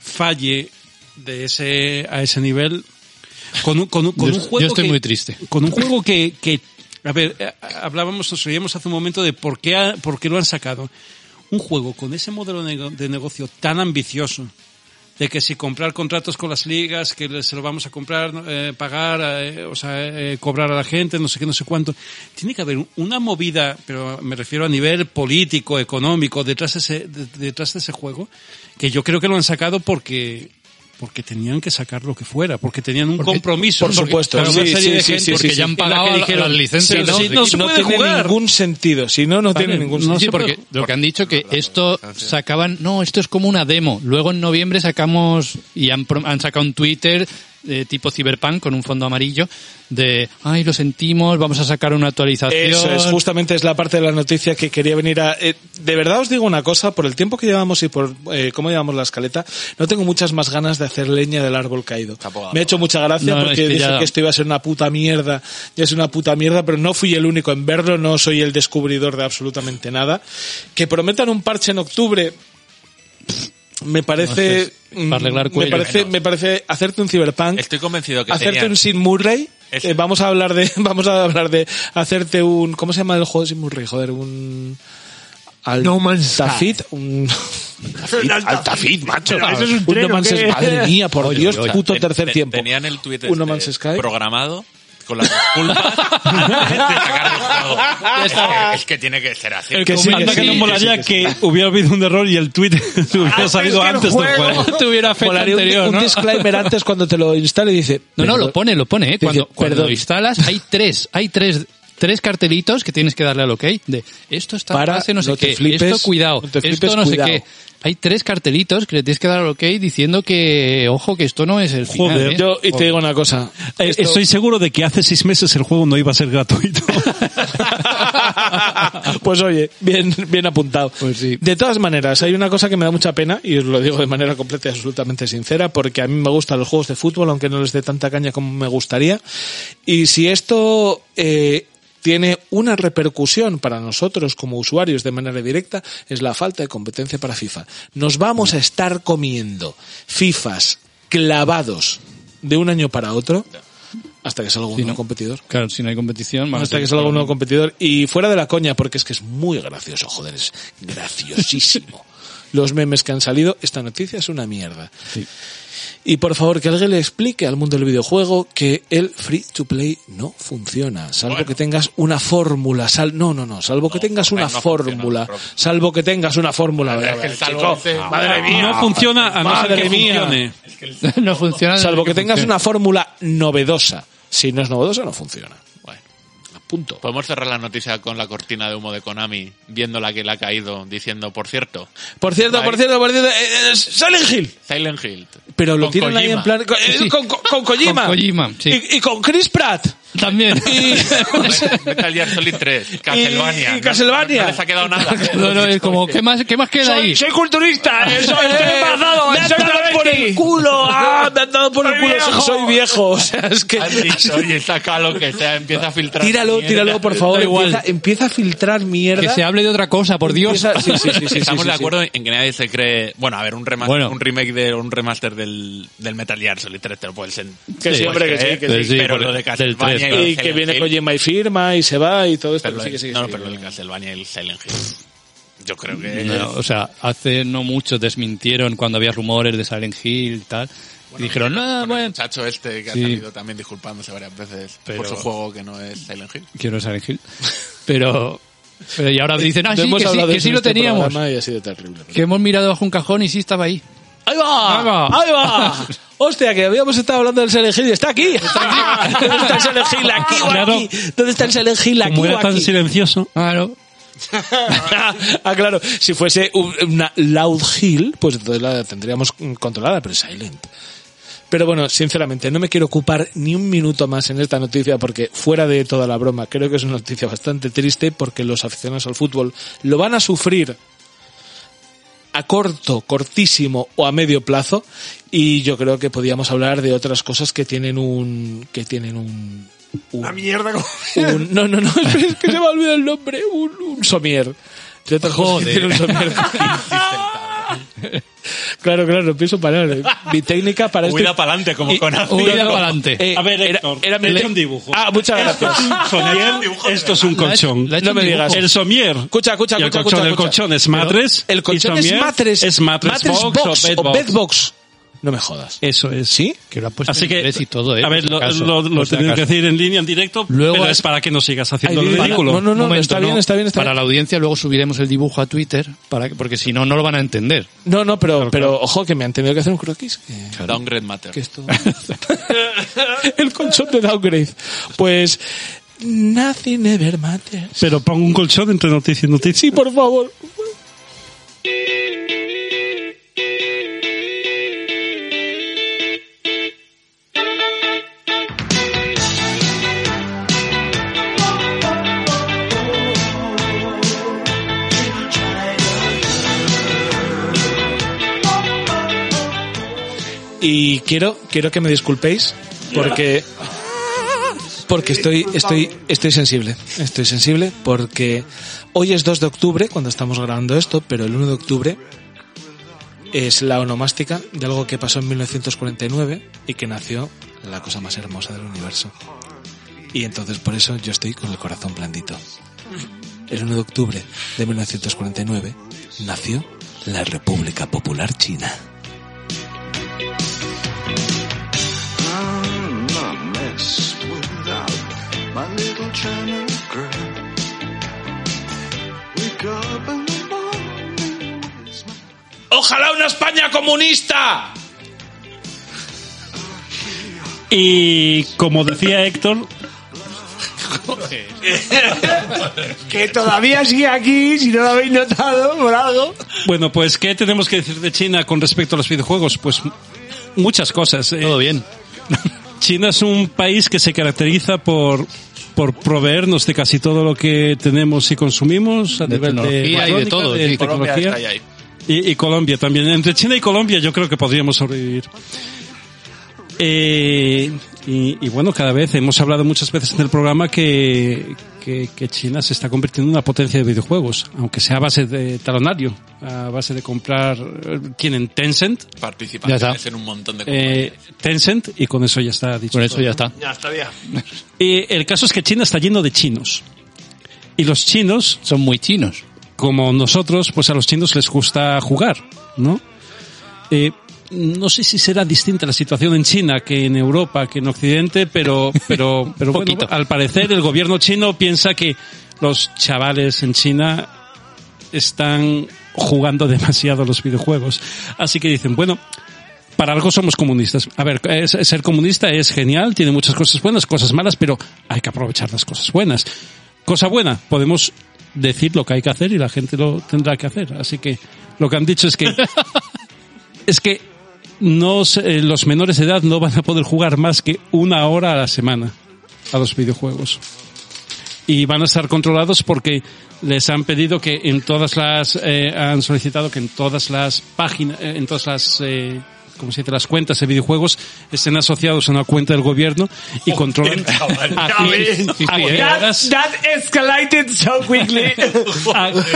S3: falle de ese a ese nivel con un, con un- con
S4: Yo-
S3: un
S4: yo
S3: juego
S4: estoy
S3: que-
S4: muy triste.
S3: con un juego que, que- a ver eh, hablábamos nos oíamos hace un momento de por qué ha- por qué lo han sacado un juego con ese modelo nego- de negocio tan ambicioso de que si comprar contratos con las ligas, que se lo vamos a comprar, eh, pagar, eh, o sea, eh, cobrar a la gente, no sé qué, no sé cuánto. Tiene que haber una movida, pero me refiero a nivel político, económico, detrás de ese, de- detrás de ese juego, que yo creo que lo han sacado porque porque tenían que sacar lo que fuera, porque tenían un
S4: Porque-
S3: compromiso.
S1: por supuesto,
S3: para una
S1: sí,
S3: serie
S1: sí,
S3: de
S1: sí,
S3: gente
S1: sí,
S4: porque
S1: sí,
S4: ya han
S1: sí. En la
S4: pagado
S1: que
S4: las
S1: Sí,
S4: licencias,
S1: no,
S4: ¿no?
S1: sí,
S4: De
S1: no
S4: que
S1: se
S3: no
S1: puede
S3: tiene
S1: jugar.
S3: ningún
S1: ningún sentido. Si no, no tiene
S3: Vale,
S1: ningún
S3: no
S1: sentido.
S3: sé
S4: Sí, porque
S3: pero-
S4: lo que han dicho que esto sacaban, no, esto es como una demo. Luego en noviembre sacamos y han, pro- han sacado un Twitter de tipo Cyberpunk con un fondo amarillo de, ay, lo sentimos, vamos a sacar una actualización.
S1: Eso es, justamente es la parte de la noticia que quería venir a... eh, de verdad os digo una cosa, por el tiempo que llevamos y por eh, cómo llevamos la escaleta, no tengo muchas más ganas de hacer leña del árbol caído.
S2: Tampoco.
S1: Me ha hecho mucha gracia
S4: No, no,
S1: porque
S4: es que
S1: dije
S4: ya-
S1: que esto iba a ser una puta mierda, y es una puta mierda, pero no fui el único en verlo, no soy el descubridor de absolutamente nada. Que prometan un parche en octubre... Me parece... mm,
S4: No, es para arreglar
S1: me
S4: cuellos.
S1: parece, me parece hacerte un cyberpunk
S2: Estoy convencido que
S1: hacerte
S2: tenían-
S1: un Sin Murray.
S2: Es-
S1: eh, vamos a hablar de, vamos a hablar de hacerte un, ¿cómo se llama el juego de Sin Murray? Joder, un al
S10: No Man's Sky.
S1: Altafit, un
S10: Altafit, macho. Eso es un
S1: un
S10: tren,
S1: No Man's
S10: ¿o qué?
S1: Sky. Madre mía, por Dios,
S2: O sea,
S1: puto
S2: ten-
S1: tercer
S2: ten-
S1: tiempo.
S2: Tenían el Twitter
S4: este
S2: este
S1: Un No Man's Sky.
S2: programado con las culpas antes de sacar el juego. Es que- Es que tiene que ser así.
S1: El que sí,
S3: Anda
S1: que
S3: que no
S1: sí,
S3: molaría
S1: que
S3: que,
S1: sí,
S3: hubiera habido un error y el tweet hubiera salido antes del juego.
S4: tuviera fecha
S1: Molaría un-
S4: anterior,
S1: un,
S4: ¿no?
S1: disclaimer antes cuando te lo instale y dice.
S4: No, no,
S1: pero-
S4: lo pone, lo pone, ¿eh? Cuando,
S1: Dice,
S4: cuando
S1: perdón.
S4: lo instalas hay tres, hay tres, tres cartelitos que tienes que darle al OK de esto está
S1: Para,
S4: base no sé
S1: no te
S4: qué,
S1: flipes,
S4: esto cuidado,
S1: no te flipes,
S4: esto no
S1: cuidado.
S4: sé qué. Hay tres cartelitos que le tienes que dar al OK diciendo que, ojo, que esto no es el final,
S3: Joder,
S4: ¿eh?
S1: Yo, y te digo una cosa.
S3: Eh,
S1: esto-
S3: Estoy seguro de que hace seis meses el juego no iba a ser gratuito.
S1: pues oye, bien, bien apuntado.
S4: Pues sí.
S1: De todas maneras, hay una cosa que me da mucha pena, y os lo digo de manera completa y absolutamente sincera, porque a mí me gustan los juegos de fútbol, aunque no les dé tanta caña como me gustaría. Y si esto eh, tiene una repercusión para nosotros como usuarios de manera directa, es la falta de competencia para FIFA. Nos vamos a estar comiendo FIFAs clavados de un año para otro hasta que salga un
S4: Sí,
S1: nuevo
S4: ¿no?
S1: competidor.
S4: Claro, si no hay competición, vamos a
S1: Hasta
S4: tener
S1: que salga un nuevo competidor. Y fuera de la coña, porque es que es muy gracioso, joder, es graciosísimo. Los memes que han salido, esta noticia es una mierda.
S4: Sí.
S1: Y por favor, que alguien le explique al mundo del videojuego que el free to play no funciona. Salvo que tengas una fórmula. Sal no, no, no. Salvo que tengas una
S2: no funciona,
S1: fórmula.
S2: Rob.
S1: salvo que tengas una fórmula.
S2: Es
S1: A
S2: que
S1: ver,
S2: el
S1: chico,
S2: salvo ese-
S1: madre mía.
S3: No funciona a no ser
S1: Madre
S3: que
S1: mía.
S3: funcione.
S4: no funciona.
S1: Salvo que tengas
S4: funcione.
S1: una fórmula novedosa. Si no es novedosa, no funciona.
S2: Bueno.
S1: Punto.
S2: Podemos cerrar la noticia con la cortina de humo de Konami, viendo la que le ha caído, diciendo, por cierto,
S1: Por cierto, por cierto, por cierto. eh, eh, Silent Hill.
S2: Silent Hill.
S1: Pero lo
S2: Con
S1: tienen ahí
S2: Kojima.
S1: en plan. Con, eh,
S4: Sí.
S1: con, con- con Kojima.
S4: Con Kojima, sí.
S1: Y, y con Chris Pratt.
S3: También.
S2: Metal Gear Solid 3, Castlevania.
S1: Y- y Castlevania.
S2: No, les ha quedado nada.
S3: No, no, es como, ¿qué más, qué más queda ahí?
S11: Soy culturista, eh, soy, estoy embarazado,
S1: Me han
S11: soy
S1: dado por el
S11: travesti.
S1: culo, ah, me han dado por el
S11: Soy
S1: culo,
S11: viejo.
S1: soy viejo. O sea, es que.
S2: Has dicho, oye, saca lo que sea, empieza a filtrar.
S1: Tíralo,
S2: mierda.
S1: tíralo, por favor.
S3: Da igual.
S1: Empieza, empieza a filtrar mierda.
S3: Que se hable de otra cosa, por Dios.
S1: Empieza- sí, sí, sí, sí, sí,
S2: Estamos
S1: sí,
S2: de
S1: sí.
S2: acuerdo en que nadie se cree. Bueno, a ver, un, remaster,
S3: Bueno.
S2: un remake de un remaster del, del Metal Gear Solid 3 te lo puedes en-
S1: Que
S2: te
S1: sí,
S2: lo
S1: hombre,
S2: puedes
S1: que sí,
S2: creer,
S1: que sí.
S3: Sí,
S2: Pero
S3: por-
S2: lo de
S3: del
S2: Castlevania
S3: 3,
S2: y el
S1: Y que
S2: Silent
S1: viene
S2: Hill-
S1: Kojima y firma y se va y todo esto.
S2: pero
S1: que
S2: lo
S1: sí,
S2: de-
S1: que sí, que
S2: no,
S1: sí.
S2: pero el Castlevania y el Silent Hill. Yo creo que.
S10: Eh,
S3: No, o sea, hace no mucho desmintieron cuando había rumores de Silent Hill y tal. y dijeron, no,
S2: Con el
S3: bueno,
S2: muchacho este que
S3: Sí.
S2: ha salido también disculpándose varias veces
S3: Pero-
S2: por su juego que no es Silent Hill.
S3: quiero Silent Hill. Pero, pero y ahora dicen, ah,
S1: No
S3: sí,
S1: Eh, hemos
S3: que sí,
S1: hablado de
S3: que
S1: eso
S3: sí
S1: en
S3: lo
S1: este
S3: teníamos.
S1: programa y ha sido terrible.
S3: Que hemos mirado bajo un cajón y sí estaba ahí.
S1: ¡Ahí va!
S3: Ahí va.
S1: ¡Ahí va! ¡Hostia, que habíamos estado hablando del Silent Hill y está aquí! ¿Dónde está el Silent Hill? ¿Aquí o
S10: Claro.
S1: aquí? ¿Dónde está el Silent Hill? ¿Aquí
S10: Como
S1: o
S10: era tan
S1: aquí?
S10: silencioso.
S3: Claro.
S1: ah, claro. Si fuese un- una Loud Hill, pues entonces la tendríamos mm, controlada, pero es Silent. Pero bueno, sinceramente, no me quiero ocupar ni un minuto más en esta noticia porque, fuera de toda la broma, creo que es una noticia bastante triste porque los aficionados al fútbol lo van a sufrir a corto, cortísimo o a medio plazo y yo creo que podíamos hablar de otras cosas que tienen un... que tienen un... Una mierda No, no, no, espera, es que se me ha olvidado el nombre. Un, un somier. De otras cosas que tiene un somier. claro, claro, no pienso parar. eh. Mi técnica para este
S2: Huida para adelante, como con Eh,
S3: Azul. Huida para adelante.
S1: a ver, Héctor, Eh, era,
S10: le he hecho un dibujo.
S1: Ah, muchas gracias.
S10: Somier, esto es un colchón.
S3: la he hecho
S1: No me
S3: un dibujo.
S1: digas.
S10: El somier.
S1: Escucha, escucha,
S10: Y el
S1: escucha,
S10: colchón,
S1: escucha,
S10: el
S1: escucha.
S10: colchón es
S1: Pero
S10: matres.
S1: El colchón
S10: y
S1: es
S10: somier
S1: matres.
S10: Es matres, box, o
S1: o
S10: bedbox.
S1: bedbox. No me jodas.
S10: Eso es. ¿Sí?
S3: Que lo ha puesto
S10: Así
S3: en
S10: que,
S3: inglés y todo, ¿eh?
S10: a ver,
S3: por si
S10: lo,
S3: acaso,
S10: lo, lo
S3: por si
S10: tengo que
S3: acaso.
S10: decir en línea, en directo,
S3: Luego
S10: pero
S3: es-
S10: es para que no sigas
S1: Ay,
S10: haciendo
S1: Dios,
S10: el
S1: para-
S10: ridículo.
S1: No, no, no,
S3: Momento,
S1: está bien, está bien, está
S3: Para
S1: bien.
S3: la audiencia luego subiremos el dibujo a Twitter, para que- porque si no, no lo van a entender.
S1: No, no, pero, pero ojo, que me han tenido que hacer un croquis. que-
S2: Downgrade Matter.
S1: que esto... el colchón de downgrade. Pues... Nothing ever matters.
S10: Pero pongo un colchón entre noticia y noticia.
S1: Sí, por favor. Y quiero, quiero que me disculpéis porque porque estoy, estoy, estoy sensible. Estoy sensible porque hoy es 2 de octubre cuando estamos grabando esto, pero el 1 de octubre es la onomástica de algo que pasó en 1949 y que nació la cosa más hermosa del universo. Y entonces por eso yo estoy con el corazón blandito. El 1 de octubre de 1949 nació la República Popular China. ¡Ojalá una España comunista!
S10: Y como decía Héctor,
S11: Que todavía sigue aquí, si no lo habéis notado por algo.
S10: bueno, pues ¿qué tenemos que decir de China con respecto a los videojuegos? Pues m- muchas cosas. eh.
S3: Todo bien.
S10: China es un país que se caracteriza por por proveernos de casi todo lo que tenemos y consumimos a
S3: De
S10: nivel
S3: tecnología y de
S10: económica,
S3: todo, sí.
S2: Colombia
S10: tecnología.
S2: está ahí, ahí.
S10: Y, y Colombia también. Entre China y Colombia yo creo que podríamos sobrevivir. Eh, y, y bueno, cada vez hemos hablado muchas veces en el programa que, que, que China se está convirtiendo en una potencia de videojuegos, aunque sea a base de talonario, a base de comprar, eh, tienen Tencent,
S3: Ya
S2: Participantes
S3: está.
S2: en un montón de
S10: eh, Tencent y con eso ya está dicho.
S3: Con eso
S10: todo.
S3: ya está.
S11: Ya está bien.
S10: Eh, el caso es que China está lleno de chinos. Y los chinos
S3: Son muy chinos.
S10: como nosotros, pues a los chinos les gusta jugar, ¿no? Eh, no sé si será distinta la situación en China que en Europa, que en Occidente, pero, pero, pero bueno,
S3: Poquito.
S10: al parecer el gobierno chino piensa que los chavales en China están jugando demasiado a los videojuegos. Así que dicen, bueno, para algo somos comunistas. A ver, es- ser comunista es genial, tiene muchas cosas buenas, cosas malas, pero hay que aprovechar las cosas buenas. Cosa buena, podemos decir lo que hay que hacer y la gente lo tendrá que hacer. Así que lo que han dicho es que es que no se- eh, los menores de edad no van a poder jugar más que una hora a la semana. a los videojuegos. Y van a estar controlados porque les han pedido que en todas las, eh, han solicitado que en todas las páginas, eh, en todas las, eh, como se dice, las cuentas de videojuegos estén asociados a una cuenta del gobierno y controlan
S12: chaval,
S10: a
S12: ya
S10: qué-
S12: ves.
S10: a qué horas-
S12: escalated so quickly.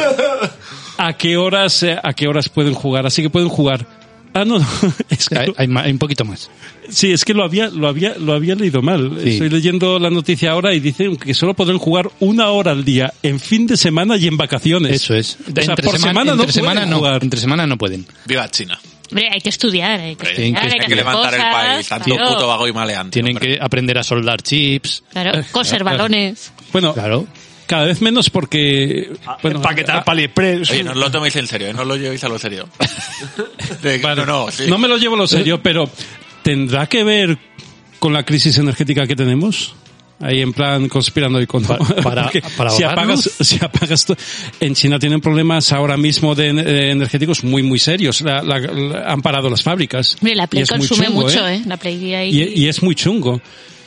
S10: a qué horas eh, a qué horas pueden jugar así que pueden jugar ah no, no, es que
S3: Hay, hay ma- hay un poquito más.
S10: sí es que lo había lo había lo había leído mal
S3: Sí.
S10: estoy leyendo la noticia ahora y dicen que solo podrán jugar una hora al día en fin de semana y en vacaciones
S3: Eso es.
S10: o sea, por
S3: seman-
S10: semana, no
S3: entre semana
S10: pueden
S3: no,
S10: jugar
S3: entre semana no pueden.
S2: Viva China.
S5: Hombre, hay que estudiar, hay que,
S3: Tienen
S5: estudiar,
S3: que-
S5: hay que
S2: Hay que
S5: hacer
S2: levantar el
S5: cosas,
S2: país, tanto
S5: claro.
S2: puto vago y maleante.
S3: Tienen que aprender a soldar chips.
S5: Claro, coser balones.
S10: bueno
S3: Claro.
S10: cada vez menos porque bueno
S12: Empaquetar
S10: ah,
S12: paliexpress.
S2: Oye, no lo toméis en serio, ¿eh? no lo llevéis a lo serio. De-
S10: Vale.
S2: no, no, sí.
S10: no me lo llevo a lo serio, pero ¿tendrá que ver con la crisis energética que tenemos? Ahí en plan conspirando y con
S3: Pa- para- para
S10: si
S3: ahogarnos.
S10: apagas, si apagas tu- en China tienen problemas ahora mismo de, eh, energéticos muy muy serios. La- la- la- han parado las fábricas.
S5: Hombre, la
S10: Y
S5: Play
S10: es muy
S5: consume
S10: chungo,
S5: mucho,
S10: ¿eh?
S5: ¿eh? La Play ahí.
S10: Y, y es muy chungo.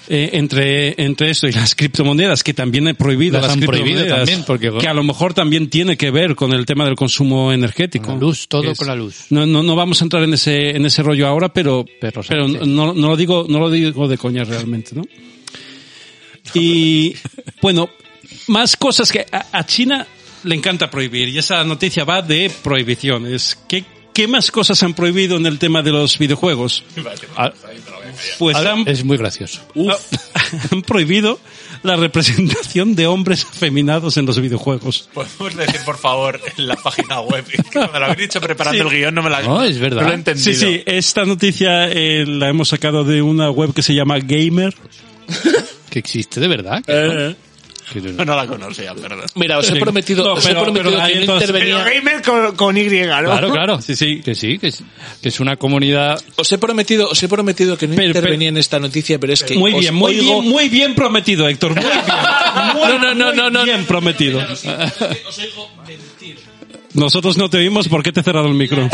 S10: Eh, entre, entre esto y las criptomonedas, que también hay prohibidas.
S3: Las
S10: las
S3: han prohibido
S10: criptomonedas,
S3: también, porque-
S10: Que a lo mejor también tiene que ver con el tema del consumo energético.
S3: Con la luz, todo
S10: Que
S3: con la luz.
S10: No, no, no vamos a entrar en ese, en ese rollo ahora, pero,
S3: Pero,
S10: pero,
S3: sí.
S10: no, no lo digo, no lo digo de coña realmente, ¿no? Y bueno, más cosas que a, a China le encanta prohibir y esa noticia va de prohibiciones. ¿Qué, qué más cosas han prohibido en el tema de los videojuegos?
S3: Ah,
S10: Pues han,
S3: Es muy gracioso.
S10: han prohibido la representación de hombres afeminados en los videojuegos.
S2: Podemos decir, por favor, en la página web. Cuando lo habéis dicho preparando el guión, no me la
S3: No, es verdad.
S2: lo he entendido.
S10: Sí, sí, esta noticia eh, la hemos sacado de una web que se llama Gamer.
S3: Que existe, de verdad. que-
S1: Eh,
S3: que de verdad.
S2: No la conocía, perdón.
S12: Mira, os he
S10: Sí.
S12: prometido,
S10: No,
S12: os he
S10: pero-
S12: prometido
S10: pero ahí
S12: que no
S10: entonces-
S12: intervenía.
S13: gamer con, con Y, ¿no?
S3: Claro, claro.
S10: Sí, sí.
S3: Que sí, que es, que es una comunidad.
S1: Os he prometido, os he prometido que no
S10: Pero- pero-
S1: intervenía en esta noticia, pero es que
S10: Muy
S1: os
S10: bien, muy
S1: oigo-
S10: bien, muy bien prometido, Héctor. Muy bien. Muy,
S12: No, no, no,
S10: muy
S12: no, no.
S10: bien prometido. Nosotros no te oímos porque te he cerrado el micro.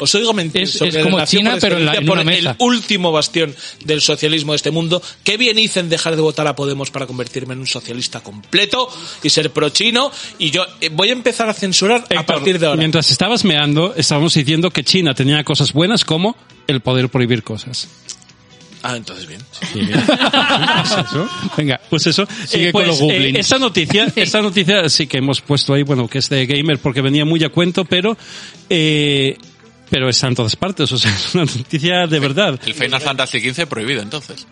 S1: Os oigo mentir
S3: Es-
S1: sobre
S3: es como
S1: la nación
S3: China,
S1: por
S3: pero en la-
S1: experiencia,
S3: en una
S1: por
S3: mesa.
S1: el último bastión del socialismo de este mundo. Qué bien hice en dejar de votar a Podemos para convertirme en un socialista completo y ser pro-chino. Y yo eh, voy a empezar a censurar a
S10: Héctor,
S1: partir de ahora.
S10: Mientras estabas meando, estábamos diciendo que China tenía cosas buenas como el poder prohibir cosas.
S1: Ah, entonces bien.
S3: Venga.
S10: Pues eso.
S3: Sigue con los goblins.
S10: esta noticia, esta noticia sí que hemos puesto ahí, bueno, que es de gamer porque venía muy a cuento, pero eh, pero está en todas partes, o sea, es una noticia de verdad.
S2: Pues El Final Fantasy XV prohibido, entonces.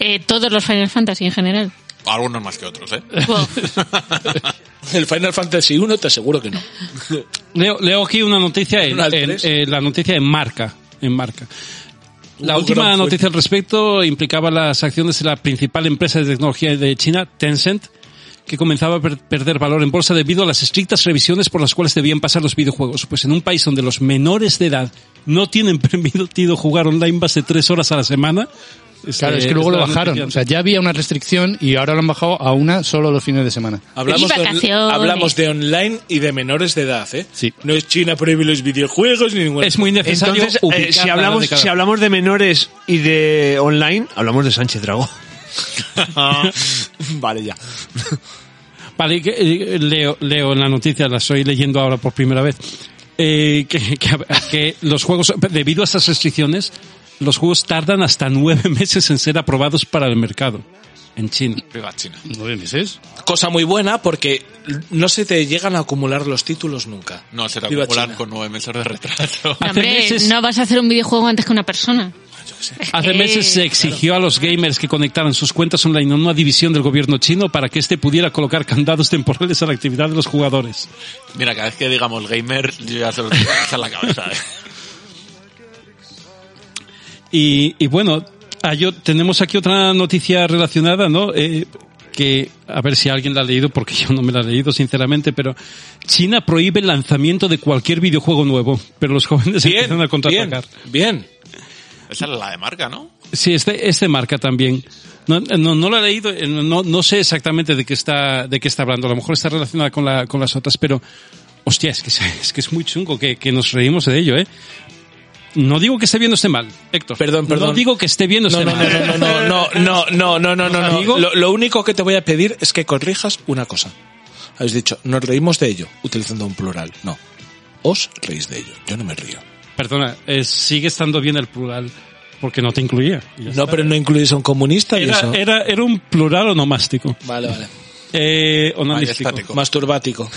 S5: Eh, todos los Final Fantasy en general.
S2: Algunos más que otros, ¿eh?
S5: Wow.
S1: El Final Fantasy 1 te aseguro que no.
S10: Leo, leo aquí una noticia, en,
S1: Una al
S10: en-
S1: tres.
S10: eh, la noticia en marca, en marca. La
S1: Un
S10: última
S1: gran fuerte.
S10: noticia al respecto implicaba las acciones de la principal empresa de tecnología de China, Tencent, que comenzaba a per- perder valor en bolsa debido a las estrictas revisiones por las cuales debían pasar los videojuegos. Pues en un país donde los menores de edad no tienen permitido jugar online más de tres horas a la semana.
S3: Claro,
S10: este,
S3: es que luego
S10: esta
S3: lo
S10: es la
S3: bajaron.
S10: noticia.
S3: O sea, ya había una restricción y ahora lo han bajado a una solo los fines de semana.
S1: Hablamos,
S5: Y
S1: de,
S5: vacaciones.
S1: hablamos de online y de menores de edad, ¿eh?
S3: Sí.
S1: No es China prohíbe los videojuegos ni ninguna.
S10: es muy necesario.
S13: Entonces, eh, si, hablamos, si hablamos de menores y de online, hablamos de Sánchez Dragón. vale, ya.
S10: Vale, que, eh, leo, leo en la noticia, la estoy leyendo ahora por primera vez, eh, que, que- que los juegos, debido a estas restricciones, los juegos tardan hasta nueve meses en ser aprobados para el mercado en China.
S1: eh,
S2: Viva China.
S3: ¿Nueve meses?
S1: Cosa muy buena porque no se te llegan a acumular los títulos nunca.
S2: No, se te
S1: Viva
S2: acumulan
S1: China.
S2: con nueve meses de retraso.
S5: No,
S10: Hace
S5: hombre,
S10: meses-
S5: no vas a hacer un videojuego antes que una persona.
S10: Hace
S5: Eh,
S10: meses se exigió a los gamers que conectaran sus cuentas online a una división del gobierno chino para que éste pudiera colocar candados temporales a la actividad de los jugadores.
S2: Mira, cada vez que digamos gamer, yo ya se lo tengo en la cabeza. ¿eh?
S10: Y, y bueno, ah, yo- tenemos aquí otra noticia relacionada, ¿no? Eh, que, a ver si alguien la ha leído, porque yo no me la he leído, sinceramente, pero China prohíbe el lanzamiento de cualquier videojuego nuevo, pero los jóvenes empiezan a
S1: bien,
S10: contraatacar.
S1: bien.
S2: Esa es la de marca, ¿no?
S10: Sí, este, este marca también. No, no, no lo he leído, eh, no, no sé exactamente de qué está, de qué está hablando. A lo mejor está relacionada con, la, con las otras, pero hostia, es que es, es que es muy chungo que, que nos reímos de ello, ¿eh? No digo que esté bien o esté mal, Héctor.
S1: Perdón, perdón.
S10: No digo que esté bien o
S1: No,
S10: esté
S1: no, no, no,
S10: mal.
S1: no, no, no, no, no, no, no, no.
S10: Digo-
S1: Lo, lo único que te voy a pedir es que corrijas una cosa. Habéis dicho, nos reímos de ello, utilizando un plural. No. Os reís de ello. Yo no me río.
S10: Perdona, eh, sigue estando bien el plural porque no te incluía.
S1: No, pero no incluís a un comunista y
S10: Era,
S1: eso.
S10: era, era un plural onomástico.
S1: Vale, vale. Ah,
S10: Eh, onomástico.
S1: Masturbático.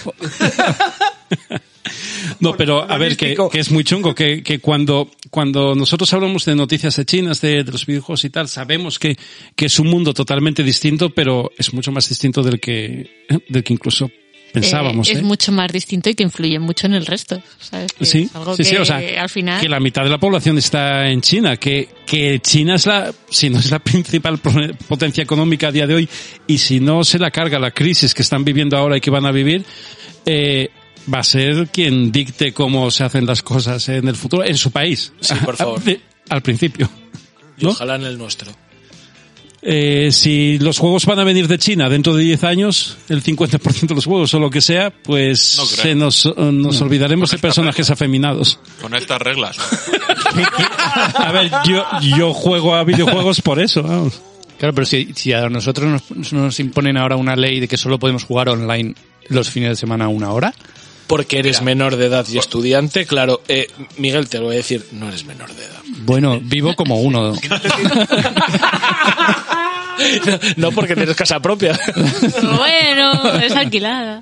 S10: No, pero a ver, que, que es muy chungo, que, que cuando, cuando nosotros hablamos de noticias de chinas, de, de los videojuegos y tal, sabemos que, que es un mundo totalmente distinto, pero es mucho más distinto del que, del que incluso pensábamos.
S5: Eh, es
S10: ¿eh?
S5: mucho más distinto y que influye mucho en el resto. ¿sabes? Que
S10: Sí,
S5: es algo
S10: sí,
S5: que
S10: sí, o sea,
S5: al final...
S10: que la mitad de la población está en China, que, que China es la, si no es la principal pro- potencia económica a día de hoy, y si no se la carga la crisis que están viviendo ahora y que van a vivir, eh, va a ser quien dicte cómo se hacen las cosas en el futuro, en su país.
S1: Sí, por favor.
S10: De- al principio.
S1: Y ojalá en el nuestro.
S10: Eh, si los juegos van a venir de China dentro de 10 años, el 50% de los juegos o lo que sea, pues
S2: No creo.
S10: se nos, nos olvidaremos de personajes afeminados.
S2: Con estas reglas.
S10: A ver, yo, yo juego a videojuegos por eso. vamos.
S3: Claro, pero si, si a nosotros nos, nos imponen ahora una ley de que solo podemos jugar online los fines de semana una hora,
S1: Porque eres menor de edad y estudiante, claro. eh, Miguel, te lo voy a decir, no eres menor de edad.
S3: bueno, vivo como uno.
S1: No, no porque tienes casa propia.
S5: Bueno, es alquilada.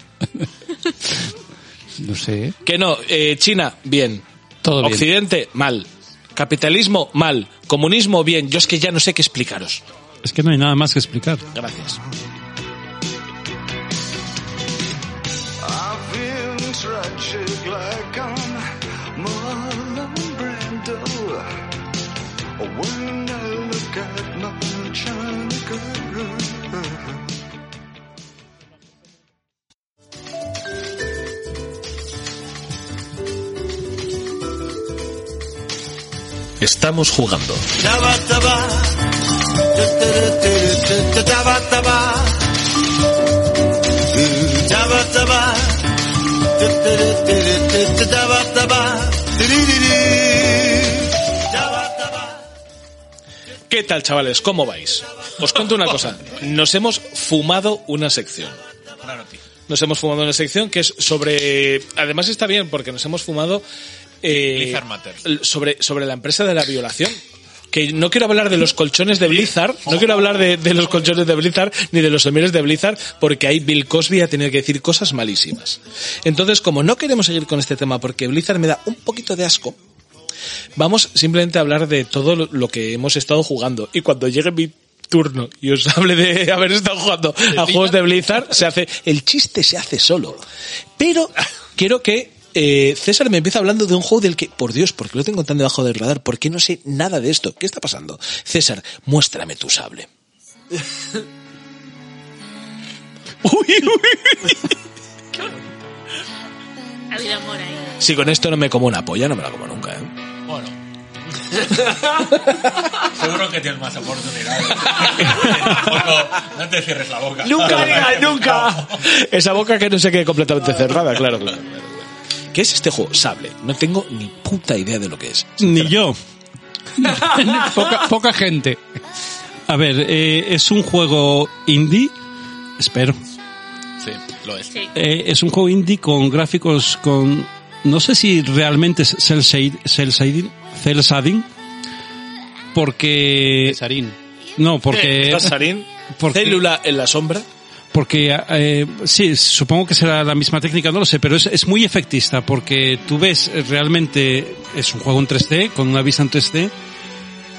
S3: No sé.
S1: Que no, eh, China, bien.
S3: Todo bien.
S1: Occidente, mal. Capitalismo, mal. Comunismo, bien. Yo es que ya no sé qué explicaros.
S10: Es que no hay nada más que explicar.
S1: Gracias.
S14: I've been treated like I'm Marlon Brando. When I look at my China girl.
S15: Estamos jugando.
S1: ¿Qué tal, chavales? ¿Cómo vais? Os cuento una cosa. Nos hemos fumado una sección. Nos hemos fumado una sección que es sobre... Además está bien porque nos hemos fumado... eh,
S2: Blizzard Matter.
S1: l- sobre, sobre la empresa de la violación. Que no quiero hablar de los colchones de Blizzard, no quiero hablar de, de los colchones de Blizzard ni de los emires de Blizzard, porque ahí Bill Cosby ha tenido que decir cosas malísimas. Entonces, como no queremos seguir con este tema porque Blizzard me da un poquito de asco, Vamos simplemente a hablar de todo lo- lo que hemos estado jugando. Y cuando llegue mi turno y os hable de haber estado jugando a juegos de Blizzard, se hace, el chiste se hace solo. Pero quiero que eh, César me empieza hablando de un juego del que, por Dios, ¿por qué lo tengo tan debajo del radar? ¿Por qué no sé nada de esto? ¿Qué está pasando? César, muéstrame tu sable.
S5: Ha habido amor ahí.
S1: Si con esto no me como una polla, no me la como nunca, ¿eh?
S2: Bueno. Seguro que tienes más oportunidades. Tampoco, no te cierres la boca.
S1: Nunca diga, nunca. Esa boca que no se quede completamente cerrada, claro, claro. claro. ¿Qué es este juego? Sable. No tengo ni puta idea de lo que es.
S10: Ni yo.
S3: Poca, poca gente.
S10: A ver, eh, es un juego indie, espero.
S2: Sí, lo es.
S5: Sí.
S10: Eh, es un juego indie con gráficos con... No sé si realmente es cel shade- cel shading, cel shading, porque...
S3: Sarín.
S10: No, porque...
S1: ¿Estás Sarín?
S10: porque-
S1: Célula en la sombra.
S10: porque eh, sí, supongo que será la misma técnica, no lo sé, pero es, es muy efectista porque tú ves eh, realmente es un juego en 3D con una vista en 3D,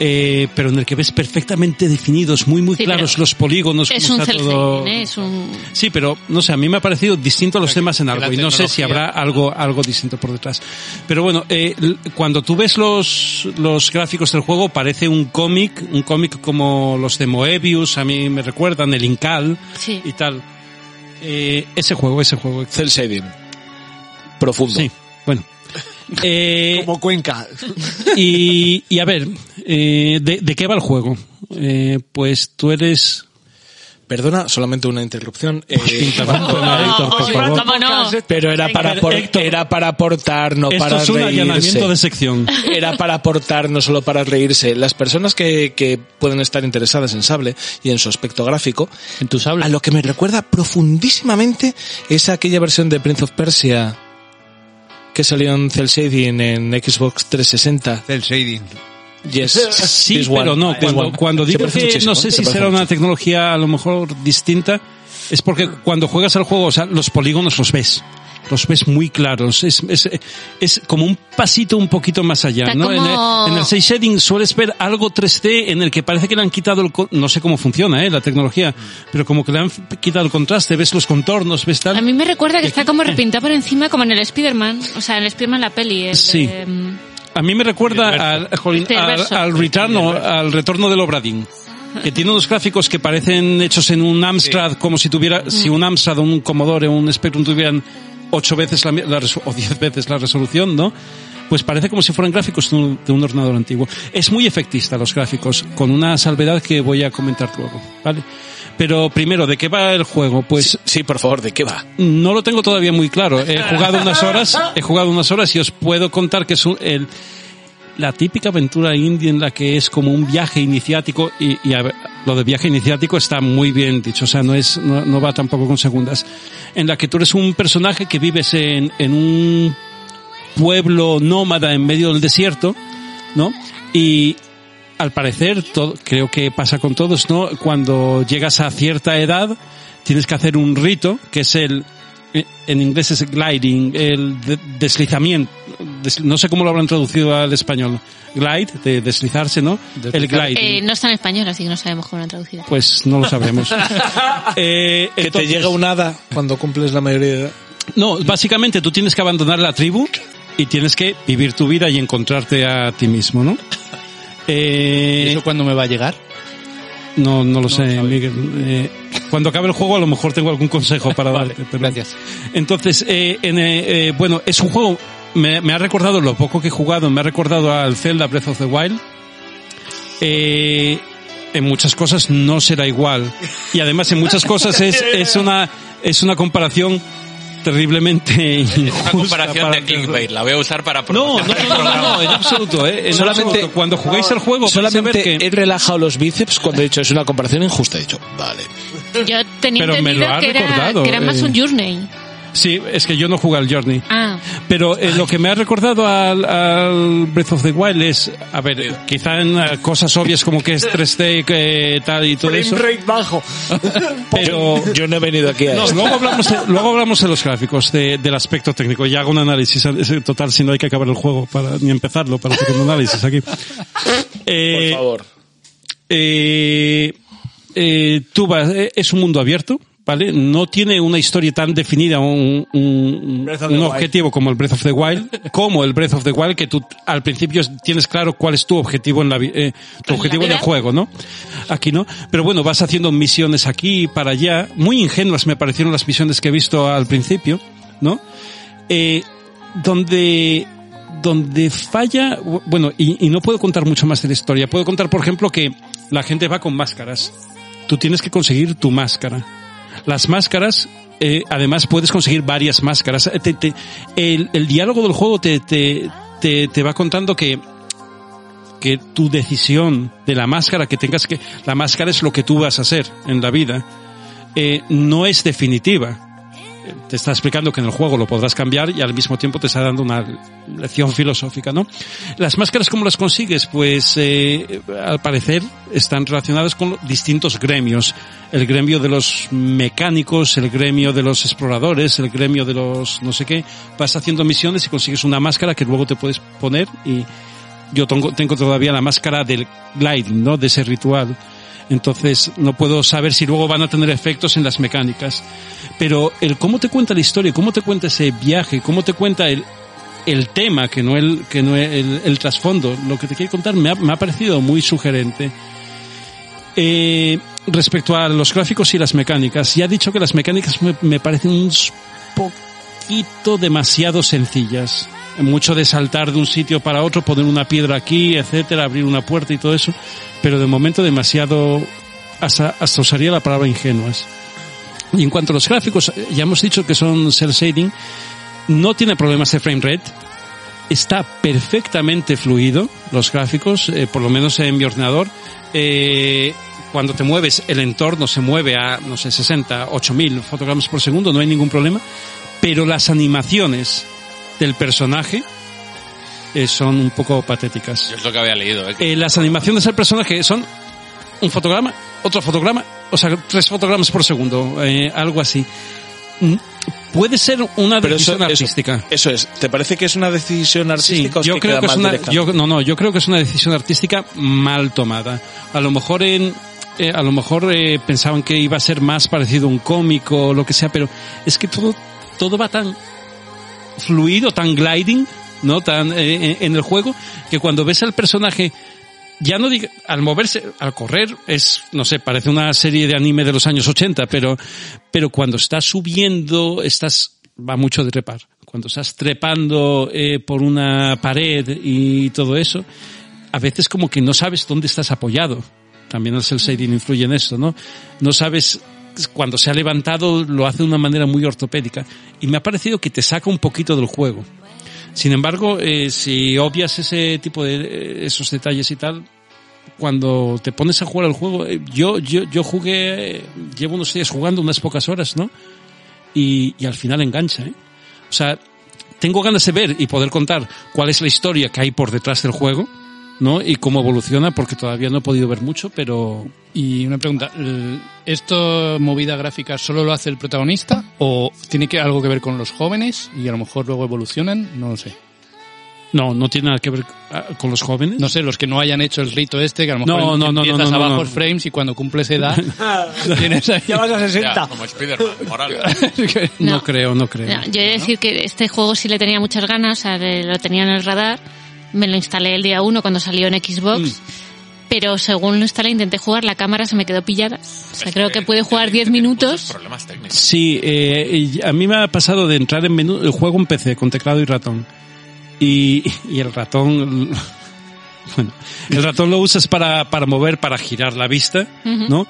S10: eh, pero en el que ves perfectamente definidos, muy muy
S5: Sí,
S10: claros
S5: pero
S10: los polígonos,
S5: Es
S10: cómo
S5: un
S10: está
S5: cel
S10: todo.
S5: shading, ¿eh? es un...
S10: Sí, pero no sé, a mí me ha parecido distinto a los temas en algo y no sé si habrá algo algo distinto por detrás. Pero bueno, eh, l- cuando tú ves los los gráficos del juego parece un cómic, un cómic como los de Moebius, a mí me recuerdan el Incal
S5: Sí.
S10: y tal. Eh, ese juego, ese juego.
S1: Cel shading. Profundo.
S10: Sí, bueno. Eh,
S16: Como Cuenca.
S10: y, y a ver, eh, ¿de, de qué va el juego? Eh, pues tú eres
S1: Perdona, solamente una interrupción. Eh,
S10: Interrúmpeme, Héctor,
S5: Oh,
S10: por
S1: Sí,
S10: favor.
S1: ¿cómo no? Pero era para,
S10: Héctor,
S1: por-
S10: Héctor.
S1: era para aportar, no
S10: Esto
S1: para
S10: es un
S1: reírse.
S10: allanamiento de sección.
S1: Era para aportar, no solo para reírse. Las personas que, que pueden estar interesadas en Sable y en su aspecto gráfico,
S3: en tu Sable.
S1: a lo que me recuerda profundísimamente es aquella versión de Prince of Persia que salió en Cell Shading en Xbox 360.
S17: Cell Shading.
S1: Yes.
S10: Sí,
S1: This one,
S10: pero no.
S1: this
S10: Cuando,
S1: one.
S10: cuando
S1: Se
S10: digo
S1: parece
S10: que
S1: muchísimo, ¿eh?
S10: no sé
S1: se
S10: si
S1: parece
S10: será una
S1: mucho.
S10: tecnología a lo mejor distinta, es porque cuando juegas al juego, o sea, los polígonos los ves. Los ves muy claros. Es, es, es como un pasito un poquito más allá,
S5: Está
S10: ¿no?
S5: como-
S10: En el, en el 6 shading sueles ver algo 3D en el que parece que le han quitado el, co- no sé cómo funciona, eh, la tecnología, pero como que le han f- quitado el contraste, ves los contornos, ves tal.
S5: A mí me recuerda que está como repintado por encima como en el Spider-Man. O sea, en el Spider-Man la peli. el
S10: Sí.
S5: de, mm,
S10: A mí me recuerda al, jolín,
S5: Este
S10: al,
S5: verso.
S10: al retorno, al retorno del Obradín. Que tiene unos gráficos que parecen hechos en un Amstrad, como si tuviera, si un Amstrad, un Commodore, un Spectrum tuvieran ocho veces la, mi- la resu- o diez veces la resolución, ¿no? Pues parece como si fueran gráficos de un, de un ordenador antiguo. Es muy efectista los gráficos, con una salvedad que voy a comentar luego, ¿vale? Pero primero, ¿de qué va el juego? Pues
S1: Sí, por favor, ¿de qué va?
S10: no lo tengo todavía muy claro. He jugado unas horas, he jugado unas horas y os puedo contar que es un- el- la típica aventura indie en la que es como un viaje iniciático y, y a ver, lo de viaje iniciático está muy bien dicho, o sea, no es no, no va tampoco con segundas, en la que tú eres un personaje que vives en, en un pueblo nómada en medio del desierto, ¿no? Y al parecer, todo, creo que pasa con todos, ¿no? Cuando llegas a cierta edad, tienes que hacer un rito, que es el, en inglés es gliding, el de- deslizamiento, des- no sé cómo lo habrán traducido al español, glide, de deslizarse, ¿no? El gliding.
S5: eh, no está en español, así que no sabemos cómo lo han traducido.
S10: Pues no lo sabremos. Eh,
S1: Que te
S10: entonces-
S1: llega un hada cuando cumples la mayoría de edad.
S10: No, básicamente tú tienes que abandonar la tribu y tienes que vivir tu vida y encontrarte a ti mismo, ¿no? Eh,
S3: ¿Eso cuándo me va a llegar?
S10: No, no lo sé, Miguel. Eh, cuando acabe el juego a lo mejor tengo algún consejo para darte. pero-
S3: Gracias.
S10: Entonces, eh, en, eh, eh, bueno, es un juego, me, me ha recordado lo poco que he jugado, me ha recordado al Zelda Breath of the Wild. Eh, en muchas cosas no será igual. Y además en muchas cosas es, es una, es una comparación terriblemente injusta.
S2: Una comparación
S10: para-
S2: de clickbait, la voy a usar para
S10: No, no,
S2: promocionar el
S10: no, no, no,
S2: programa.
S10: no, en absoluto, eh, en
S1: Solamente-
S10: absoluto. Cuando jugáis el juego, vais a ver
S1: Solamente
S10: que-
S1: he relajado los bíceps cuando he dicho es una comparación injusta. He dicho, vale.
S5: Yo tenía
S10: Pues, Pero me lo
S5: entendido
S10: ha
S5: que era,
S10: recordado,
S5: que era más
S10: eh.
S5: un Journey.
S10: Sí, es que yo no jugué al Journey.
S5: Ah,
S10: Pero eh, lo que me ha recordado al, al Breath of the Wild es, a ver, eh, quizá en eh, cosas obvias como que es 3D eh, tal y todo eso.
S1: bajo.
S10: Pero
S1: Yo no he venido aquí a
S10: no,
S1: esto.
S10: luego hablamos de, luego hablamos de los gráficos, de- del aspecto técnico. Y hago un análisis eh, total, si no hay que acabar el juego para ni empezarlo para hacer un análisis aquí. Eh,
S1: Por favor.
S10: eh, eh, tú vas, eh, es un mundo abierto, ¿vale? No tiene una historia tan definida, un, un-
S17: Breath of
S10: un
S17: the Wild.
S10: objetivo como el Breath of the Wild, como el Breath of the Wild, que tú al principio tienes claro cuál es tu objetivo en la, vi- eh, tu objetivo en el
S5: vida?
S10: juego, ¿no? Aquí no. Pero bueno, vas haciendo misiones aquí y para allá. Muy ingenuas me parecieron las misiones que he visto al principio, ¿no? Eh, donde donde falla, bueno, y, y no puedo contar mucho más de la historia. Puedo contar, por ejemplo, que la gente va con máscaras. Tú tienes que conseguir tu máscara. Las máscaras, eh, además, puedes conseguir varias máscaras. Eh, te- te- el, el diálogo del juego te, te, te, te va contando que que tu decisión de la máscara que tengas que la máscara es lo que tú vas a hacer en la vida eh, no es definitiva te está explicando que en el juego lo podrás cambiar y al mismo tiempo te está dando una lección filosófica, ¿no? Las máscaras, ¿cómo las consigues? Pues, eh, al parecer, están relacionadas con distintos gremios. El gremio de los mecánicos, el gremio de los exploradores, el gremio de los no sé qué. Vas haciendo misiones y consigues una máscara que luego te puedes poner y yo tengo, tengo todavía la máscara del gliding, ¿no? De ese ritual. Entonces, no puedo saber si luego van a tener efectos en las mecánicas pero el cómo te cuenta la historia, cómo te cuenta ese viaje, cómo te cuenta el, el tema, que no el, que no el, el trasfondo, lo que te quiere contar me ha, me ha parecido muy sugerente. Eh, respecto a los gráficos y las mecánicas, ya he dicho que las mecánicas me, me parecen un s- poquito demasiado sencillas. Mucho de saltar de un sitio para otro, poner una piedra aquí, etcétera, abrir una puerta y todo eso, pero de momento demasiado hasta, hasta usaría la palabra ingenuas. Y en cuanto a los gráficos, eh, ya hemos dicho que son cel shading, no tiene problemas de frame rate, está perfectamente fluido los gráficos, eh, por lo menos en mi ordenador. Eh, cuando te mueves, el entorno se mueve a, no sé, 60, 8000 fotogramas por segundo, no hay ningún problema. Pero las animaciones del personaje eh, son un poco patéticas.
S2: Yo es lo que había leído, ¿eh?
S10: Eh, las animaciones del personaje son un fotograma, otro fotograma, o sea, tres fotogramas por segundo, eh, algo así. Mm, Puede ser una
S1: Pero eso-
S10: decisión
S1: eso-
S10: artística.
S1: Eso, es. ¿Te parece que es una decisión
S10: Sí,
S1: artística o
S10: yo
S1: te
S10: creo
S1: queda
S10: que es
S1: mal
S10: una,
S1: directamente?
S10: yo- no, no, yo creo que es una decisión artística mal tomada. A lo mejor en, eh, a lo mejor eh, pensaban que iba a ser más parecido a un cómico o lo que sea, pero es que todo, todo va tan fluido, tan gliding, no, tan eh, en- en el juego que cuando ves al personaje ya no diga, al moverse, al correr, es, no sé, parece una serie de anime de los años 80, pero, pero cuando estás subiendo, estás, va mucho de trepar. Cuando estás trepando eh, por una pared y todo eso, a veces como que no sabes dónde estás apoyado. También el self-shading influye en esto, ¿no? No sabes, cuando se ha levantado lo hace de una manera muy ortopédica. Y me ha parecido que te saca un poquito del juego. Sin embargo, eh, si obvias ese tipo de eh, esos detalles y tal, cuando te pones a jugar al juego, eh, yo yo yo jugué, eh, llevo unos días jugando unas pocas horas, ¿no? Y, y al final engancha, ¿eh? O sea, tengo ganas de ver y poder contar cuál es la historia que hay por detrás del juego, ¿no? Y cómo evoluciona, porque todavía no he podido ver mucho, pero
S3: Y una pregunta, el- ¿esto movida gráfica solo lo hace el protagonista o tiene que algo que ver con los jóvenes y a lo mejor luego evolucionan? No lo sé.
S10: no, no tiene nada que ver ah, con los jóvenes.
S3: No sé, los que no hayan hecho el rito este, que a lo mejor
S10: No, no, no, no,
S3: empiezas
S10: no,
S3: a
S10: no,
S3: bajos
S10: no.
S3: frames y cuando cumples edad tienes ahí...
S18: Ya vas a 60.
S2: Ya, como Spiderman, moral.
S10: No, creo, no creo.
S5: No, yo he de decir que este juego sí le tenía muchas ganas, o sea, de- lo tenía en el radar. Me lo instalé el día uno cuando salió en Xbox.
S10: Mm.
S5: Pero según lo instalé, intenté jugar, la cámara se me quedó pillada. O sea, creo que pude jugar 10 minutos.
S2: Problemas técnicos.
S10: Sí, eh, y a mí me ha pasado de entrar en menú, el juego en PC con teclado y ratón. Y, y el ratón, bueno, el ratón lo usas para, para mover, para girar la vista,
S19: Ujú.
S10: ¿no?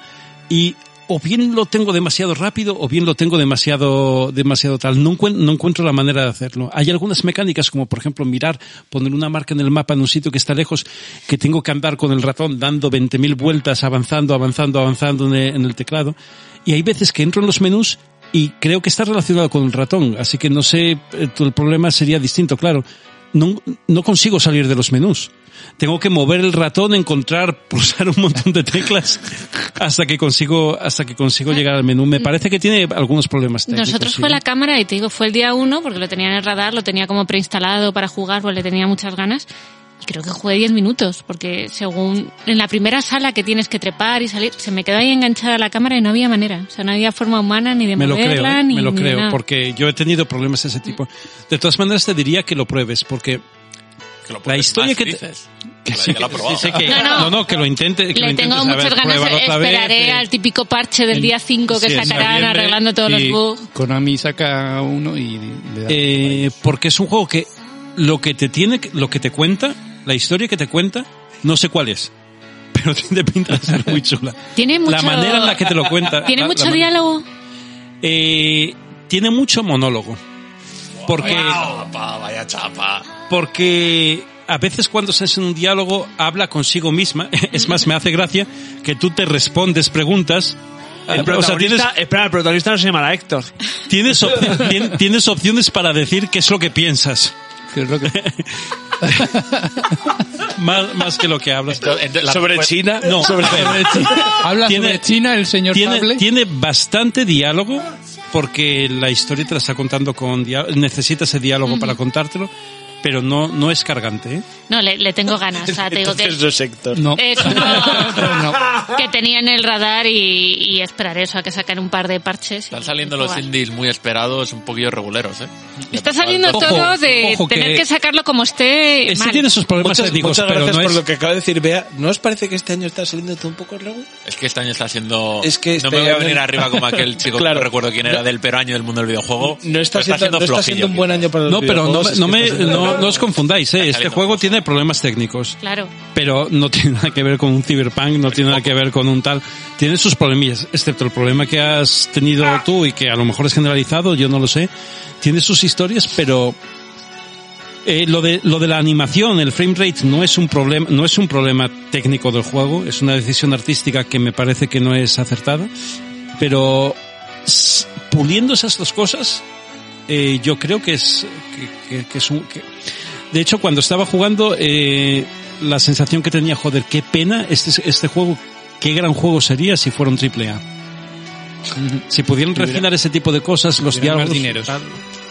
S10: Y o bien lo tengo demasiado rápido o bien lo tengo demasiado, demasiado tal. No, encuent- no encuentro la manera de hacerlo. Hay algunas mecánicas como por ejemplo mirar, poner una marca en el mapa en un sitio que está lejos, que tengo que andar con el ratón dando 20.000 vueltas, avanzando, avanzando, avanzando en el, en el teclado. Y hay veces que entro en los menús y creo que está relacionado con el ratón, así que no sé, eh, tú- el problema sería distinto, claro. No, no consigo salir de los menús. Tengo que mover el ratón, encontrar, pulsar un montón de teclas hasta que consigo, hasta que consigo llegar al menú. Me parece que tiene algunos problemas técnicos.
S5: Nosotros
S10: sí.
S5: fue la cámara y te digo, fue el día uno porque lo tenía en el radar, lo tenía como preinstalado para jugar, porque le tenía muchas ganas. Y creo que jugué 10 minutos, porque según en la primera sala que tienes que trepar y salir, se me quedó ahí enganchada la cámara y no había manera. O sea, no había forma humana ni de
S10: me lo
S5: moverla
S10: creo, ¿eh?
S5: ni
S10: me lo
S5: ni de
S10: creo,
S5: nada.
S10: porque yo he tenido problemas de ese tipo. De todas maneras te diría que lo pruebes, porque la historia que te- que sí,
S2: ya lo he probado.
S10: sí, sé que-
S5: No, no.
S10: no, no, que lo intente, que lo
S5: Le tengo
S10: intentes, a ver,
S5: muchas ganas.
S10: pruébalo otra vez,
S5: Esperaré
S10: eh,
S5: al típico parche del día 5 que
S10: sí, en
S5: sacarán
S10: noviembre,
S5: arreglando todos los
S10: y-
S5: bugs.
S3: Konami saca uno y le da...
S10: Eh, porque es un juego que lo que te tiene, que- lo que te cuenta, la historia que te cuenta, no sé cuál es, pero tiene pinta de ser muy chula.
S5: Tiene mucho,
S10: La manera en la que te lo cuenta.
S5: Tiene
S10: la- la
S5: mucho
S10: man-
S5: diálogo.
S10: Eh, tiene mucho monólogo. Porque,
S2: Chapa, Ah, vaya chapa.
S10: porque a veces cuando se hace un diálogo habla consigo misma. Es más, me hace gracia que tú te respondes preguntas. eh,
S18: El
S10: O sea, tienes-
S18: protagonista, espera, el protagonista no se llamará Héctor.
S10: Tienes, op- tien- tienes opciones para decir qué es lo que piensas. más, más que lo que hablas.
S2: ¿Sobre
S1: pues,
S2: China?
S10: No,
S2: Sobre-
S10: sobre China.
S3: Habla sobre China el señor
S10: tiene,
S3: Sable.
S10: tiene bastante diálogo porque la historia te la está contando con diálogo. Necesita ese diálogo para contártelo, pero no, no es cargante. ¿eh?
S5: No, le, le tengo ganas. O sea, te digo que
S1: Entonces no es Héctor.
S5: es uno que tenía en el radar y, y esperar eso a que saquen un par de parches.
S2: Están saliendo los indies muy esperados, un poquillo reguleros, ¿eh?
S5: Está saliendo
S2: Ojo,
S5: todo de
S10: ojo, que-
S5: tener que... sacarlo como esté. mal.
S10: problemas
S1: muchas,
S10: técnicos,
S1: muchas
S10: pero
S1: gracias
S10: no
S1: por
S10: es-
S1: lo que acaba de decir Bea. ¿No os parece que este año está saliendo todo un poco luego?
S2: Es que este año está siendo...
S1: Es que este
S2: no me voy a venir
S1: año-
S2: arriba como aquel chico
S1: Claro.
S2: que no recuerdo quién era
S1: No-
S2: del peruaño del mundo del videojuego.
S1: No está,
S2: Pero
S1: siendo, no está siendo un
S2: flojillo.
S1: buen año para los
S10: No, pero no,
S1: videojuegos, es
S10: no
S1: que
S10: me,
S1: está siendo-
S10: no, no, no os confundáis, ¿eh? este juego tiene problemas técnicos.
S5: Claro.
S10: Pero no tiene nada que ver con un cyberpunk, no tiene nada que ver con un tal. Tiene sus problemillas, excepto el problema que has tenido tú y que a lo mejor es generalizado, yo no lo sé. Tiene sus historias, pero eh, lo de lo de la animación, el frame rate no es un problema, no es un problema técnico del juego, es una decisión artística que me parece que no es acertada, pero s- puliendo esas dos cosas, eh, yo creo que es que, que- que es un que- de hecho cuando estaba jugando eh, la sensación que tenía, joder, qué pena este este juego, qué gran juego sería si fuera un triple A. Si pudieran
S1: Tuviera-
S10: refinar ese tipo de cosas, los
S1: tuviera más
S10: diálogos
S1: dineros.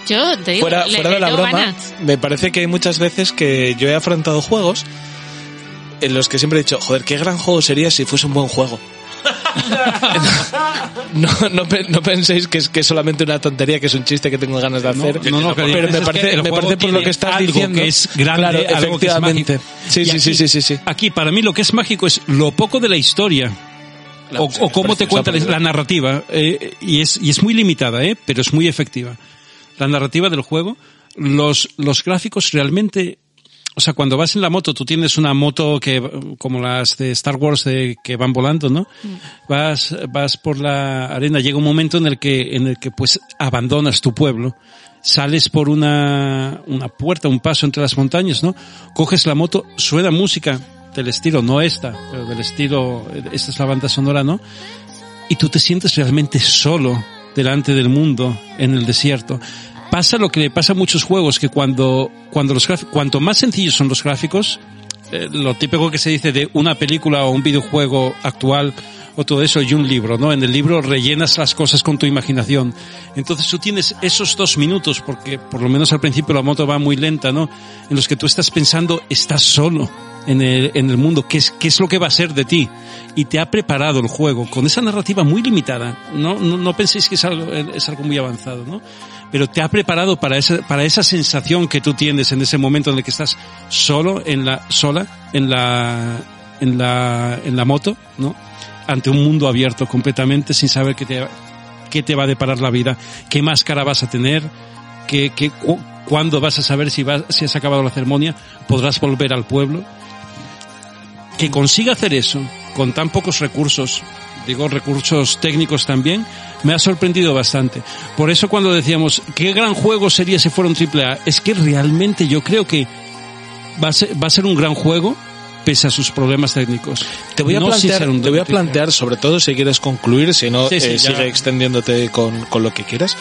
S5: Yo te digo,
S1: fuera,
S5: le-
S1: fuera
S5: le
S1: de la
S5: tengo
S1: broma,
S5: ganas.
S1: me parece que hay muchas veces que yo he afrontado juegos en los que siempre he dicho, joder, qué gran juego sería si fuese un buen juego. no, no, pe- no penséis que es, que es solamente una tontería, que es un chiste que tengo ganas de hacer.
S10: no, no,
S1: pero
S10: es
S1: me
S10: que
S1: parece,
S10: el
S1: me
S10: juego
S1: parece por
S10: tiene
S1: lo que estás
S10: algo
S1: diciendo.
S10: que es grande,
S1: claro,
S10: algo que es
S1: efectivamente.
S10: mágico.
S1: sí,
S10: Y
S1: sí, sí,
S10: aquí-
S1: sí, sí, sí.
S10: Aquí, para mí, lo que es mágico es lo poco de la historia.
S1: La
S10: O,
S1: música
S10: o
S1: es
S10: cómo te
S1: preciosa,
S10: cuenta
S1: por
S10: la
S1: ejemplo.
S10: narrativa. eh, y, es, y es muy limitada, eh, pero es muy efectiva. La narrativa del juego, los, los gráficos realmente... O sea, cuando vas en la moto, tú tienes una moto que como las de Star Wars de, que van volando, ¿no? Vas vas por la arena, llega un momento en el que en el que pues abandonas tu pueblo, sales por una una puerta, un paso entre las montañas, ¿no? Coges la moto, suena música del estilo no esta, pero del estilo esta es la banda sonora, ¿no? y tú te sientes realmente solo delante del mundo en el desierto. Pasa lo que le pasa a muchos juegos, que cuando, cuando los graf- cuanto más sencillos son los gráficos, eh, lo típico que se dice de una película o un videojuego actual o todo eso y un libro, ¿no? En el libro rellenas las cosas con tu imaginación. Entonces tú tienes esos dos minutos, porque por lo menos al principio la moto va muy lenta, ¿no? En los que tú estás pensando, estás solo en el, en el mundo, ¿qué es, qué es lo que va a ser de ti? Y te ha preparado el juego con esa narrativa muy limitada, ¿no? No, no penséis que es algo, es algo muy avanzado, ¿no? Pero te ha preparado para esa, para esa sensación que tú tienes en ese momento en el que estás solo, en la, sola, en la, en la, en la moto, ¿no? Ante un mundo abierto completamente sin saber qué te, qué te va a deparar la vida, qué máscara vas a tener, qué, qué, cu- cuándo vas a saber si, vas, si has acabado la ceremonia, podrás volver al pueblo que consiga hacer eso con tan pocos recursos, digo recursos técnicos también, me ha sorprendido bastante. Por eso cuando decíamos, qué gran juego sería si fuera un triple A, es que realmente yo creo que va a ser, va a ser un gran juego pese a sus problemas técnicos.
S1: Te voy a
S10: No sin
S1: plantear,
S10: ser un
S1: te voy a
S10: triple A.
S1: plantear sobre todo si quieres concluir, si no
S10: Sí, sí,
S1: eh,
S10: ya.
S1: sigue extendiéndote con, con lo que quieras.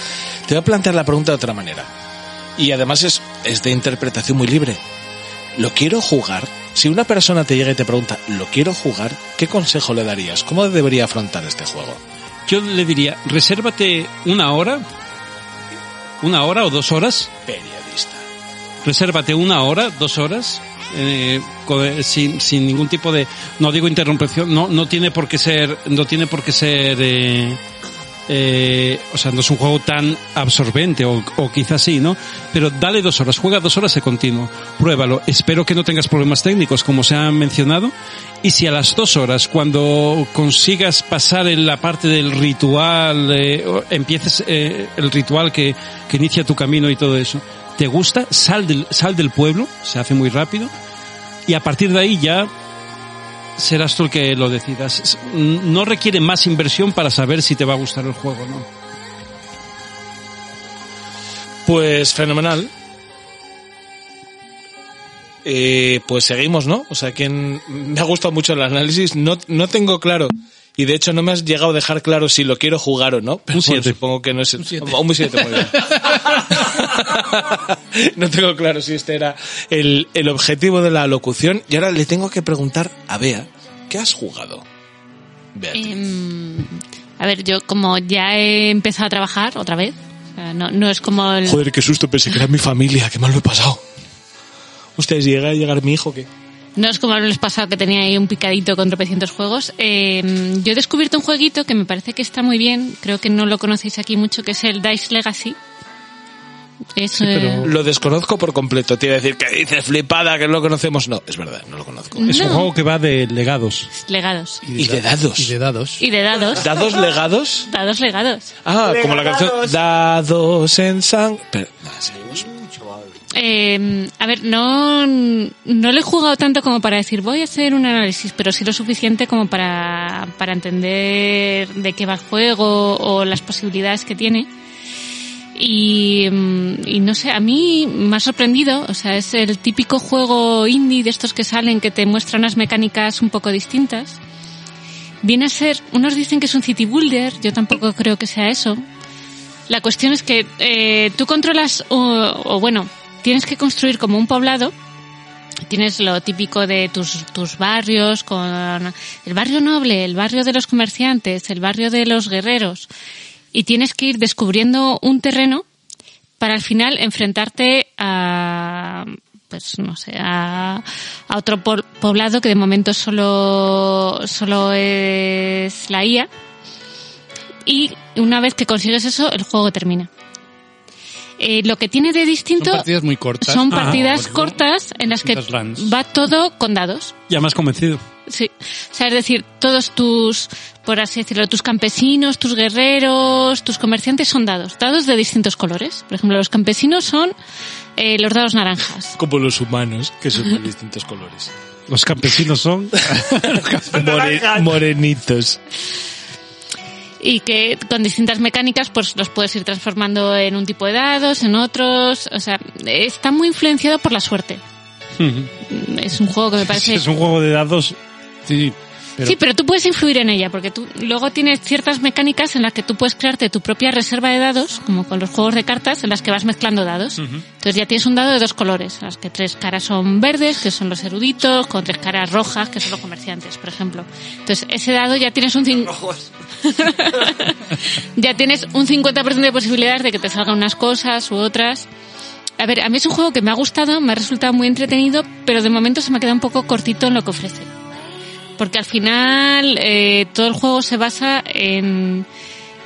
S1: Te voy a plantear la pregunta de otra manera. Y además es, es de interpretación muy libre. ¿Lo quiero jugar? Si una persona te llega y te pregunta, ¿lo quiero jugar? ¿Qué consejo le darías? ¿Cómo debería afrontar este juego?
S10: Yo le diría, resérvate una hora, una hora o dos horas.
S1: Periodista.
S10: Resérvate una hora, dos horas, eh, co- eh, sin, sin ningún tipo de, no digo interrupción, no, no tiene por qué ser, no tiene por qué ser, eh, eh, o sea, no es un juego tan absorbente, o, o quizás sí, ¿no? Pero dale dos horas, juega dos horas de continuo, pruébalo. Espero que no tengas problemas técnicos, como se han mencionado. Y si a las dos horas, cuando consigas pasar en la parte del ritual, eh, o empieces eh, el ritual que, que inicia tu camino y todo eso, te gusta, sal del, sal del pueblo, se hace muy rápido, y a partir de ahí ya serás tú el que lo decidas. S- No requiere más inversión para saber si te va a gustar el juego, ¿no?
S1: Pues fenomenal. Eh, pues seguimos, ¿no? O sea, que en- me ha gustado mucho el análisis. No, no tengo claro. Y de hecho no me has llegado a dejar claro si lo quiero jugar o no. Pero
S10: Un
S1: bueno,
S10: siete.
S1: supongo que no es... Un 7. muy bien. no tengo claro si este era el, el objetivo de la locución. Y ahora le tengo que preguntar a Bea, ¿qué has jugado?
S5: Em, a ver, yo como ya he empezado a trabajar otra vez, o sea, no, no es como el...
S1: Joder, qué susto, pensé que era mi familia, qué mal lo he pasado. Ustedes, llega a llegar mi hijo, ¿qué?
S5: No es como el mes pasado que tenía ahí un picadito con tropecientos juegos. Eh, yo he descubierto un jueguito que me parece que está muy bien. Creo que no lo conocéis aquí mucho, que es el Dice Legacy. Es, eh,
S1: Lo desconozco por completo. Tiene que decir que dices flipada, que no lo conocemos. No, es verdad, no lo conozco.
S3: Es un
S5: No.
S3: juego que va de legados.
S5: legados.
S1: Y de dados.
S4: Y de dados.
S5: Y de dados.
S1: ¿Dados legados?
S5: Dados legados.
S1: Ah, como la canción. Dados en sangre. Pero, nada, seguimos.
S5: Eh, a ver, no, no lo he jugado tanto como para decir voy a hacer un análisis, pero sí lo suficiente como para, para entender de qué va el juego o las posibilidades que tiene. Y, mm, y no sé, a mí me ha sorprendido, o sea, es el típico juego indie de estos que salen que te muestran unas mecánicas un poco distintas. Viene a ser, unos dicen que es un city builder, yo tampoco creo que sea eso, la cuestión es que eh, tú controlas, o, o bueno, tienes que construir como un poblado. Tienes lo típico de tus, tus barrios, con el barrio noble, el barrio de los comerciantes, el barrio de los guerreros. Y tienes que ir descubriendo un terreno para al final enfrentarte a, pues no sé, a, a otro po- poblado que de momento solo, solo es la IA y una vez que consigues eso, el juego termina. Eh, lo que tiene de distinto
S4: Son partidas muy cortas.
S5: son
S4: Ah,
S5: partidas
S4: bueno.
S5: cortas en las que
S4: distintas runs.
S5: va todo con dados.
S3: Ya más convencido.
S5: Sí. O sea, es decir, todos tus, por así decirlo, tus campesinos, tus guerreros, tus comerciantes son dados. Dados de distintos colores. Por ejemplo, los campesinos son eh, los dados naranjas.
S1: Como los humanos, que son de distintos colores.
S3: Los campesinos son.
S1: More- morenitos.
S5: y que con distintas mecánicas pues los puedes ir transformando en un tipo de dados, en otros, o sea, está muy influenciado por la suerte. Es un juego que me parece
S3: Es un juego de dados.
S4: Sí,
S5: Sí, pero tú puedes influir en ella, porque tú luego tienes ciertas mecánicas en las que tú puedes crearte tu propia reserva de dados, como con los juegos de cartas, en las que vas mezclando dados. Entonces ya tienes un dado de dos colores, en las que tres caras son verdes, que son los eruditos, con tres caras rojas, que son los comerciantes, por ejemplo. Entonces ese dado ya tienes un... cin- ya tienes un 50% de posibilidades de que te salgan unas cosas u otras. A ver, a mí es un juego que me ha gustado, me ha resultado muy entretenido, pero de momento se me ha quedado un poco cortito en lo que ofrece porque al final eh, todo el juego se basa en,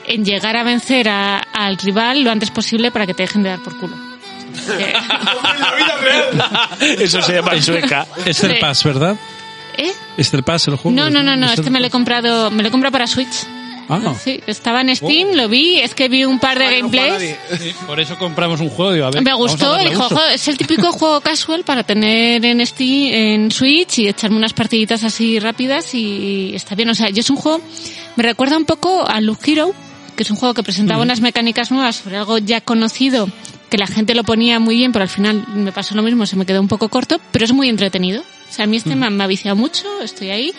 S5: en llegar a vencer a- al rival lo antes posible para que te dejen de dar por culo. Eh,
S1: Eso se llama en sueca.
S3: Es el Pass, ¿verdad?
S5: ¿Eh?
S3: Es el Pass el juego.
S5: No, no, no, no,
S3: Es el-
S5: este me lo he comprado, me lo he comprado para Switch.
S3: Ah,
S5: Sí, estaba en Steam, lo vi, es que vi un par de gameplays.
S1: eh,
S4: Por eso compramos un juego. digo, a ver,
S5: Me
S4: vamos a
S5: gustó,
S4: darle
S5: el
S4: uso.
S5: juego es el típico juego casual para tener en Steam, en Switch y echarme unas partiditas así rápidas y está bien. O sea, yo es un juego, me recuerda un poco a Loop Hero, que es un juego que presentaba
S4: Mm.
S5: unas mecánicas nuevas sobre algo ya conocido, que la gente lo ponía muy bien, pero al final me pasó lo mismo, se me quedó un poco corto, pero es muy entretenido. O sea, a mí
S4: Mm.
S5: este me ha- me ha viciado mucho, estoy ahí.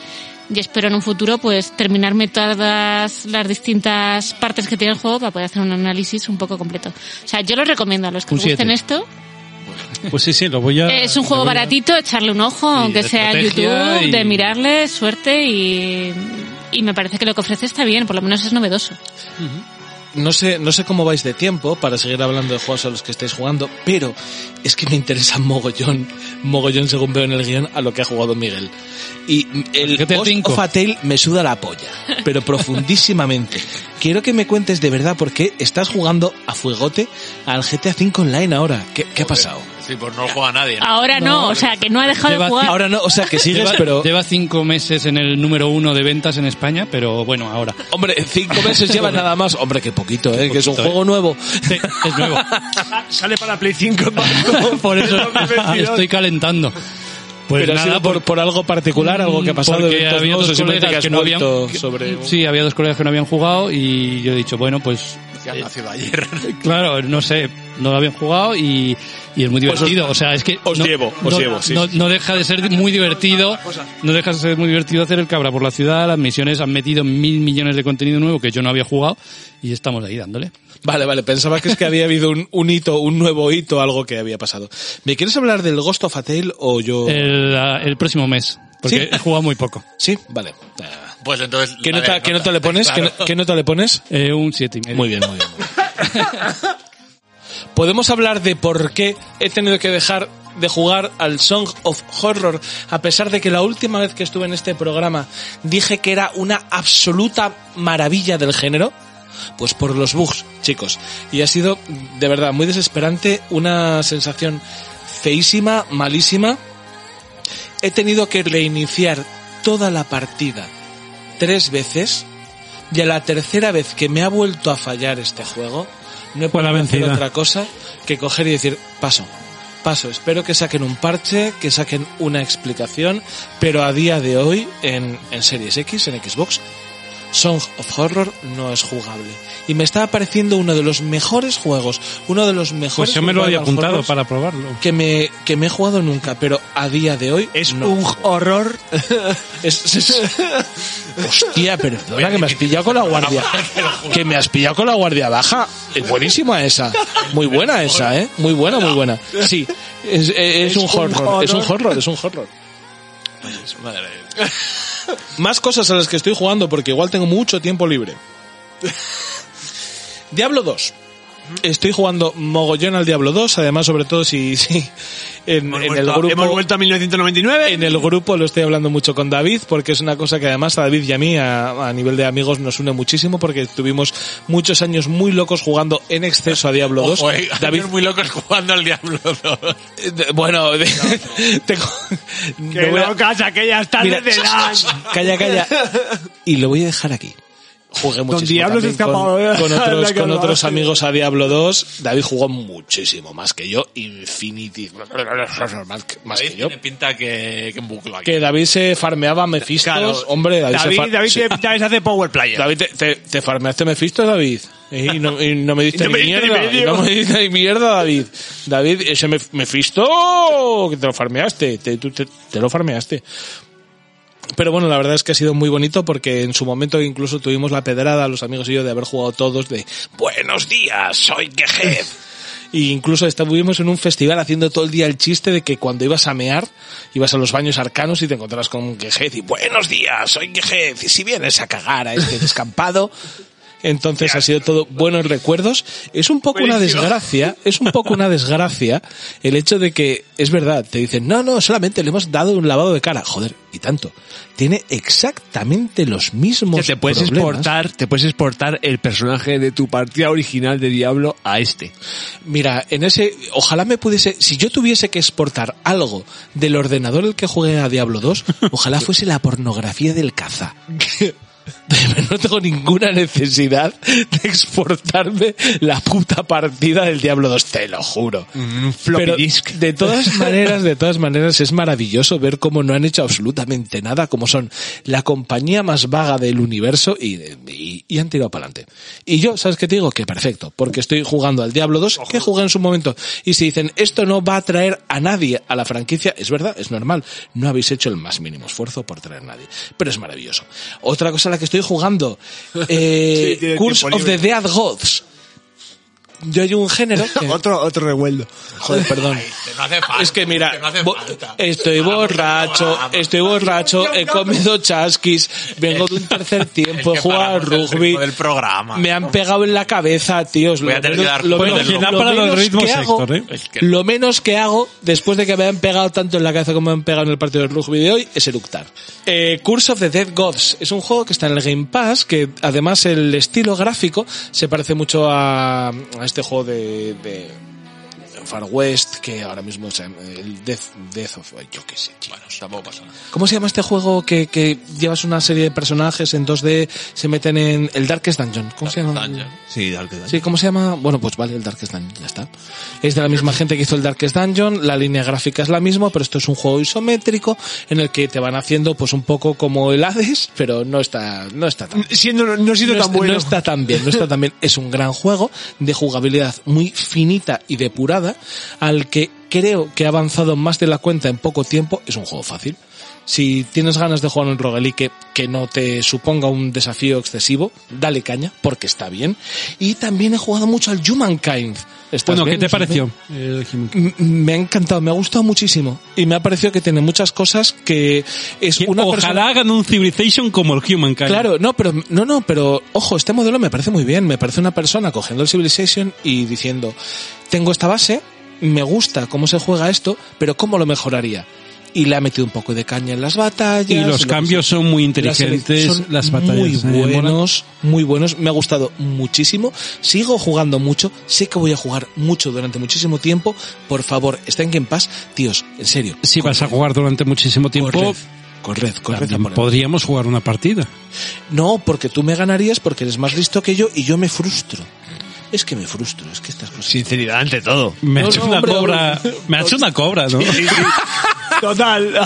S5: Y espero en un futuro pues terminarme todas las distintas partes que tiene el juego para poder hacer un análisis un poco completo. O sea, yo lo recomiendo a los que
S4: Un
S5: les gusten
S4: siete. Ah,
S5: esto,
S3: pues sí, sí, lo voy a.
S5: es un juego
S3: lo voy a-
S5: baratito, echarle un ojo, aunque
S4: de
S5: sea en
S4: estrategia
S5: YouTube, de
S4: y-
S5: mirarle, suerte y, y me parece que lo que ofrece está bien, por lo menos es novedoso.
S1: No sé, no sé cómo vais de tiempo para seguir hablando de juegos a los que estáis jugando, pero es que me interesa mogollón, mogollón según veo en el guión, a lo que ha jugado Miguel. Y el
S4: ¿Qué te
S1: Ghost
S4: tinco?
S1: of a Tale me suda la polla, pero profundísimamente. Quiero que me cuentes de verdad por qué estás jugando a fuegote al GTA V Online ahora. ¿Qué, qué ha pasado?
S2: Sí, pues no juega nadie. ¿no?
S5: Ahora no, o sea, que no ha dejado de
S4: Lleva-
S5: jugar.
S1: Ahora no, o sea, que sigues,
S4: Lleva,
S1: pero...
S4: lleva cinco meses en el número uno de ventas en España, pero bueno, ahora.
S1: Hombre, cinco meses lleva nada más. Hombre, qué poquito, ¿eh? que es un
S4: poquito, ¿eh?
S1: juego nuevo.
S4: Sí, es nuevo.
S10: Sale para Play 5
S4: Por eso estoy calentando. Pues
S1: pero ha
S4: nada,
S1: sido por, por algo particular, algo que ha pasado
S4: Porque
S1: eventos
S4: había
S1: nuevos,
S4: dos
S1: o simplemente que
S4: colegas
S1: has
S4: que no habían-
S1: vuelto
S4: que-
S1: sobre... un-
S4: Sí, había dos colegas que no habían jugado y yo he dicho, bueno, pues
S2: Si ha nacido ayer.
S4: Claro, no sé, no lo habían jugado y, y es muy divertido. o sea, es que.
S1: Pues os
S4: no,
S1: llevo, os
S4: no-
S1: llevo, sí,
S4: no- no deja de ser muy divertido. No deja de ser muy divertido hacer el cabra por la ciudad. Las misiones han metido mil millones de contenido nuevo que yo no había jugado y estamos ahí dándole.
S1: Vale, vale, pensaba que es que había habido un, un hito, un nuevo hito, algo que había pasado. ¿Me quieres hablar del Ghost of a Tale o yo...?
S4: El, ah, el próximo mes, porque
S1: ¿Sí?
S4: he jugado muy poco.
S1: Sí, vale. Ah.
S2: Pues entonces.
S1: ¿Qué
S2: la
S1: nota,
S2: de-
S1: ¿qué nota le pones? ¿Qué
S2: Claro.
S1: no- ¿Qué, nota le pones?
S4: Eh, un siete y medio.
S1: Muy bien, muy bien. muy bien. Podemos hablar de por qué he tenido que dejar de jugar al Song of Horror, a pesar de que la última vez que estuve en este programa dije que era una absoluta maravilla del género. Pues por los bugs, chicos. Y ha sido, de verdad, muy desesperante, una sensación feísima, malísima. He tenido que reiniciar toda la partida tres veces y a la tercera vez que me ha vuelto a fallar este juego, no he
S3: Fue la
S1: podido hacer
S3: vencida.
S1: otra cosa que coger y decir, paso, paso, espero que saquen un parche, que saquen una explicación, pero a día de hoy en, en Series X, en Xbox, Song of Horror no es jugable. Y me estaba pareciendo uno de los mejores juegos, uno de los mejores
S3: Pues yo me lo había
S1: survival
S3: apuntado
S1: horrors
S3: para probarlo.
S1: que me, que me he jugado nunca, pero a día de hoy es un horror. es, es- hostia, perdona que me has pillado con la guardia. Que me has pillado con la guardia baja. Es buenísima esa. Muy buena esa, ¿eh? Muy buena, muy buena. Sí, es, es- es un horror. Es un horror, es un horror. Más cosas a las que estoy jugando porque igual tengo mucho tiempo libre. Diablo 2. Estoy jugando mogollón al Diablo 2, además sobre todo si, si en, en el
S10: vuelto a-
S1: grupo
S10: hemos vuelto
S1: a 1999. En el grupo lo estoy hablando mucho con David porque es una cosa que además a David y a mí a, a nivel de amigos nos une muchísimo porque tuvimos muchos años muy locos jugando en exceso a Diablo 2.
S2: Ojo, eh,
S1: David
S2: años muy locos jugando al Diablo 2.
S1: eh, de- Bueno, de- tengo- me voy a-
S10: aquellas
S1: Mira, Calla, calla. Y lo voy a dejar aquí. Jugué
S10: Don
S1: muchísimo
S10: Diablo se
S1: también con,
S10: escapaba.
S1: con
S10: La
S1: otros,
S10: que
S1: con
S10: hablaba.
S1: otros amigos a Diablo 2. David jugó muchísimo más que yo, Infinity. Más que, más que yo.
S2: Tiene pinta que, que en bucle aquí.
S1: Que David se farmeaba Mephistos.
S2: Claro.
S1: Hombre, David, se far- sí.
S10: hace Power Player.
S1: David, te, te- te farmeaste Mephisto, David. Y no, y no me diste
S10: Y no
S1: ni
S10: me diste
S1: mierda.
S10: ni
S1: Y no me diste ni mierda, David. David, ese Mef- Mephisto que te lo farmeaste. Te, tú te- te lo farmeaste. Pero bueno, la verdad es que ha sido muy bonito porque en su momento incluso tuvimos la pedrada, los amigos y yo, de haber jugado todos de Buenos días, soy Gejef. Y E incluso estuvimos en un festival haciendo todo el día el chiste de que cuando ibas a mear, ibas a los baños arcanos y te encontrabas con un Gejef y buenos días, soy Gejef. Y si vienes a cagar a este descampado, entonces ha sido todo buenos recuerdos. Es un poco una
S10: Buenísimo.
S1: desgracia, es un poco una desgracia el hecho de que, es verdad, te dicen, no, no, solamente le hemos dado un lavado de cara. Joder, y tanto. Tiene exactamente los mismos
S10: te puedes
S1: problemas.
S10: exportar, te puedes exportar el personaje de tu partida original de Diablo a este.
S1: Mira, en ese, ojalá me pudiese, si yo tuviese que exportar algo del ordenador el que jugué a Diablo 2, ojalá fuese la pornografía del caza. Pero no tengo ninguna necesidad de exportarme la puta partida del Diablo 2, te lo juro.
S10: Mm, Un floppy
S1: Pero
S10: disk.
S1: de todas maneras, de todas maneras es maravilloso ver cómo no han hecho absolutamente nada, como son la compañía más vaga del universo y, y- y han tirado para adelante. Y yo, ¿sabes qué te digo? Que perfecto, porque estoy jugando al Diablo 2, que jugué en su momento. Y si dicen, esto no va a traer a nadie a la franquicia, es verdad, es normal. No habéis hecho el más mínimo esfuerzo por traer a nadie. Pero es maravilloso. Otra cosa a la que estoy jugando, eh,
S10: Sí, tiene
S1: Curse
S10: tiempo
S1: of the
S10: libre.
S1: Dead Gods. Yo hay un género que-
S10: otro, otro revueldo.
S1: Joder, perdón.
S2: No hace falta.
S1: Es que mira,
S2: no hace
S1: bo-
S2: falta.
S1: estoy borracho, estoy borracho, he comido chasquis, vengo de un tercer tiempo, he
S2: Eh, que
S1: jugado al
S2: paramos el
S1: rugby,
S2: ritmo del programa.
S1: me han pegado en la cabeza, tíos.
S2: Voy a tener que dar por el
S3: lomo. Para los ritmos,
S1: que hago,
S3: Héctor, ¿eh?
S2: Es que-
S1: lo menos que hago después de que me han pegado tanto en la cabeza como me han pegado en el partido del rugby de hoy es eructar. Eh, Curse of the Dead Gods es un juego que está en el Game Pass, que además el estilo gráfico se parece mucho a, a este juego de- de Far West, que ahora mismo es eh, el Death, Death of... Yo qué sé, tío.
S2: Bueno, tampoco pasa nada.
S1: ¿Cómo se llama este juego que, que llevas una serie de personajes en 2D, se meten en el Darkest Dungeon? ¿Cómo se llama?
S2: Dungeon.
S10: Sí, dale, dale.
S1: Sí, ¿cómo se llama? Bueno, pues vale, el Darkest Dungeon, ya está. Es de la misma gente que hizo el Darkest Dungeon, la línea gráfica es la misma, pero esto es un juego isométrico en el que te van haciendo pues un poco como el Hades, pero no está, no está tan
S10: Siendo, no siendo
S1: no
S10: tan
S1: está-
S10: bueno.
S1: no está tan bien, no está tan bien. Es un gran juego de jugabilidad muy finita y depurada, al que creo que ha avanzado más de la cuenta en poco tiempo. Es un juego fácil. Si tienes ganas de jugar un roguelike que no te suponga un desafío excesivo, dale caña, porque está bien. Y también he jugado mucho al Humankind. ¿Estás
S3: Bueno,
S1: bien?
S3: ¿qué te
S1: ¿Estás
S3: pareció?
S1: bien? M- Me ha encantado, me ha gustado muchísimo. Y me ha parecido que tiene muchas cosas que es
S3: Que
S1: una
S3: Ojalá
S1: persona-
S3: hagan un Civilization como el Humankind.
S1: Claro, no, pero no, no, pero ojo, este modelo me parece muy bien. Me parece una persona cogiendo el Civilization y diciendo, tengo esta base, me gusta cómo se juega esto, pero cómo lo mejoraría. y le ha metido un poco de caña en las batallas.
S10: Y los
S1: lo que
S10: cambios
S1: sea.
S10: son muy
S1: Las ele-
S10: inteligentes,
S1: son
S10: las batallas,
S1: Muy
S10: eh, molan.
S1: buenos, muy buenos. Me ha gustado muchísimo. Sigo jugando mucho. Sé que voy a jugar mucho durante muchísimo tiempo. Por favor, estén en paz. Tíos, en serio.
S10: Si vas a jugar durante muchísimo tiempo,
S1: Corred, corred, corred a
S10: también
S1: poner.
S10: podríamos jugar una partida.
S1: No, porque tú me ganarías porque eres más listo que yo y yo me frustro. Es que me frustro, es que estas cosas.
S4: Sinceridad ante todo.
S10: Me
S1: No,
S10: ha hecho
S1: no,
S10: una
S1: hombre,
S10: cobra,
S1: hombre.
S10: me ha hecho una cobra, ¿no?
S1: Total.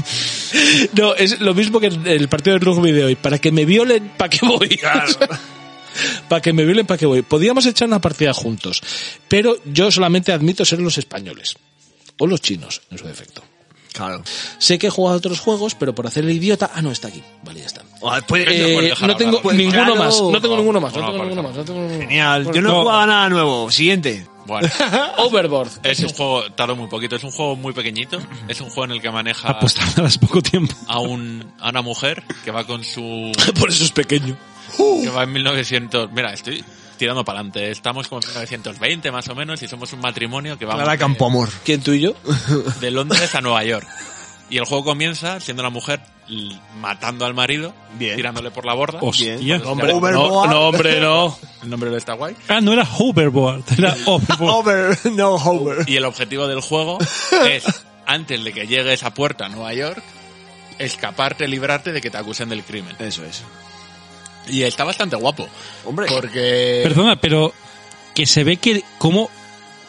S1: No, es lo mismo que el partido de rugby de hoy. Para que me violen, ¿para qué voy? para que me violen, ¿para qué voy? Podíamos echar una partida juntos, pero yo solamente admito ser los españoles. O los chinos, en su defecto.
S4: Claro.
S1: Sé que he jugado a otros juegos, pero por hacer el idiota... Ah, no, está aquí. Vale, ya está. Eh, no tengo
S4: Pues
S1: ninguno más, no tengo ninguno más, no tengo ninguno más, no tengo ninguno más.
S4: Genial. Yo no he
S1: No.
S4: jugado a nada nuevo. Siguiente.
S2: Bueno.
S1: Overboard.
S2: Es un juego, tardó muy poquito, es un juego muy pequeñito, es un juego en el que maneja
S10: Apostarás poco tiempo.
S2: a, un, a una mujer que va con su...
S1: Por eso es pequeño.
S2: que va en 1900... Mira, estoy tirando para adelante, ¿eh? estamos como en 1920 más o menos y somos un matrimonio que va
S4: Clara Campo Amor.
S1: ¿Quién tú y yo?
S2: de Londres a Nueva York. Y el juego comienza siendo la mujer l- matando al marido,
S4: Bien.
S2: tirándole por la borda.
S10: Hostia.
S2: Bien.
S1: No, hombre, no,
S4: Overboard.
S1: no, hombre, no.
S2: El nombre no está guay.
S10: Ah, no era hoverboard, era overboard.
S4: Over, no over.
S2: Y el objetivo del juego es, antes de que llegue esa puerta a Nueva York, escaparte, librarte de que te acusen del crimen.
S4: Eso es.
S2: Y está bastante guapo.
S4: Hombre.
S2: Porque...
S10: Perdona, pero que se ve que como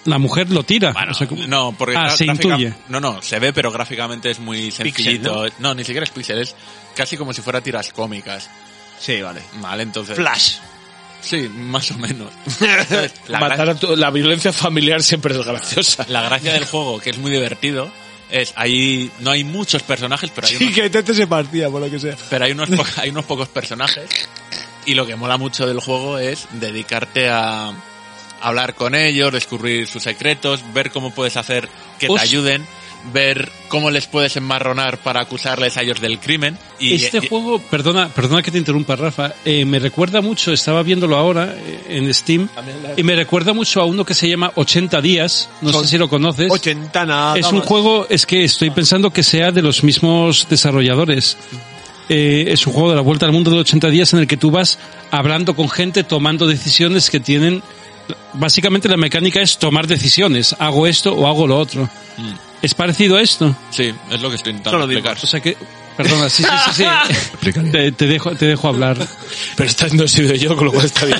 S10: la mujer lo tira.
S2: Bueno,
S10: O sea, como-
S2: no, porque
S10: Ah,
S2: gra-
S10: se
S2: gráfica-
S10: intuye.
S2: No, no, se ve, pero gráficamente es muy sencillito. ¿no? ni siquiera es pixel, es casi como si fuera tiras cómicas.
S4: Sí, vale.
S2: Vale, entonces.
S4: Flash.
S2: Sí, más o menos. Entonces, la, gra-
S1: Matar a tu- la violencia familiar siempre es graciosa.
S2: la gracia del juego, que es muy divertido, es ahí no hay muchos personajes, pero hay unos,
S4: Y que Tete se partía, por lo que sea.
S2: pero hay unos, po- hay unos pocos personajes. Y lo que mola mucho del juego es dedicarte a hablar con ellos, descubrir sus secretos, ver cómo puedes hacer que te
S10: Os-
S2: ayuden, ver cómo les puedes enmarronar para acusarles a ellos del crimen. Y,
S10: este
S2: y-
S10: juego, perdona, perdona que te interrumpa, Rafa, eh, me recuerda mucho, estaba viéndolo ahora eh, en Steam, y me recuerda mucho a uno que se llama 80 días, no
S4: Son
S10: sé si lo conoces.
S4: Ochentana.
S10: Es un
S4: vamos.
S10: juego, es que estoy
S2: Ah.
S10: pensando que sea de los mismos desarrolladores. Eh, es un juego de la vuelta al mundo de 80 días en el que tú vas hablando con gente, tomando decisiones que tienen... Básicamente la mecánica es tomar decisiones. Hago esto o hago lo otro.
S2: Mm.
S10: ¿Es parecido a esto?
S2: Sí, es lo que estoy
S4: Solo
S2: intentando
S4: digo.
S2: explicar.
S10: O sea que... Perdona, sí, sí, sí. sí. te, te dejo, te dejo hablar.
S1: Pero esta no he sido yo, con lo cual está bien.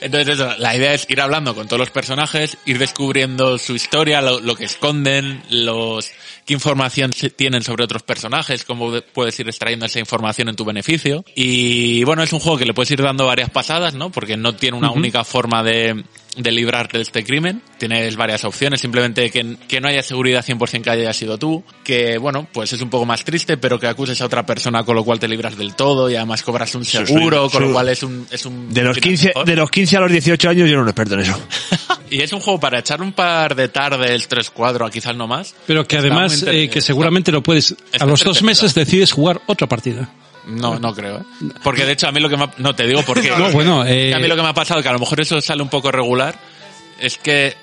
S2: Entonces, eso, la idea es ir hablando con todos los personajes, ir descubriendo su historia, lo, lo que esconden, los qué información se- tienen sobre otros personajes, cómo de- puedes ir extrayendo esa información en tu beneficio. Y bueno, es un juego que le puedes ir dando varias pasadas, ¿no? Porque no tiene una única forma de, de librarte de este crimen. Tienes varias opciones, simplemente que, que no haya seguridad 100% que haya sido tú, que bueno, pues es un poco más triste, pero que acuses a otra persona con lo cual te libras del todo y además cobras un
S4: Eso es
S2: seguro,
S4: un-
S2: con lo
S4: sí.
S2: cual es un... Es un
S4: De los,
S2: final
S4: 15,
S2: mejor.
S4: de los 15 a los 18 años yo era un experto en eso.
S2: Y es un juego para echar un par de tardes, tres, cuatro, quizás no más.
S10: Pero que
S2: Está muy
S10: además, eh,
S2: entretenido.
S10: que seguramente lo puedes...
S2: Está
S10: A los dos
S2: entretenido.
S10: meses decides jugar otra partida.
S2: No, no creo, ¿eh? Porque de hecho a mí lo que me ha... No, te digo porque...
S10: No, bueno, eh,
S2: A mí lo que me ha pasado, que a lo mejor eso sale un poco regular, es que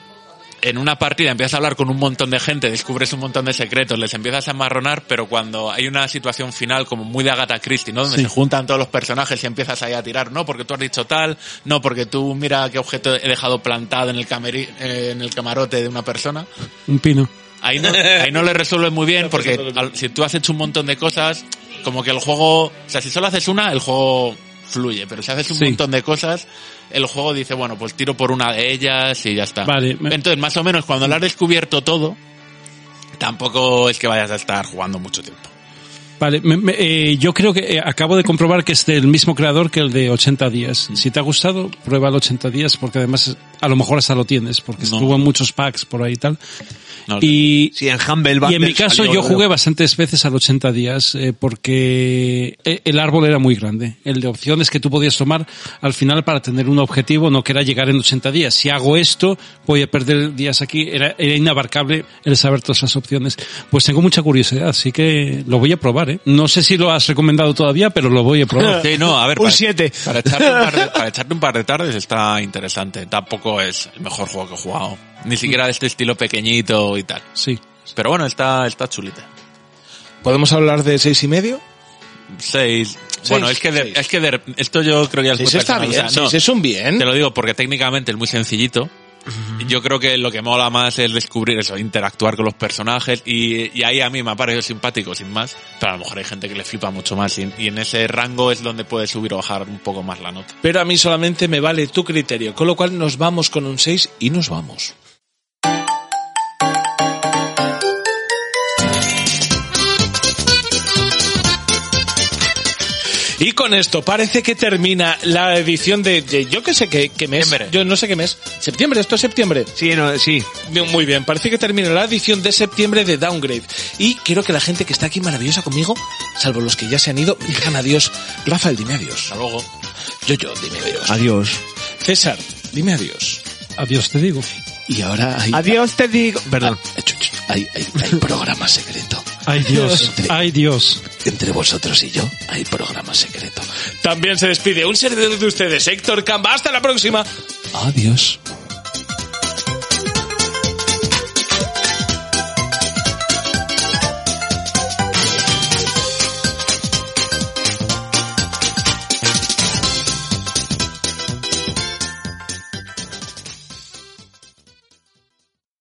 S2: en una partida empiezas a hablar con un montón de gente, descubres un montón de secretos, les empiezas a amarronar, pero cuando hay una situación final como muy de Agatha Christie, ¿no? Donde
S10: Sí.
S2: se juntan todos los personajes y empiezas ahí a tirar, no, porque tú has dicho tal, no, porque tú mira qué objeto he dejado plantado en el, cameri- eh, en el camarote de una persona.
S10: un pino.
S2: Ahí no, ahí no le resuelve muy bien porque al- si tú has hecho un montón de cosas, como que el juego, o sea, si solo haces una, el juego fluye, pero si haces un
S10: Sí.
S2: montón de cosas, el juego dice, bueno, pues tiro por una de ellas y ya está.
S10: Vale, me-
S2: Entonces, más o menos, cuando lo has descubierto todo, tampoco es que vayas a estar jugando mucho tiempo.
S10: Vale, me- me- eh, yo creo que eh, acabo de comprobar que es del mismo creador que el de 80 días.
S2: Mm.
S10: Si te ha gustado, prueba el 80 días porque además a lo mejor hasta lo tienes porque
S2: No.
S10: estuvo en muchos packs por ahí y tal.
S2: No,
S10: y,
S4: Sí, en Humble
S10: y en
S4: Bundle
S10: mi caso
S4: salió,
S10: yo
S4: creo.
S10: jugué bastantes veces al 80 días eh, porque eh, el árbol era muy grande. El de opciones que tú podías tomar al final para tener un objetivo no que era llegar en 80 días. Si hago esto, voy a perder días aquí. Era, era inabarcable el saber todas esas opciones. Pues tengo mucha curiosidad, así que lo voy a probar. ¿eh? No sé si lo has recomendado todavía, pero lo voy a probar.
S2: Sí, no, a ver,
S4: Un
S2: para,
S4: siete.
S2: para echarte un par de, para echarte un par de tardes está interesante. Tampoco es el mejor juego que he jugado. Ni siquiera de este estilo pequeñito y tal.
S10: Sí.
S2: Pero bueno, está, está chulita.
S1: ¿Podemos hablar de seis y medio?
S2: Seis. Bueno, es que, de- es que de- esto yo creo que ya es
S1: Seis
S2: muy
S1: está
S2: personal,
S1: bien,
S2: o sea, no.
S1: seis es un bien.
S2: Te lo digo porque técnicamente es muy sencillito. Yo creo que lo que mola más es descubrir eso, interactuar con los personajes y, y ahí a mí me ha parecido simpático, sin más. Pero a lo mejor hay gente que le flipa mucho más y, y en ese rango es donde puede subir o bajar un poco más la nota.
S1: Pero a mí solamente me vale tu criterio, con lo cual nos vamos con un 6 y nos vamos. Y con esto parece que termina la edición de, de- yo que sé qué, qué mes, yo no sé qué mes, septiembre, esto es septiembre.
S10: Sí, sí.
S1: Muy bien, parece que termina la edición de septiembre de Downgrade. Y quiero que la gente que está aquí maravillosa conmigo, salvo los que ya se han ido, digan adiós. Rafael, dime adiós. Hasta
S2: luego.
S1: Yo, yo, dime adiós.
S10: Adiós.
S1: César, dime adiós.
S3: Adiós te digo.
S1: Y ahora hay...
S10: Adiós te digo. Perdón.
S1: Ah, Hay, hay- hay programa secreto.
S3: Ay Dios,
S1: Entre-
S10: Ah.
S3: ay Dios.
S1: Entre vosotros y yo hay programa secreto. También se despide un servidor de ustedes, Héctor Camba. Hasta la próxima. Adiós.